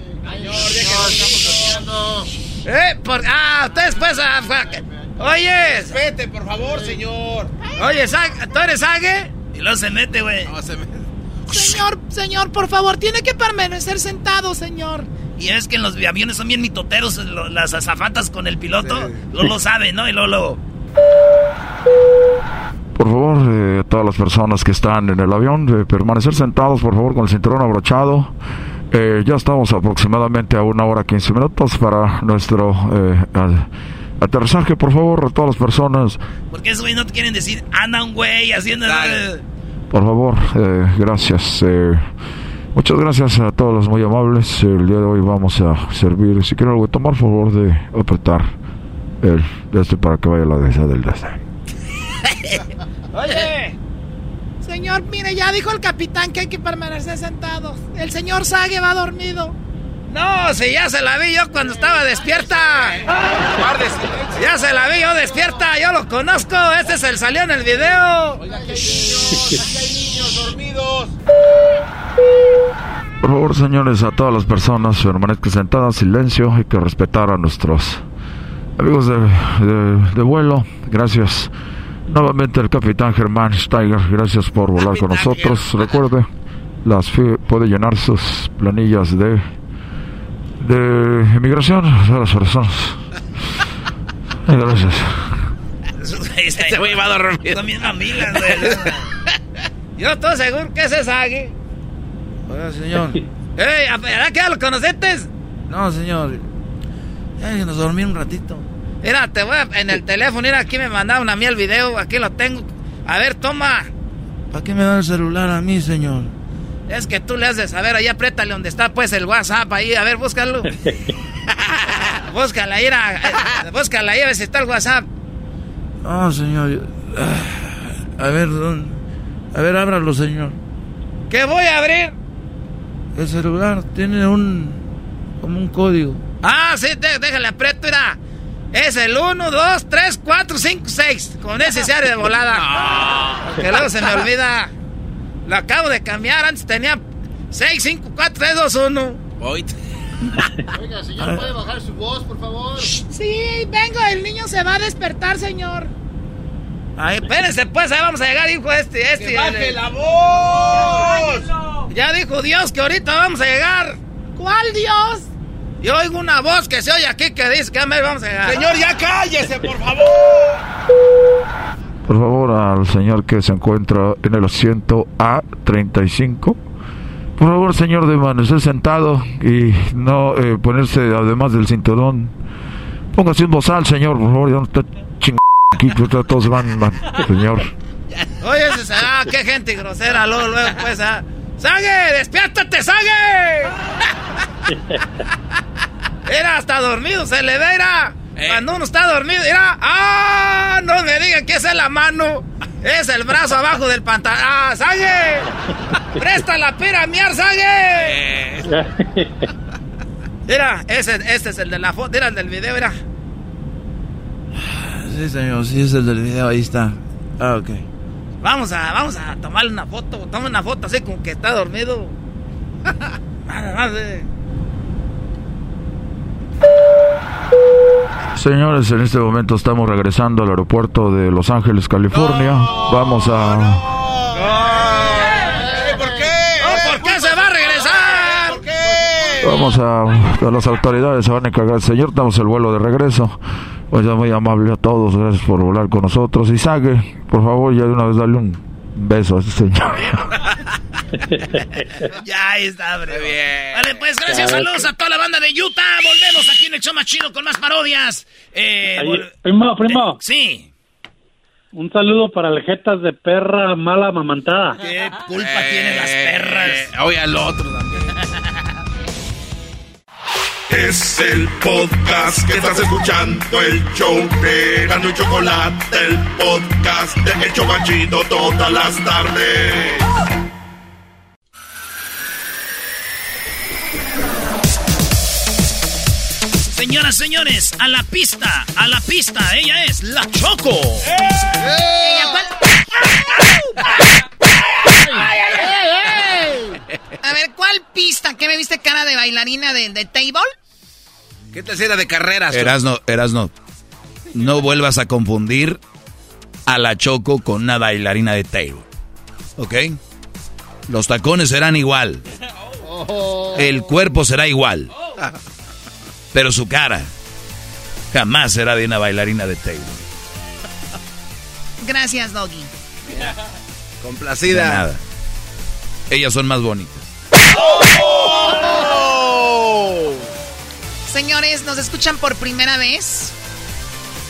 Speaker 6: ¡Eh! Por, ¡Ah! Ustedes pues... ah, fa- ¡Oye!
Speaker 4: Vete, por favor, señor.
Speaker 6: Oye, Sague, ¿tú eres Sague?
Speaker 3: Y luego se mete, güey.
Speaker 4: No, se me...
Speaker 7: Señor,
Speaker 4: <laughs>
Speaker 7: señor, por favor, tiene que permanecer sentado, señor.
Speaker 3: Y es que en los aviones son bien mitoteros lo- las azafatas con el piloto. No lo sabe, ¿no? Y luego, luego,
Speaker 9: Por favor, eh, a todas las personas que están en el avión, eh, permanecer sentados, por favor, con el cinturón abrochado. Eh, ya estamos aproximadamente a una hora 15 minutos para nuestro eh, al- aterrizaje, por favor, a todas las personas.
Speaker 3: Porque esos güey no te quieren decir, anda un güey haciendo.
Speaker 9: Por favor, eh, gracias. eh, muchas gracias a todos los muy amables. El día de hoy vamos a servir. Si quieren algo de tomar, por favor, de apretar el de este para que vaya la mesa del deseo.
Speaker 6: Oye.
Speaker 7: Señor, mire, ya dijo el capitán que hay que permanecer sentados. El señor Sague va dormido.
Speaker 6: No, si ya se la vi yo cuando estaba despierta. Ya se la vi yo despierta, yo lo conozco. Este es el salió en el video.
Speaker 9: Por favor, señores, a todas las personas, permanezcan sentadas, silencio, hay que respetar a nuestros amigos de, de- de vuelo. Gracias. Nuevamente el capitán Germán Steiger, gracias por volar con nosotros. Recuerde, las fi- puede llenar sus planillas de de inmigración de las personas. Eh, Gracias.
Speaker 3: Este güey va a dormir. Son mis mamilas, güey.
Speaker 6: <laughs> Yo estoy seguro que ese es Agui.
Speaker 14: <laughs>
Speaker 15: Oiga, señor.
Speaker 6: ¡Ey! ¿a verdad que ya lo conociste?
Speaker 15: No, señor. Déjenos dormir un ratito.
Speaker 6: Mira, te voy a, en el teléfono, mira, aquí me mandaron a mí el video, aquí lo tengo. A ver, toma.
Speaker 15: ¿Para qué me da el celular a mí, señor?
Speaker 6: Es que tú le has de saber, ahí apriétale donde está pues el WhatsApp ahí, a ver,
Speaker 3: <laughs>
Speaker 6: búscalo. <laughs> búscala, ir a, eh, búscala ahí a ver si está el WhatsApp.
Speaker 15: No, señor. Ah, A ver, ¿dónde? A ver, ábralo, señor.
Speaker 6: ¿Qué voy a abrir?
Speaker 15: El celular tiene un... como un código.
Speaker 6: Ah, sí, dé- déjale aprieto, mira. Es el 1, 2, 3, 4, 5, 6. Con ese se abre de volada. Que luego se me
Speaker 13: <laughs>
Speaker 6: olvida. Lo acabo de cambiar, antes tenía 6, 5, 4, 3, 2, 1.
Speaker 26: Oiga, señor, ¿puede bajar su voz, por favor?
Speaker 7: Ah. Sí, vengo, el niño se va a despertar, señor.
Speaker 6: Ay, espérense, pues ahí vamos a llegar, hijo este, este.
Speaker 26: ¡Que baje
Speaker 6: la voz! Ya dijo Dios que ahorita vamos a llegar. ¿Cuál Dios? Yo oigo una voz que se oye aquí que dice que a ver, vamos a llegar. Señor, ya cállese, por favor.
Speaker 9: Por favor, al señor que se encuentra en el asiento A35. Por favor, señor, de permanecer sentado y no eh, ponerse además del cinturón. Póngase un bozal, señor, por favor. Ya no está chingando aquí, pues, ya todos van, van, señor.
Speaker 6: Oye, ese se- ah, qué gente grosera, luego, luego, pues, ah. ¡Sague! ¡Despiértate, Sague! Era hasta dormido, se le ve, era.
Speaker 26: Eh.
Speaker 6: Cuando uno está dormido, era. ¡Ah! No me digan que esa es la mano. Es el brazo abajo del pantalón. ¡Ah,
Speaker 26: <laughs>
Speaker 6: Sague! ¡Presta la pira, miar,
Speaker 26: Eh.
Speaker 6: Sague! Mira, ese, este es el de la foto, mira el del video, mira.
Speaker 15: Ah, Sí, señor, sí es el del video, ahí está. Ah, ok.
Speaker 6: Vamos a, vamos a tomarle una foto, toma una foto así como que está dormido. <laughs> Nada más, eh.
Speaker 9: Señores, en este momento estamos regresando al aeropuerto de Los Ángeles, California. Vamos a...
Speaker 6: Eh, ¿Por qué? Oh. ¿Por qué se va a regresar? ¿Por qué?
Speaker 9: Vamos a, a las autoridades, se van a encargar. Señor, damos el vuelo de regreso. Pues ya muy amable a todos, gracias por volar con nosotros. Y Sague, por favor, ya de una vez dale un beso a este señor.
Speaker 3: <laughs> Ya ahí está, bro. Vale, pues gracias,
Speaker 9: Ya,
Speaker 3: saludos a toda la banda de Utah. Volvemos aquí en el show más chido con más parodias. Eh,
Speaker 26: Ahí-
Speaker 3: vol-
Speaker 26: primo, primo.
Speaker 3: sí.
Speaker 26: Un saludo para las jetas de perra mala amamantada.
Speaker 6: Eh,
Speaker 3: ¿Qué culpa tienen las perras?
Speaker 26: Eh, Oye, al otro
Speaker 6: <laughs>
Speaker 8: Es el podcast que estás escuchando, el show de Erasmo y Chocolate, el podcast de El Chobachito todas las tardes.
Speaker 3: Señoras, señores, a la pista, a la pista. Ella es la Choco.
Speaker 7: A ver, ¿cuál pista? ¿Qué me viste cara de bailarina de, de table?
Speaker 4: ¿Qué tal si era de carreras? tú?
Speaker 5: Erasno, Erasno, no vuelvas a confundir a la Choco con una bailarina de table. ¿Ok? Los tacones serán igual,
Speaker 3: Eh,
Speaker 5: el cuerpo será igual,
Speaker 3: ah.
Speaker 5: pero su cara jamás será de una bailarina de table.
Speaker 7: Gracias, Doggy.
Speaker 5: De
Speaker 4: Complacida.
Speaker 5: nada. Ellas son más bonitas.
Speaker 7: ¡Oh! Señores, nos escuchan por primera vez.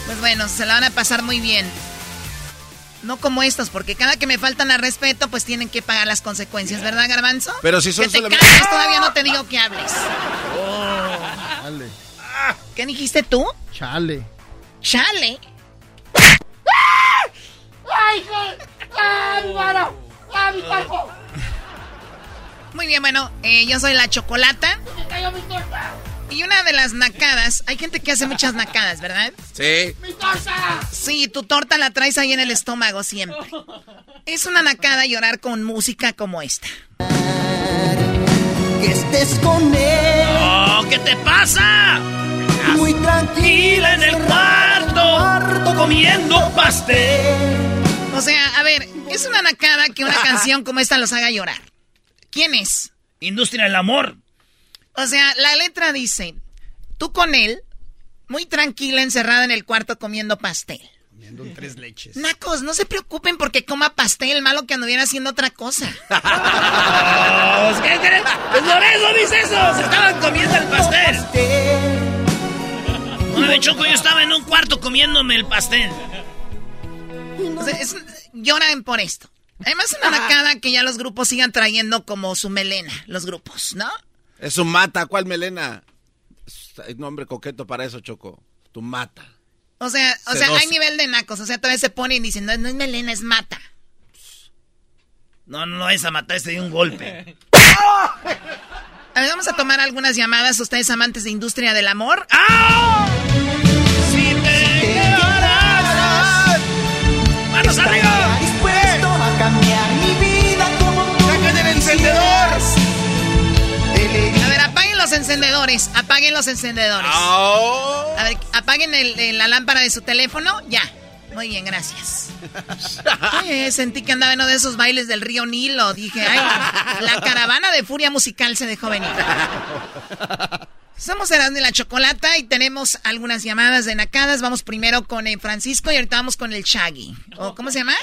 Speaker 7: Pues bueno, se la van a pasar muy bien. No como estos, porque cada que me faltan al respeto, pues tienen que pagar las consecuencias, ¿verdad, Garbanzo?
Speaker 4: Pero si son
Speaker 7: que te
Speaker 4: solamente- Oh.
Speaker 7: calles, todavía no te digo que hables. ¿Qué dijiste tú?
Speaker 10: Chale.
Speaker 7: Chale.
Speaker 6: ¡Ay, ¡Ah, mi mano! ¡Ah, mi taco!
Speaker 7: Muy bien, bueno, eh, yo soy la chocolata.
Speaker 6: ¡Me cayó mi torta!
Speaker 7: Y una de las nacadas, hay gente que hace muchas nacadas, ¿verdad?
Speaker 4: Sí.
Speaker 6: ¡Mi torta!
Speaker 7: Sí, tu torta la traes ahí en el estómago siempre. Es una nacada llorar con música como esta.
Speaker 6: Que estés con él.
Speaker 3: ¡Oh, qué te pasa!
Speaker 6: Muy tranquila en el cuarto, comiendo pastel.
Speaker 7: O sea, a ver, es una nacada que una canción como esta los haga llorar. ¿Quién es?
Speaker 3: Industria del amor.
Speaker 7: O sea, la letra dice, tú con él, muy tranquila, encerrada en el cuarto comiendo pastel.
Speaker 20: Comiendo un tres leches.
Speaker 7: Nacos, no se preocupen porque coma pastel, malo que anduviera haciendo otra
Speaker 3: <laughs>
Speaker 7: cosa.
Speaker 3: Oh, ¿Qué crees? Pues Lorenzo dice eso, se estaban comiendo el pastel. No me choco, yo estaba en un cuarto comiéndome el pastel.
Speaker 7: O sea, es- lloran por esto. Además, es una nacada que ya los grupos sigan trayendo como su melena, los grupos, ¿no?
Speaker 4: Es un mata, ¿cuál melena? Es- Hay nombre coqueto para eso, Choco. Tu mata.
Speaker 7: O sea, o sea,
Speaker 4: Sedoso.
Speaker 7: hay nivel de nacos. O sea, todavía se ponen y dicen, no, no es melena, es mata.
Speaker 3: No, no lo vayas a matar, este de un golpe.
Speaker 7: <laughs> A ver, vamos a tomar algunas llamadas, ustedes amantes de industria del amor. ¡Ah!
Speaker 6: Si te quedaras,
Speaker 3: ¡Manos
Speaker 6: arriba! dispuesto a cambiar mi vida como tú el encendedor!
Speaker 7: A ver, apaguen los encendedores, apaguen los encendedores. A ver, apaguen el- el- la lámpara de su teléfono, ya. Muy bien, gracias. Ay, ay, sentí que andaba en uno de esos bailes del río Nilo. Dije, ay, la caravana de furia musical se dejó venir. Somos Erasmo y la Chocolata y tenemos algunas llamadas de nacadas. Vamos primero con el Francisco y ahorita vamos con el Shaggy. ¿O cómo se llama?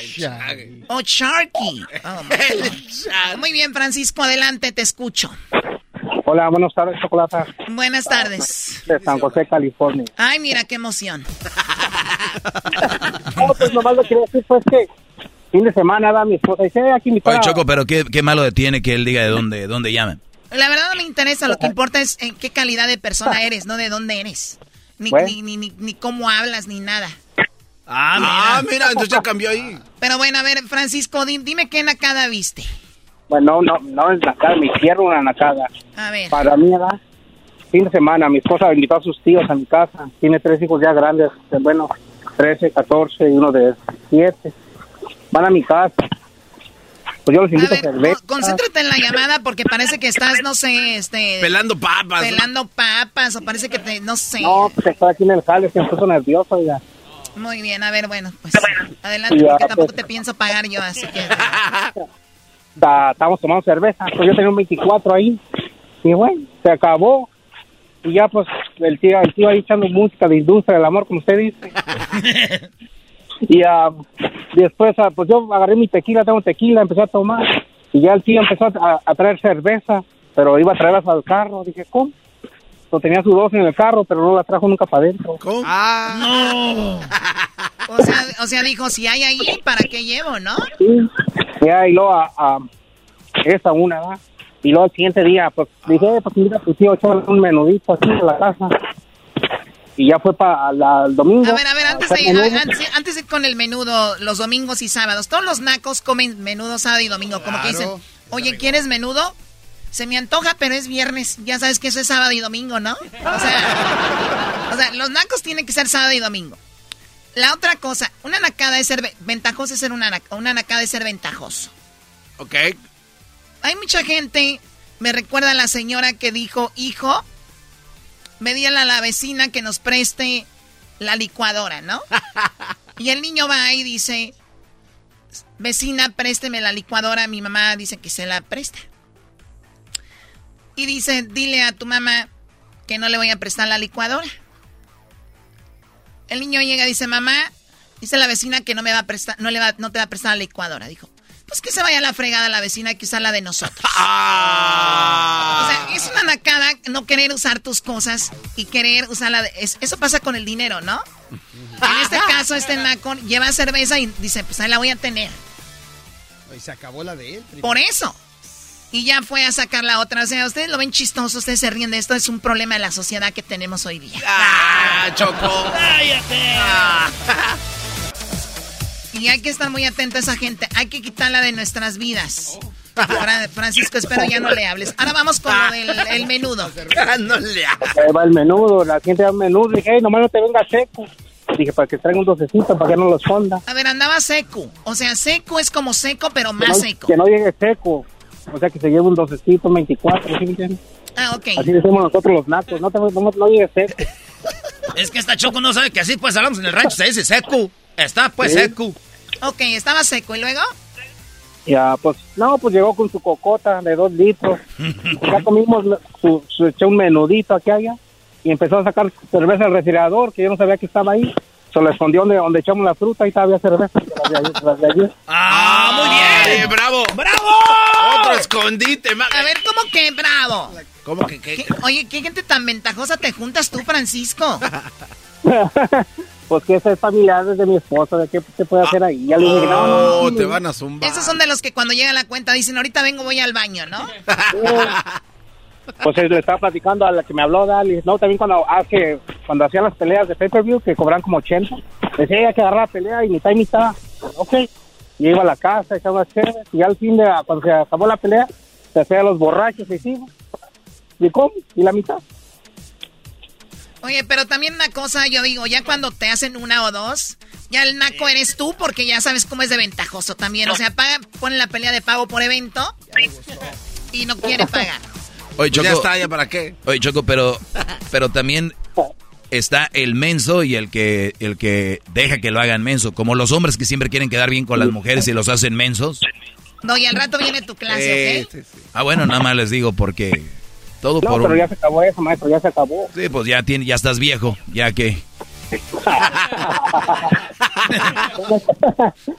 Speaker 7: O Sharky. Oh, my God. Muy bien, Francisco, adelante, te escucho.
Speaker 23: Hola, buenas tardes, Chocolata.
Speaker 7: Buenas tardes.
Speaker 23: De San José, California.
Speaker 7: Ay, mira qué emoción.
Speaker 23: No, pues nomás lo que quería decir fue que fin de semana va mi esposa y dice, "Eh, aquí mi
Speaker 5: Oye, Choco, pero qué, qué malo tiene que él diga de dónde, dónde llama.
Speaker 7: La verdad no me interesa, lo que importa es en qué calidad de persona eres, no de dónde eres. Ni,
Speaker 5: Bueno.
Speaker 7: ni, ni, ni, ni cómo hablas, ni nada.
Speaker 3: Ah,
Speaker 4: mira. entonces ya cambió ahí.
Speaker 7: Pero bueno, a ver, Francisco, di- dime qué nacada viste.
Speaker 23: Bueno, no, no es nacada, mi tierra una nacada.
Speaker 7: A ver.
Speaker 23: Para mí, ¿verdad? Fin de semana, mi esposa invitó a sus tíos a mi casa. Tiene tres hijos ya grandes, de, bueno, 13, 14 y uno de 7. Van a mi casa. Pues yo los invito a, cerveza.
Speaker 7: Concéntrate en la llamada porque parece que estás, no sé, este...
Speaker 4: Pelando papas.
Speaker 7: Pelando papas o parece que te... no sé.
Speaker 23: No, pues está aquí en el jale, se me puso nervioso, ya.
Speaker 7: Muy bien, a ver, bueno, pues adelante
Speaker 23: Ya,
Speaker 7: porque tampoco
Speaker 23: pues.
Speaker 7: te pienso pagar yo, así
Speaker 4: <laughs>
Speaker 7: que...
Speaker 23: Ta- estábamos tomando cerveza, pues yo tenía un 24 ahí, y bueno, se acabó, y ya pues el tío, el tío ahí echando música de industria del amor, como usted dice, y ah, después ah, pues yo agarré mi tequila, tengo tequila, empecé a tomar, y ya el tío empezó a, a traer cerveza, pero iba a traerlas al carro, dije, ¿cómo? Lo tenía su dos en el carro, pero no la trajo nunca para adentro.
Speaker 7: Ah, no. O sea, o sea, dijo, si hay ahí, ¿para qué llevo, no?
Speaker 23: Ya, y luego a, a- esa una, ¿verdad? Y luego el siguiente día, pues dije, "Eh, pues mira, pues tío, échame un menudito aquí en la casa. Y ya fue para el domingo.
Speaker 7: A ver, a ver, antes
Speaker 23: hacer
Speaker 7: de, ir,
Speaker 23: menudo.
Speaker 7: a- antes, antes de ir con el menudo los domingos y sábados, todos los nacos comen menudo sábado y domingo, como que dicen,
Speaker 20: Claro.
Speaker 7: oye, ¿quieres menudo? Se me antoja, pero es viernes. Ya sabes que eso es sábado y domingo, ¿no? O sea, o sea, los nacos tienen que ser sábado y domingo. La otra cosa, una nacada es ser ve- ventajoso, es ser una, nac- una nacada es ser ventajoso.
Speaker 4: Ok.
Speaker 7: Hay mucha gente, me recuerda a la señora que dijo, hijo, me di a la, la vecina que nos preste la licuadora, ¿no? Y el niño va y dice, vecina, présteme la licuadora. Mi mamá dice que se la presta. Y dice, dile a tu mamá que no le voy a prestar la licuadora. El niño llega y dice, mamá, dice la vecina que no me va a prestar, no le va, no te va a prestar la licuadora. Dijo, pues que se vaya a la fregada la vecina que usa la de
Speaker 4: <laughs>
Speaker 7: nosotros.
Speaker 4: Ah.
Speaker 7: O sea, es una nacada no querer usar tus cosas y querer usar la de... es- eso pasa con el dinero, ¿no? En este caso, este naco lleva cerveza y dice, pues ahí la voy a tener.
Speaker 20: <laughs> Y se acabó la de él. primo.
Speaker 7: Por eso. Y ya fue a sacar la otra. O sea, ustedes lo ven chistoso, ustedes se ríen de esto. Es un problema de la sociedad que tenemos hoy día.
Speaker 4: Ah, Choco.
Speaker 3: Ah.
Speaker 7: Y hay que estar muy atento a esa gente. Hay que quitarla de nuestras vidas. Fra- Francisco, espero ya no le hables. Ahora vamos con lo del el
Speaker 4: <laughs>
Speaker 7: menudo.
Speaker 4: no le
Speaker 23: Ahí eh, va el menudo, la gente va al menudo. Dije, hey, nomás no te venga seco. Dije, para que traiga un docecito, para que no lo esconda.
Speaker 7: A ver, andaba seco. O sea, seco es como seco, pero
Speaker 23: Que no,
Speaker 7: más seco.
Speaker 23: que no llegue seco. O sea, que se lleve un docecito, un 24, ¿sí me entiendes?
Speaker 7: Ah, ok.
Speaker 23: Así decimos nosotros los nacos, no, te, no, no llegue seco.
Speaker 3: Es que esta Choco no sabe que así pues hablamos en el rancho, se dice seco. Está pues
Speaker 23: Sí.
Speaker 3: seco.
Speaker 7: Ok, estaba seco. ¿Y luego?
Speaker 23: Ya, pues, no, pues llegó con su cocota de dos litros. Ya comimos la- su, su- eché un menudito aquí allá y empezó a sacar cerveza del refrigerador, que yo no sabía que estaba ahí. Se la escondió donde, donde echamos la fruta y todavía cerveza. que las de ahí- las de allí.
Speaker 4: ¡Ay, bravo!
Speaker 3: Ah, ¡Bravo!
Speaker 4: Otro escondite, ma-
Speaker 7: A ver, ¿cómo que bravo?
Speaker 4: ¿Cómo que qué?
Speaker 7: ¿Qué- Oye, ¿qué gente tan ventajosa te juntas tú,
Speaker 4: <laughs>
Speaker 7: Francisco?
Speaker 23: <laughs> pues que esa es familiar de mi esposa, ¿de qué se puede hacer ahí? Ya le dije, no, no, no,
Speaker 4: Oh, te van a zumbar.
Speaker 7: Esos son de los que cuando llega la cuenta dicen, ahorita vengo, voy al baño, ¿no?
Speaker 23: Pues eh, le estaba platicando a la que me habló, Dali. No, también cuando hace, cuando hacía las peleas de pay-per-view, que cobran como 80, decía ella que agarraba la pelea y mitad y mitad. Ok. Y iba a la casa, echaba chévere. Y al fin de, cuando se acabó la pelea, se hacía los borrachos y sí. ¿Y cómo? ¿Y la mitad?
Speaker 7: Oye, pero también una cosa, yo digo, ya cuando te hacen una o dos, ya el naco eres tú porque ya sabes cómo es de ventajoso también. O sea, paga, pone la pelea de pago por evento y no quiere pagar.
Speaker 5: Oye, Choco,
Speaker 4: Ya está, ¿ya para qué?
Speaker 5: Oye, Choco, pero, pero también está el menso y el que, el que deja que lo hagan menso. Como los hombres que siempre quieren quedar bien con las mujeres y los hacen mensos.
Speaker 7: No, y al rato viene tu
Speaker 4: Eh,
Speaker 7: clase, ¿ok?
Speaker 5: Ah, bueno, nada más les digo porque todo
Speaker 23: No,
Speaker 5: por
Speaker 23: pero
Speaker 5: un...
Speaker 23: ya se acabó eso, maestro, ya se acabó.
Speaker 5: Sí, pues ya, tiene, ya estás viejo, ya que...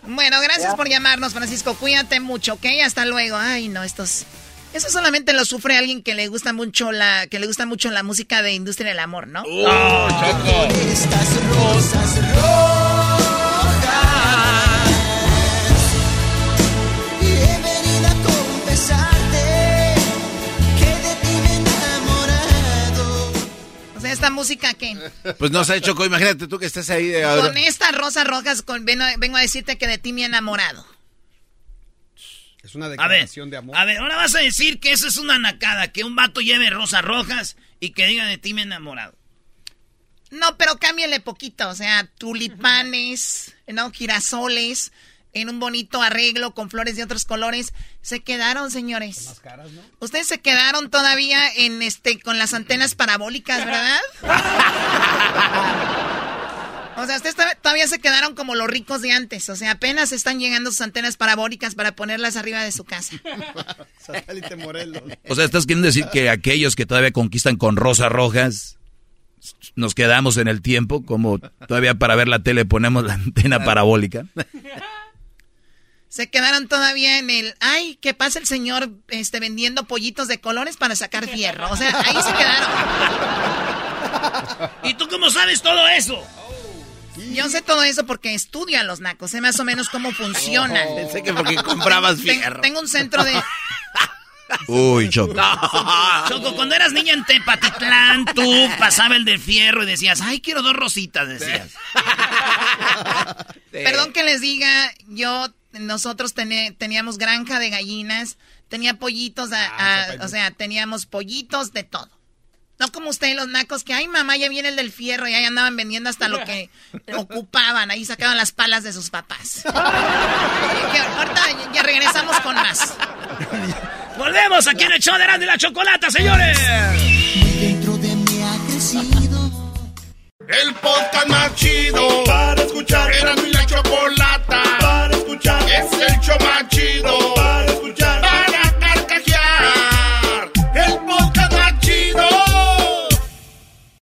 Speaker 7: Bueno, gracias por llamarnos, Francisco. Cuídate mucho, ¿ok? Hasta luego. Ay, no, estos. Eso solamente lo sufre alguien que le gusta mucho la, que le gusta mucho la música de Industria del Amor, ¿no?
Speaker 6: Estas rosas rojas. Y he venido a confesarte que de ti me he enamorado.
Speaker 7: O sea, esta música que.
Speaker 4: Pues no sé, Choco, imagínate tú que estés ahí de...
Speaker 7: Con estas rosas rojas con, ven- vengo a decirte que de ti me he enamorado.
Speaker 20: Es una
Speaker 3: A ver,
Speaker 20: declaración de amor.
Speaker 3: a ver, ahora vas a decir que eso es una nacada, que un vato lleve rosas rojas y que diga de ti me he enamorado.
Speaker 7: No, pero cámbiale poquito, o sea, tulipanes, ¿no? Girasoles, en un bonito arreglo con flores de otros colores. Se quedaron, señores. Ustedes se quedaron todavía en este, con las antenas parabólicas,
Speaker 20: <laughs>
Speaker 7: ¿verdad? O sea, ustedes to- todavía se quedaron como los ricos de antes. O sea, apenas están llegando sus antenas parabólicas para ponerlas arriba de su casa.
Speaker 20: <laughs> Satélite Morelos.
Speaker 5: O sea, ¿estás queriendo decir que aquellos que todavía conquistan con rosas rojas nos quedamos en el tiempo? Como todavía para ver la tele ponemos la antena parabólica.
Speaker 7: Se quedaron todavía en el, ay, que pasa el señor este, vendiendo pollitos de colores para sacar fierro. O sea, ahí se quedaron.
Speaker 3: ¿Y tú cómo sabes todo eso?
Speaker 7: Yo sé todo eso porque estudio a los nacos, sé más o menos cómo funcionan.
Speaker 4: Oh, Pensé que porque comprabas
Speaker 7: Ten-
Speaker 4: fierro.
Speaker 7: Tengo un centro
Speaker 4: <laughs>
Speaker 7: de...
Speaker 5: Uy, Choco.
Speaker 14: <laughs>
Speaker 15: Ah.
Speaker 3: Choco, cuando eras niña en Tepatitlán, tú pasaba el de fierro y decías, ay, quiero dos rositas, decías.
Speaker 7: Perdón que les diga, yo, nosotros tené- teníamos granja de gallinas, tenía pollitos,
Speaker 4: Ah,
Speaker 7: a- a- o sea, teníamos pollitos de todo. No como ustedes los nacos que, ay mamá, ya viene el del fierro y ahí andaban vendiendo hasta lo
Speaker 4: <laughs>
Speaker 7: que ocupaban, ahí sacaban las palas de sus papás. <laughs> Que ahorita ya- ya regresamos con más.
Speaker 3: Volvemos aquí en el show de Erasmo y la Chocolata, señores.
Speaker 6: Dentro